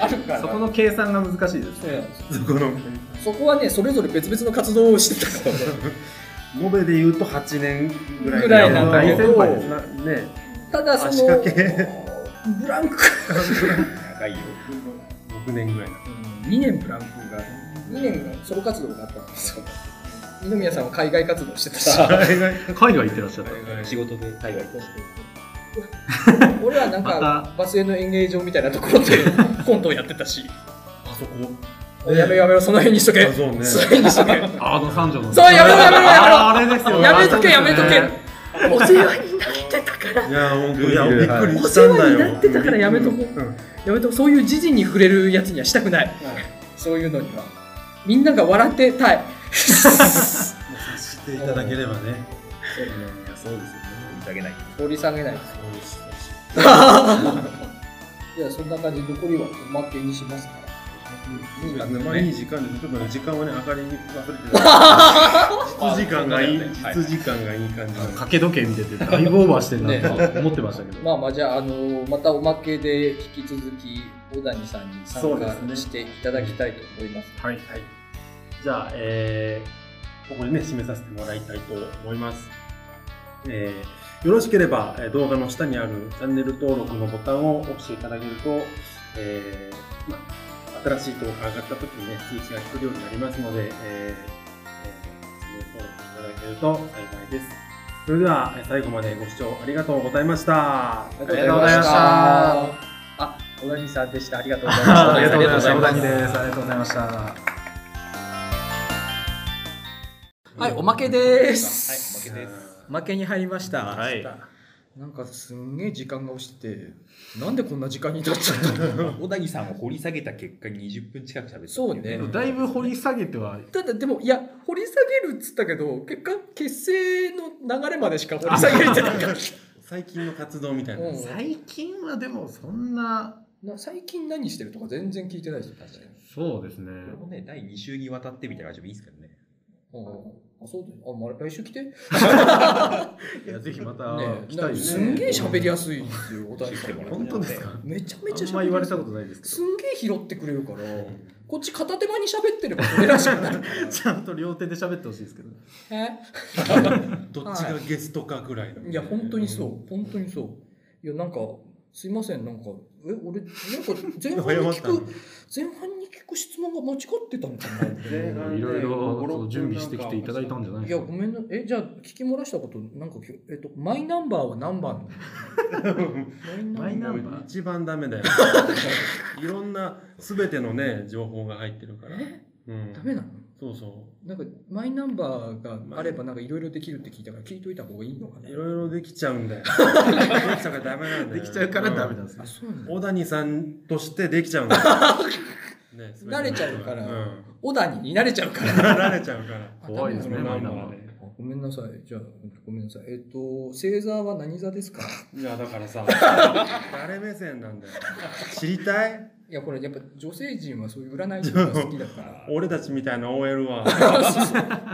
[SPEAKER 3] あるから。
[SPEAKER 4] そこの計算が難しいです
[SPEAKER 3] うん
[SPEAKER 1] そこの
[SPEAKER 3] そこはね、それぞれ別々の活動をしてたから。
[SPEAKER 1] 延べで言うと8年ぐらい
[SPEAKER 3] ぐらいなんだ
[SPEAKER 4] 大
[SPEAKER 3] け
[SPEAKER 4] 先
[SPEAKER 3] ど
[SPEAKER 4] 輩ですなね
[SPEAKER 3] ただそ
[SPEAKER 1] 足
[SPEAKER 3] の
[SPEAKER 1] 掛け、
[SPEAKER 3] ブランク、
[SPEAKER 5] 長いよ
[SPEAKER 1] 6年ぐらい
[SPEAKER 3] 2年ブランクが、2年ソロ活動があったんですよ。二宮さんは海外活動してたし。
[SPEAKER 6] 海外行ってらっしゃった
[SPEAKER 5] 仕事で海外行っ
[SPEAKER 3] 俺はなんかバスへの演芸場みたいなとこ ろでコントをやってたし
[SPEAKER 1] あそこ
[SPEAKER 3] やめろやめろその辺にしとけ
[SPEAKER 1] あそうね
[SPEAKER 3] その辺にしとけそ
[SPEAKER 6] あの三条の
[SPEAKER 3] うやめろやめろや
[SPEAKER 6] ああれです
[SPEAKER 3] め
[SPEAKER 6] よ
[SPEAKER 3] ろやめとけやめ と
[SPEAKER 6] ね
[SPEAKER 3] けお世話になってたから
[SPEAKER 1] いや本当いやびっくり
[SPEAKER 3] お
[SPEAKER 1] した
[SPEAKER 3] 世
[SPEAKER 1] んだ
[SPEAKER 3] 話
[SPEAKER 1] よ
[SPEAKER 3] になってたからやめとこうやめとこうそういう時事に触れるやつにはしたくないそういうのにはみんなが笑ってたい
[SPEAKER 1] していただければね
[SPEAKER 5] てあげない
[SPEAKER 3] 掘り下げないいやそんな感じで残りはおまけにしますから
[SPEAKER 1] まあいい時間で、ちょっとね時間はね、明かりに忘れてた。質時間がいい、質時間がいい感じなんで。
[SPEAKER 6] 掛け時計見ててだいぶオーバーしてるなと思ってましたけど
[SPEAKER 3] まあまあじゃあ、あのまたおまけで引き続き小谷さんに参
[SPEAKER 4] そうです
[SPEAKER 3] 加
[SPEAKER 4] ね
[SPEAKER 3] していただきたいと思います。
[SPEAKER 1] はい、はい。じゃあ、えーここにね、締めさせてもらいたいと思います。えーよろしければ、えー動画の下にあるチャンネル登録のボタンを押していただけると、えーまあ新しい動画が上がった時にね、通知が来るようになりますので、えーえーチャンネル登録いただけると幸いです。それでは、えー最後までご視聴ありがとうございました。
[SPEAKER 3] あり
[SPEAKER 4] がとうございました
[SPEAKER 3] あ、小谷さんでした。ありがとうございました。
[SPEAKER 4] ありがとうございました
[SPEAKER 5] ありがとうございま
[SPEAKER 4] 小
[SPEAKER 5] す
[SPEAKER 4] 谷ですありがとうございました
[SPEAKER 3] はい、おまけです。
[SPEAKER 5] はい負けて
[SPEAKER 3] おまけに入りました。
[SPEAKER 6] はい
[SPEAKER 3] なんかすんげえ時間が押してて、なんでこんな時間になっちゃったの
[SPEAKER 5] 小谷さんを掘り下げた結果20分近く喋って
[SPEAKER 3] そうね。
[SPEAKER 6] だいぶ掘り下げては
[SPEAKER 3] ただでもいや掘り下げるっつったけど結果結成の流れまでしか掘り下げれてなかった
[SPEAKER 1] 最近の活動みたいな。
[SPEAKER 3] うん
[SPEAKER 6] 最近はでもそんな
[SPEAKER 3] な最近何してるとか全然聞いてないですよ確かに。
[SPEAKER 6] そうですね
[SPEAKER 5] これもね第2週にわたってみたいな感じもいいですけどね
[SPEAKER 3] うんあ、そうだよ。あ、ま来週来て。ね
[SPEAKER 4] いやぜひまた
[SPEAKER 3] え、
[SPEAKER 4] 来
[SPEAKER 3] な
[SPEAKER 4] たい
[SPEAKER 3] んか
[SPEAKER 4] です
[SPEAKER 3] す
[SPEAKER 4] ね
[SPEAKER 3] んげえ喋りやすいんですよ、おたさん
[SPEAKER 5] 知ってもら
[SPEAKER 4] 本当ですか
[SPEAKER 3] めちゃめちゃ
[SPEAKER 4] あん
[SPEAKER 3] 喋
[SPEAKER 4] ま
[SPEAKER 3] りや
[SPEAKER 4] 言われ
[SPEAKER 3] すい
[SPEAKER 4] たことないですけ
[SPEAKER 3] すんげえ拾ってくれるから、こっち片手間に喋ってればそれらしくな る。
[SPEAKER 4] どちゃんと両手で喋ってほしいですけど
[SPEAKER 3] え
[SPEAKER 1] どっちがゲストかぐらいの、
[SPEAKER 3] いや、本当にそう。本当にそう。いや、なんか、すいません、なんか、え、俺、なんか前半に
[SPEAKER 1] 謝
[SPEAKER 3] 聞
[SPEAKER 1] った
[SPEAKER 3] く、前半に聞く質問が間違ってたのか な
[SPEAKER 6] いろいろそう準備してきていただいたんじゃない
[SPEAKER 3] い
[SPEAKER 6] で
[SPEAKER 3] や、
[SPEAKER 6] す
[SPEAKER 3] ご
[SPEAKER 6] か
[SPEAKER 3] めんな、え、じゃあ聞き漏らしたこと、なんかきょ、えっと、マイナンバーは何番
[SPEAKER 4] マイナンバー
[SPEAKER 1] 一番ダメだよいろんな全てのね情報が入ってるから、
[SPEAKER 6] うん
[SPEAKER 3] ダメなの
[SPEAKER 6] そうそ
[SPEAKER 3] なんかマイナンバーがあればなんかいろいろできるって聞いたから聞いといた方がいいのか
[SPEAKER 6] う
[SPEAKER 3] ない
[SPEAKER 6] ろいろできちゃうんだ よできちゃうからダメなんだよ
[SPEAKER 1] できちゃうからダメなんですよ
[SPEAKER 3] あそうなんだ
[SPEAKER 6] 小谷さんとしてできち ゃうんだよね全ての
[SPEAKER 3] 慣れちゃうから
[SPEAKER 6] ん
[SPEAKER 3] 小谷になれちゃうから
[SPEAKER 6] 慣れちゃうから
[SPEAKER 4] 怖いですね、
[SPEAKER 6] あダメ
[SPEAKER 4] マ
[SPEAKER 6] な
[SPEAKER 4] イ
[SPEAKER 6] の
[SPEAKER 4] ナーで。
[SPEAKER 3] あごめんなさい。じゃあ、ごめんなさい。えっと、星座は何座ですか
[SPEAKER 6] いやだからさ 誰目線なんだよ知りたい
[SPEAKER 3] いや、これやっぱ女性陣はそういう占い人が好きだから。
[SPEAKER 6] 俺たちみたいな OL は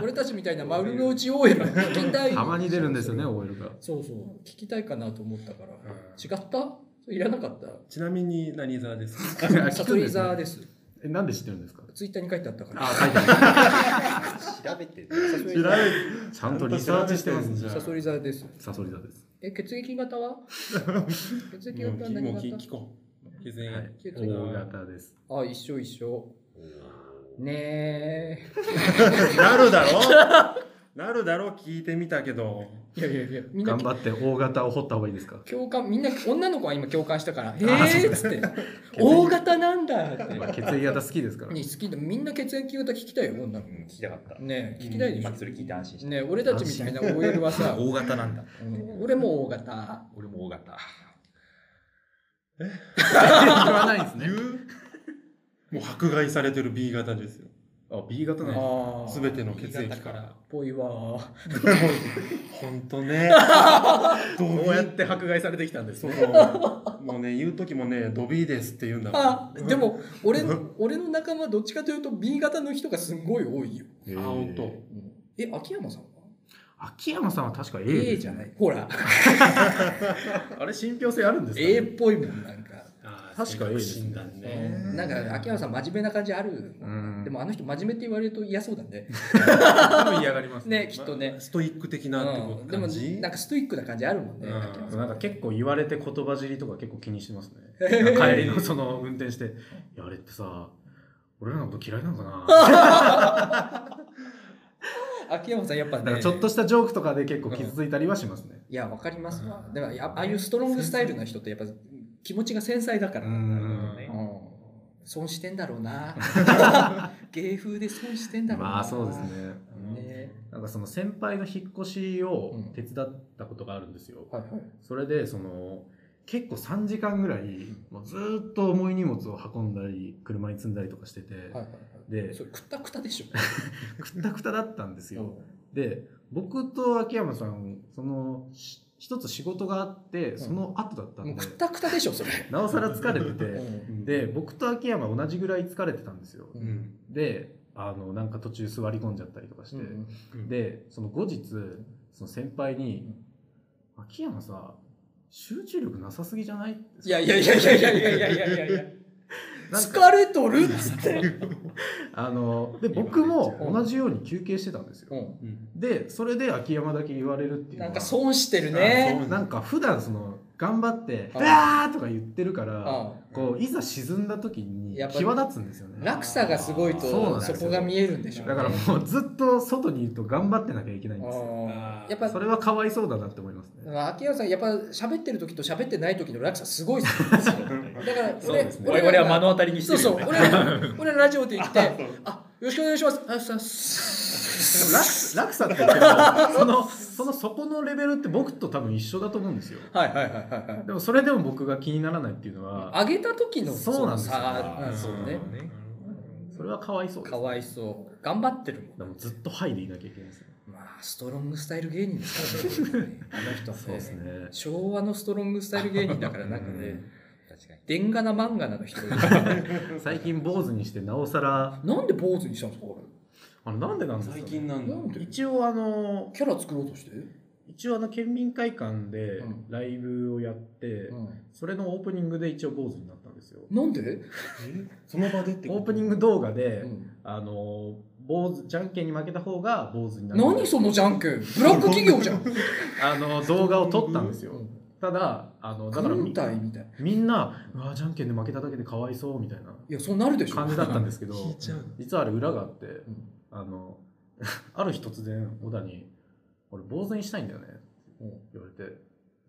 [SPEAKER 3] 俺たちみたいな丸の内 OL が聞きたい。
[SPEAKER 4] たまに出るんですよね、OL が。
[SPEAKER 3] そうそう。聞きたいかなと思ったから。
[SPEAKER 6] ん
[SPEAKER 3] 違ったそれいらなかった
[SPEAKER 6] ちなみに何座ですか
[SPEAKER 4] 聞
[SPEAKER 3] サ
[SPEAKER 4] く
[SPEAKER 3] ト
[SPEAKER 4] ん
[SPEAKER 3] リ
[SPEAKER 4] ですね
[SPEAKER 3] 座です。
[SPEAKER 4] え、なんで知ってるんですか
[SPEAKER 3] ツイッターに書いてあったから。
[SPEAKER 4] あ、書いてあ
[SPEAKER 5] 調べてる。
[SPEAKER 3] サソリ
[SPEAKER 6] 知
[SPEAKER 3] 座
[SPEAKER 6] らない
[SPEAKER 4] る。ちゃんとリサーチしてますね。
[SPEAKER 3] サソリ座です。
[SPEAKER 4] サソリ座です。
[SPEAKER 3] え、血液型 は血液
[SPEAKER 6] もう
[SPEAKER 3] 型は
[SPEAKER 6] 聞も
[SPEAKER 3] 何
[SPEAKER 6] う
[SPEAKER 3] 型
[SPEAKER 6] 聞聞こう気づい
[SPEAKER 4] はい
[SPEAKER 3] 血液。型
[SPEAKER 4] 大型です。
[SPEAKER 3] あ、一緒一緒。ね
[SPEAKER 6] なるだろ なるだろ聞いてみたけど
[SPEAKER 3] え。いやいやいや、みんな
[SPEAKER 4] 頑張って大型を掘った方がいいですか
[SPEAKER 3] 共感みんな女の子は今共感したから「へえ」っつって「大型なんだ」って
[SPEAKER 4] 血液型好きです から。
[SPEAKER 3] に好きでみんな血液型聞きたいよ女の
[SPEAKER 5] うん、聞きたかった
[SPEAKER 3] 子。ねえ聞きたいでし
[SPEAKER 5] ま
[SPEAKER 3] ょ
[SPEAKER 5] あ、それ聞いて安心した。
[SPEAKER 3] ねえ俺たちみたいな OL は さ、
[SPEAKER 5] 大型なんだ。
[SPEAKER 3] うん俺も大型
[SPEAKER 5] 俺も大型。
[SPEAKER 4] 言わないんですね。
[SPEAKER 6] もう迫害されてる B 型ですよ
[SPEAKER 5] あ、B 型
[SPEAKER 6] なんだ
[SPEAKER 3] ああ
[SPEAKER 6] 全ての血液から
[SPEAKER 3] ぽいわ
[SPEAKER 6] 本当ねどう
[SPEAKER 1] こう
[SPEAKER 6] や
[SPEAKER 1] や
[SPEAKER 6] っ
[SPEAKER 1] って迫害されてきたんです
[SPEAKER 6] そう
[SPEAKER 1] ね。
[SPEAKER 6] もうね言う時もねドビーですって言うんだもん
[SPEAKER 3] あでも俺の俺の仲間どっちかというと B 型の人がすんごい多いよ、
[SPEAKER 4] え
[SPEAKER 6] あ本当
[SPEAKER 4] ー
[SPEAKER 3] え秋山さんは
[SPEAKER 4] 秋山さんは確か A です
[SPEAKER 3] A じゃないほら
[SPEAKER 1] あれ信憑性あるんですか、
[SPEAKER 3] A っぽいもんなんか、
[SPEAKER 6] あー
[SPEAKER 4] 確か A です
[SPEAKER 6] 性格診断ね
[SPEAKER 3] なんか秋山さん真面目な感じある、
[SPEAKER 4] ん
[SPEAKER 3] でもあの人真面目って言われると嫌そうだね
[SPEAKER 1] 多 分嫌がりますね。
[SPEAKER 3] ねきっとね、
[SPEAKER 6] ストイック的なってこ
[SPEAKER 3] う
[SPEAKER 6] と
[SPEAKER 3] んでも
[SPEAKER 6] 感じ
[SPEAKER 3] なんかストイックな感じあるもんね、
[SPEAKER 6] うん
[SPEAKER 3] 秋山さ
[SPEAKER 1] なんか結構言われて言葉尻とか結構気にしてますね。 帰りのその運転して、いやあれってさ、俺らのこと嫌いなのか な
[SPEAKER 3] 秋山さんやっぱ
[SPEAKER 4] なん
[SPEAKER 3] ね
[SPEAKER 4] かちょっとしたジョークとかで結構傷ついたりはしますね。
[SPEAKER 3] いやわかりますわだからやああいうストロングスタイルの人ってやっぱ気持ちが繊細だから、うん損してんだろう な芸風で損してんだろうな
[SPEAKER 4] まあそうですね。
[SPEAKER 3] ね
[SPEAKER 4] なんかその先輩の引っ越しを
[SPEAKER 3] うん
[SPEAKER 4] 手伝ったことがあるんですよ。
[SPEAKER 3] はいはい
[SPEAKER 4] それでその結構3時間ぐらいもうずーっと重い荷物を運んだり車に積んだりとかしてて、
[SPEAKER 3] はいはいはい
[SPEAKER 4] で
[SPEAKER 3] それくたくたでしょ
[SPEAKER 4] くたくただったんですよ。
[SPEAKER 3] う
[SPEAKER 4] で僕と秋山さんそのし一つ仕事があってその後だった
[SPEAKER 3] んも
[SPEAKER 4] ん
[SPEAKER 3] う
[SPEAKER 4] で、
[SPEAKER 3] くたくたでしょそれ、
[SPEAKER 4] なおさら疲れて
[SPEAKER 3] う
[SPEAKER 4] て
[SPEAKER 3] ん
[SPEAKER 4] で僕と秋山同じぐらい疲れてたんですよ。
[SPEAKER 3] う
[SPEAKER 6] うんん
[SPEAKER 4] であのなんか途中座り込んじゃったりとかして、でその後日その先輩に「秋山さ集中力なさすぎじゃない?」って
[SPEAKER 3] いやいやいやいやいやいやいやいやいや
[SPEAKER 4] なん
[SPEAKER 3] 疲
[SPEAKER 4] か
[SPEAKER 3] れとるっつって、
[SPEAKER 4] あので僕も同 じように休憩してたんです
[SPEAKER 3] う
[SPEAKER 4] よ。
[SPEAKER 3] ん、
[SPEAKER 4] でそれで秋山だけ言われるっていうの
[SPEAKER 3] な
[SPEAKER 4] は
[SPEAKER 3] んか損してるね
[SPEAKER 4] なんか普段その頑張って「
[SPEAKER 3] う
[SPEAKER 4] うんわー!」とか言ってるか
[SPEAKER 3] う
[SPEAKER 4] ら
[SPEAKER 3] ん
[SPEAKER 4] こういざ沈んだ時に
[SPEAKER 3] やっぱ
[SPEAKER 4] 際立つんですよね
[SPEAKER 3] 落差がすごい
[SPEAKER 4] そうなん
[SPEAKER 3] と
[SPEAKER 4] です
[SPEAKER 3] そ
[SPEAKER 4] よ
[SPEAKER 3] こが見えるんでしょうね
[SPEAKER 4] だからもうずっと外にいると頑張ってなきゃいけないんですよ
[SPEAKER 3] あーやっぱ
[SPEAKER 4] それはかわいそうだなって思いますね
[SPEAKER 3] 秋山さんやっぱ喋ってる時と喋ってない時の落差すごいですよだから
[SPEAKER 5] そう
[SPEAKER 3] 俺
[SPEAKER 5] ですね。
[SPEAKER 3] 俺
[SPEAKER 5] 我々は目の当たりにして
[SPEAKER 3] そう
[SPEAKER 5] る
[SPEAKER 3] そ
[SPEAKER 5] よ
[SPEAKER 3] う
[SPEAKER 5] ね。
[SPEAKER 3] 俺俺ラジオで行ってあよろしくお願いしますあよろしくお願いします
[SPEAKER 4] 落差落差って言ってもそのそのそこのレベルって僕と多分一緒だと思うんですよ
[SPEAKER 3] はいはいはいはいはい
[SPEAKER 4] でもそれでも僕が気にならないっていうのは
[SPEAKER 3] 上げた時の
[SPEAKER 4] そうなんですよ
[SPEAKER 3] その差なんですよね
[SPEAKER 4] それはかわいそうです
[SPEAKER 3] かわいそう頑張ってるもん
[SPEAKER 4] でもずっとハイでいなきゃいけないですね
[SPEAKER 3] まあストロングスタイル芸人ですからねあの人はね
[SPEAKER 4] そうですね
[SPEAKER 3] 昭和のストロングスタイル芸人だからなんかね
[SPEAKER 5] 確かに。
[SPEAKER 3] でんがな漫画なの人
[SPEAKER 4] 最近坊主にしてなおさら
[SPEAKER 3] なんで坊主にしたんですか
[SPEAKER 4] あれなんでなんですか
[SPEAKER 6] 最
[SPEAKER 4] ね
[SPEAKER 6] 近なんだ
[SPEAKER 3] なんで
[SPEAKER 1] 一応あの、
[SPEAKER 3] キャラ作ろうとして、
[SPEAKER 1] 一応あの県民会館で
[SPEAKER 3] うん
[SPEAKER 1] ライブをやって、それのオープニングで一応坊主になったんですよ。
[SPEAKER 3] なんで、
[SPEAKER 6] その場でって
[SPEAKER 1] オープニン
[SPEAKER 6] グ
[SPEAKER 1] グ動画で、あの、坊主、じゃんけんに負けた方が坊主になる。
[SPEAKER 3] 何そのじゃんけんブラック企業じゃん
[SPEAKER 1] あの、動画を撮ったんですよ。ただ、あの、だからみ
[SPEAKER 3] 軍隊みたい
[SPEAKER 1] みんな、うわ、じゃんけんで負けただけでかわいそうみたいない
[SPEAKER 3] やそうなるでしょ
[SPEAKER 1] 感じだったんですけど、
[SPEAKER 6] 聞いちゃう
[SPEAKER 1] 実はあれ裏があって、
[SPEAKER 3] ん
[SPEAKER 1] あの ある日突然小田に「俺坊主にしたいんだよね」って言われて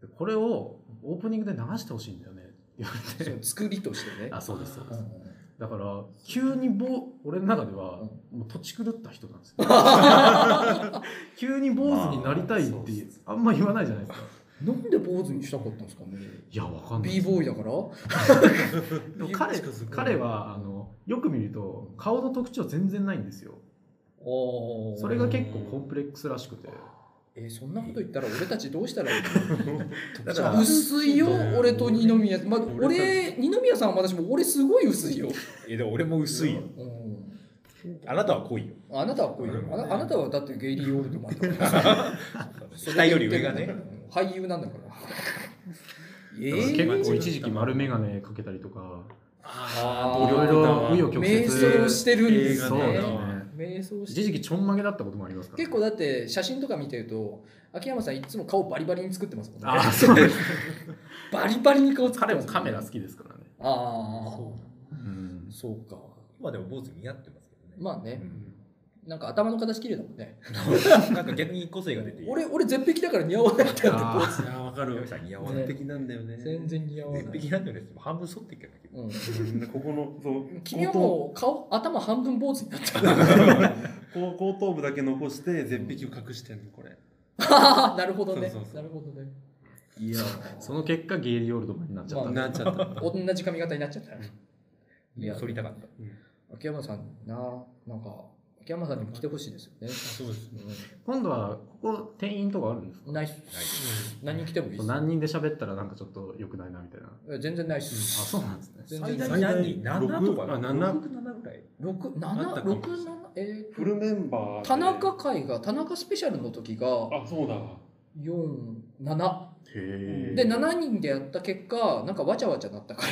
[SPEAKER 1] でこれをオープニングで流してほしいんだよねって言われ
[SPEAKER 3] そ
[SPEAKER 1] て
[SPEAKER 3] の作りとしてね
[SPEAKER 1] あそうですそうです
[SPEAKER 4] だから急にぼ俺の中ではもう土地狂った人なんですよ 急に坊主になりたいってあんま言わないじゃないですか
[SPEAKER 3] なんで坊主にしたかったんですかね
[SPEAKER 4] いやわかんない
[SPEAKER 3] b ボーイだから
[SPEAKER 4] でも彼彼はあのよく見ると顔の特徴全然ないんですよそ
[SPEAKER 3] そ
[SPEAKER 4] れが結構コンプレックスらしくて
[SPEAKER 3] えーそんなこと言ったら俺たちどうしたらいいの
[SPEAKER 5] だから
[SPEAKER 3] 薄いよ俺と二宮まあ俺二宮さんは私も俺すごい薄いよ、
[SPEAKER 5] いやでも俺も薄いよ
[SPEAKER 3] うん、
[SPEAKER 5] あなたは濃いよ
[SPEAKER 3] あなたはこういうあなあなたはだってゲイリー・オールドマンだから
[SPEAKER 5] 下より上がね
[SPEAKER 3] 俳優なんだからえ
[SPEAKER 4] 結構一時期丸眼鏡かけたりとかい
[SPEAKER 3] あ
[SPEAKER 4] ろいろ紆余曲折
[SPEAKER 3] 瞑想してるんです
[SPEAKER 4] そうです
[SPEAKER 3] ね
[SPEAKER 4] ね
[SPEAKER 3] 瞑想して
[SPEAKER 4] 一時期ちょんまげだったこともありますから
[SPEAKER 3] 結構だって写真とか見てると秋山さんいつも顔バリバリに作ってますもんね
[SPEAKER 4] ああそうです
[SPEAKER 3] バリバリに顔作って
[SPEAKER 4] 彼
[SPEAKER 3] ま
[SPEAKER 4] も
[SPEAKER 3] すもんね
[SPEAKER 4] カメラ好きですからね
[SPEAKER 3] ああ
[SPEAKER 4] うん
[SPEAKER 3] そうか
[SPEAKER 5] 今でも坊主似合ってますけどね
[SPEAKER 3] まあね
[SPEAKER 5] うん
[SPEAKER 3] なんか頭の形綺麗だもんね
[SPEAKER 5] なんか逆に個性が出ていい
[SPEAKER 3] 俺俺絶壁だから似合わないんだって
[SPEAKER 4] あ
[SPEAKER 6] やわか
[SPEAKER 5] 山
[SPEAKER 6] る
[SPEAKER 5] 口さん似合わない
[SPEAKER 6] 完璧なんだよね
[SPEAKER 3] 全然似合わない
[SPEAKER 5] 絶壁なんだよね半分剃ってっけどね
[SPEAKER 3] うん
[SPEAKER 6] ここのそう
[SPEAKER 3] 君は
[SPEAKER 6] 後
[SPEAKER 3] もう顔頭半分坊主になっちゃ
[SPEAKER 6] 頭後頭部だけ残して絶壁を隠してんのこれ
[SPEAKER 3] うなるほどね
[SPEAKER 6] そうそうそう
[SPEAKER 3] なるほどね
[SPEAKER 4] いやその結果ゲイリー・オールドマンになっちゃった、
[SPEAKER 6] なっちゃった
[SPEAKER 3] 同じ髪型になっちゃったいや
[SPEAKER 5] 剃りたかった
[SPEAKER 3] 秋山さんななんか秋山さんにも来てほしいですよね
[SPEAKER 6] そうです
[SPEAKER 4] 今度はここ店員とかあるんですか
[SPEAKER 3] うんないっす何人来てもいいっす
[SPEAKER 4] 何人で喋ったらなんかちょっと良くないなみたいなあ
[SPEAKER 3] え全然ないっす
[SPEAKER 4] そうなんですね
[SPEAKER 3] 全
[SPEAKER 5] 最
[SPEAKER 3] 然
[SPEAKER 5] 大
[SPEAKER 3] ない
[SPEAKER 5] 何人
[SPEAKER 6] 最大
[SPEAKER 5] 7とか
[SPEAKER 6] あ七
[SPEAKER 5] 6 7ぐらい
[SPEAKER 3] 六
[SPEAKER 6] あった
[SPEAKER 3] 七
[SPEAKER 6] かも
[SPEAKER 3] 六七えー
[SPEAKER 6] フルメンバーで
[SPEAKER 3] 田中会が田中スペシャルの時が
[SPEAKER 6] あそうだ
[SPEAKER 3] 47
[SPEAKER 4] へ
[SPEAKER 3] で7人でやった結果なんかわちゃわちゃなったか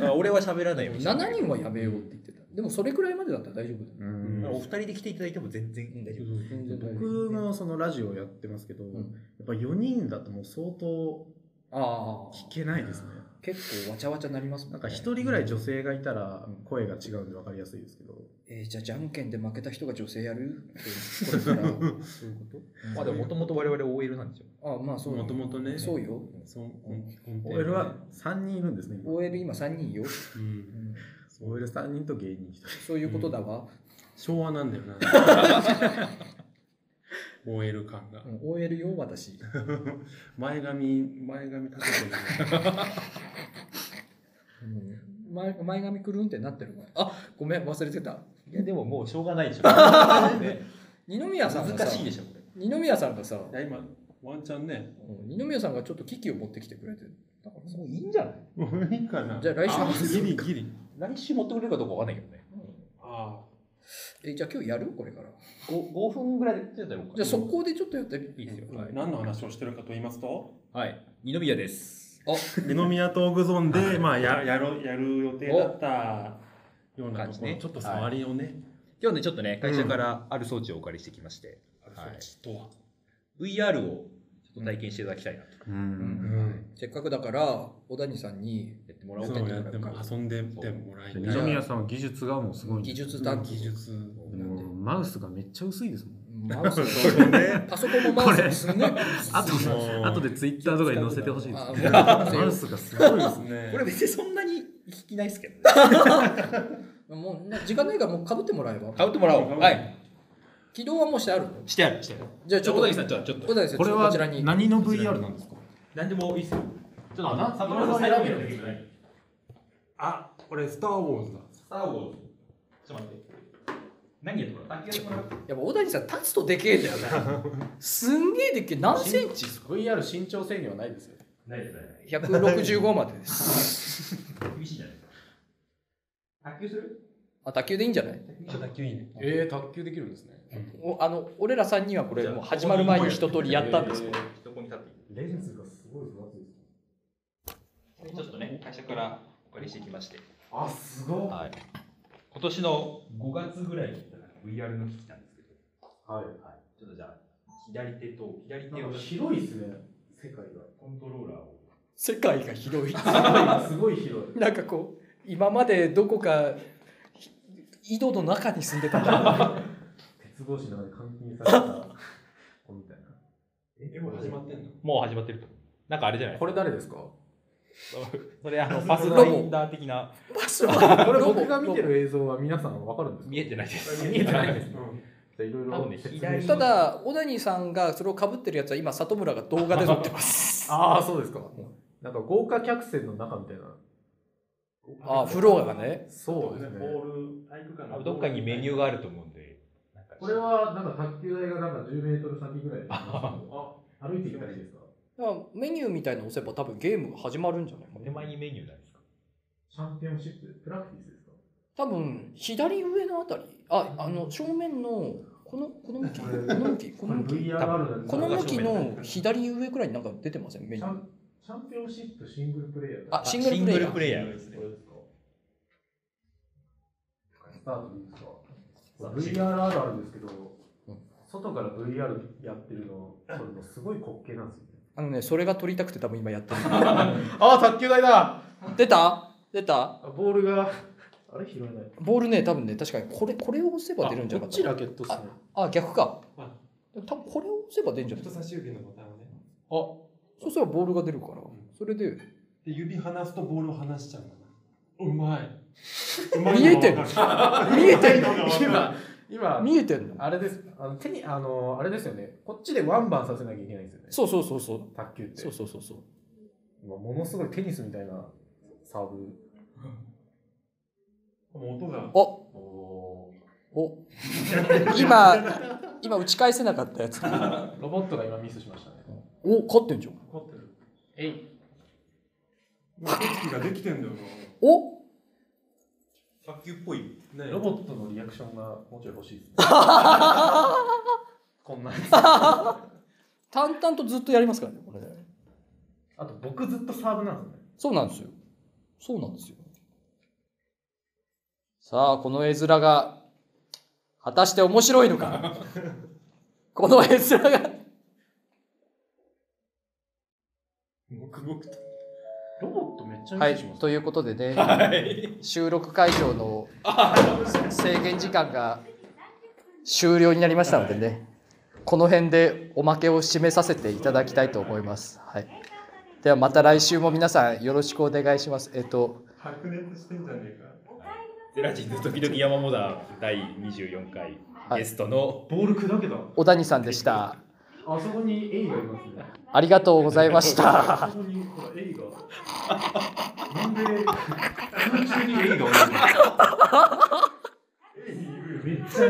[SPEAKER 3] ら
[SPEAKER 5] あ俺は喋らないようにしてる
[SPEAKER 3] 7人はやめようって言ってたでもそれくらいまでだったら大丈夫だよ
[SPEAKER 4] うん
[SPEAKER 5] お二人で来ていただいても全然大丈夫
[SPEAKER 3] 全然大丈夫
[SPEAKER 8] 僕もそのラジオやってますけど、
[SPEAKER 3] ん
[SPEAKER 8] やっぱ4人だともう相当
[SPEAKER 3] ああ
[SPEAKER 8] 聞けないですね。
[SPEAKER 3] 結構わちゃわちゃなりますもん
[SPEAKER 8] なんか
[SPEAKER 3] ね
[SPEAKER 8] 1人ぐらい女性がいたら声が違うんで分かりやすいですけど。
[SPEAKER 3] えーじゃあじゃんけんで負けた人が女性やるこれからそういう
[SPEAKER 5] まあでももともと我々 OL なんですよ
[SPEAKER 3] ことあまあそう
[SPEAKER 6] もともとね
[SPEAKER 3] そうよ
[SPEAKER 6] そうコンテンツね
[SPEAKER 8] OL は3人いるんですね。今
[SPEAKER 3] OL 今3人よ、
[SPEAKER 6] う
[SPEAKER 3] うんん
[SPEAKER 8] OL3 人と芸人1人。
[SPEAKER 3] そういうことだわ、
[SPEAKER 6] 昭和なんだよな OL 感が
[SPEAKER 3] うん OL よ私
[SPEAKER 6] 前髪前髪立ててる
[SPEAKER 3] うん前前髪くるんってなってるわあごめん忘れてた
[SPEAKER 5] いやでももうしょうがないで しょね
[SPEAKER 3] 二宮さんがさ
[SPEAKER 5] 難しいでしょこれ
[SPEAKER 3] 二宮さんがさ
[SPEAKER 6] いや今ワンチャンね
[SPEAKER 3] うん二宮さんがちょっと機器を持ってきてくれてだからさ
[SPEAKER 5] もういいんじゃない
[SPEAKER 6] もういいかな
[SPEAKER 3] じゃあ来週
[SPEAKER 6] あギリギリ
[SPEAKER 5] 来週持ってくれるかどうかわかんないけどね
[SPEAKER 6] あ
[SPEAKER 3] えじゃあ今日やるこれから
[SPEAKER 5] 5, 5分ぐらいでちょっとやろうか
[SPEAKER 3] じゃあ速攻でちょっとやって
[SPEAKER 5] いいですよ
[SPEAKER 6] あ、
[SPEAKER 5] はい、
[SPEAKER 6] 何の話をしてるかと言いますと
[SPEAKER 5] はい、二宮です
[SPEAKER 6] 二 宮東具ゾーンで、まあ、ややろやる予定だったような
[SPEAKER 5] 感
[SPEAKER 6] と
[SPEAKER 5] じ
[SPEAKER 6] ころ、
[SPEAKER 5] ね
[SPEAKER 6] ちょっと触りをね、
[SPEAKER 5] 今日ねちょっとね会社からある装置をお借りしてきまして、
[SPEAKER 6] ある装置とは、
[SPEAKER 5] VR をちょっと体験していただきたいなと、
[SPEAKER 4] うん
[SPEAKER 6] うん
[SPEAKER 3] せっかくだから小谷さんに
[SPEAKER 5] やってもらおう
[SPEAKER 6] そ
[SPEAKER 5] かと
[SPEAKER 6] うやっても遊んでってもらい
[SPEAKER 4] で
[SPEAKER 6] た
[SPEAKER 4] 二
[SPEAKER 6] い
[SPEAKER 4] 宮さんは技術がもうすごいんで
[SPEAKER 3] 技術だ
[SPEAKER 6] 技術
[SPEAKER 4] でもマウスがめっちゃ薄いですもん
[SPEAKER 3] マウス
[SPEAKER 6] そうね
[SPEAKER 3] パソコンもマウスもすんごい
[SPEAKER 4] あと
[SPEAKER 6] そう
[SPEAKER 4] あとでツイッターとかに載せてほしいで
[SPEAKER 3] あ
[SPEAKER 4] す
[SPEAKER 3] もう
[SPEAKER 4] ね マウスがすごいですね
[SPEAKER 6] ね
[SPEAKER 5] これ別にそんなに引きないですけどね
[SPEAKER 3] もうな時間ないからもうかぶってもらえば
[SPEAKER 5] 買うてもらおうはい
[SPEAKER 3] 起動はもうしてあるの
[SPEAKER 5] してやるしてやる
[SPEAKER 3] じゃあ
[SPEAKER 5] じ
[SPEAKER 3] ち
[SPEAKER 5] ゃあ
[SPEAKER 3] ょっ
[SPEAKER 5] 小
[SPEAKER 3] と
[SPEAKER 5] 谷さんじゃあちょっと
[SPEAKER 3] 小谷さん
[SPEAKER 4] こ
[SPEAKER 3] ち
[SPEAKER 4] れ
[SPEAKER 3] ょっとこ
[SPEAKER 4] は
[SPEAKER 3] ちらに
[SPEAKER 4] 何の VR なんですか
[SPEAKER 5] 何でもいいですよちょっとな坂
[SPEAKER 4] 村さん選べるん
[SPEAKER 5] ですね
[SPEAKER 6] あこれ「スター・ウォーズ」だ
[SPEAKER 5] スター・ウォーズちょっと待って何やってもらう卓球やってもらう
[SPEAKER 3] やっぱ小谷さん立つとでけえんだよなすんげえでっけえ何センチ
[SPEAKER 4] VR 身長制限はないですよ
[SPEAKER 5] ないですね
[SPEAKER 3] 165までです
[SPEAKER 5] 厳しいじゃないですか卓球する
[SPEAKER 3] あ卓球でいいんじゃない
[SPEAKER 6] 卓球いいね
[SPEAKER 4] ええ卓球できるんですね
[SPEAKER 3] おあの俺ら3人はこれもう始まる前に一通りやったんですよ
[SPEAKER 5] どこに立っていいレンズがすごい分厚いですちょっとね会社からお借りしてきまして
[SPEAKER 4] あすごい
[SPEAKER 5] はい今年の5月ぐらいに VR の機器なんですけど
[SPEAKER 4] はい
[SPEAKER 5] はいちょっとじゃあ左手と左手を
[SPEAKER 4] 広いですね世界が
[SPEAKER 5] コントローラーを
[SPEAKER 3] 世界が広い
[SPEAKER 4] すごい広い。
[SPEAKER 3] なんかこう今までどこか井戸の中に住んでたん だ
[SPEAKER 4] 鉄格子の中で監禁された子みたいな。
[SPEAKER 6] えもう始まってんの
[SPEAKER 5] もう始まってるとなんかあれじゃない
[SPEAKER 4] これ誰ですか
[SPEAKER 5] それあのパスファインダー的な
[SPEAKER 3] パスは
[SPEAKER 4] これ僕が見てる映像は皆さんわかるんですか
[SPEAKER 5] 見えてない です。。
[SPEAKER 4] 見えてないですす。うんじゃあいろい
[SPEAKER 5] 多分ね
[SPEAKER 4] ろ説明
[SPEAKER 5] 左
[SPEAKER 4] して
[SPEAKER 3] ただ小谷さんがそれをかぶってるやつは今里村が動画で撮ってます
[SPEAKER 4] ああ、そうですか。なんか豪華客船の中みたいな。
[SPEAKER 3] あフロアがね
[SPEAKER 4] そうですね。
[SPEAKER 5] どっかにメニューがあると思うんで。なんか
[SPEAKER 4] これはなんか卓球台がなんか10メートル先ぐら いで。あ、歩いてきたらいいですか
[SPEAKER 3] だからメニューみたいの押せば多分ゲームが始まるんじゃない
[SPEAKER 5] お手前にメニューなんですか。
[SPEAKER 4] チャンピオンシッププラクティスですか
[SPEAKER 3] 多分左上のあたりああの正面のこのこの向きこの向きこの向き
[SPEAKER 4] これ VR なんです
[SPEAKER 3] こ
[SPEAKER 4] か
[SPEAKER 3] の向きの左上くらいになんか出てませんメ
[SPEAKER 4] チ
[SPEAKER 3] ニュー
[SPEAKER 4] ャンチャンピオンシップシングルプレイヤー
[SPEAKER 3] あシングルプレイヤー
[SPEAKER 5] レイヤーですね
[SPEAKER 4] こ。れですかスタートでいいですかこれ ?VR あるあるですけど、外から VR やってるの、それのすごい滑稽なんですよね。
[SPEAKER 3] あのねそれが撮りたくて多分今やってる
[SPEAKER 4] ああ、卓球台だ
[SPEAKER 3] 出た出た
[SPEAKER 4] ボールが、あれ拾えない。
[SPEAKER 3] ボールね多分ね確かにこれこれを押せば出るんじゃな
[SPEAKER 9] こっ
[SPEAKER 3] かっ
[SPEAKER 9] ち
[SPEAKER 3] た
[SPEAKER 9] ラケットっすね。
[SPEAKER 3] あ逆か
[SPEAKER 6] あ
[SPEAKER 3] 多分これを押せば出るんじゃない
[SPEAKER 6] 人差し指のボタンをね。
[SPEAKER 3] そうすればボールが出るからそれで
[SPEAKER 6] で、指離すとボールを離しちゃうかな。うまい。うま
[SPEAKER 3] 見えてる見えてる
[SPEAKER 4] 今、今、
[SPEAKER 3] 見えてるの
[SPEAKER 4] あれです。あの手に、あの、あれですよね。こっちでワンバンさせなきゃいけないんですよね。
[SPEAKER 3] そうそうそうそう
[SPEAKER 4] 卓球って。
[SPEAKER 3] そうそうそうそう
[SPEAKER 4] 今ものすごいテニスみたいなサーブ。
[SPEAKER 6] もう音が。
[SPEAKER 3] お
[SPEAKER 4] お
[SPEAKER 3] お今今打ち返せなかったやつ
[SPEAKER 4] ーロボットが今ミスしましたね。
[SPEAKER 3] お勝ってんじゃん
[SPEAKER 6] 怒ってる。えい。もう景色ができてんだよ
[SPEAKER 3] お
[SPEAKER 10] 卓球っぽい。
[SPEAKER 6] な。ね
[SPEAKER 4] ロボットのリアクションがもうちょい欲しいですね。こんなやつ
[SPEAKER 3] 淡々とずっとやりますからねこれ
[SPEAKER 4] あと僕ずっとサーブなんですね。
[SPEAKER 3] そうなんですよそうなんですよさあこの絵面が果たして面白いの かこの絵面が
[SPEAKER 6] 黙々と。
[SPEAKER 4] ロボットめっちゃ
[SPEAKER 3] は
[SPEAKER 4] ミ
[SPEAKER 3] い
[SPEAKER 4] スします。
[SPEAKER 3] ということでね、収録会場の制限時間が終了になりましたのでね、この辺でおまけを締めさせていただきたいと思います。はい、ではまた来週も皆さんよろしくお願いします。えっと
[SPEAKER 6] 白熱してんじゃねえか。
[SPEAKER 10] ゼラチンズ時々山モダン第24回
[SPEAKER 3] はい
[SPEAKER 10] ゲストの
[SPEAKER 4] ボール砕けた。
[SPEAKER 3] 小谷さんでした。
[SPEAKER 4] あそこにエイがいますね。
[SPEAKER 3] ありがとうございました。
[SPEAKER 4] あそこにほらエイが。なんで空中にエイがおるのめっちゃエ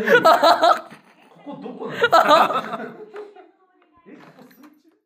[SPEAKER 4] イ。ここどこなの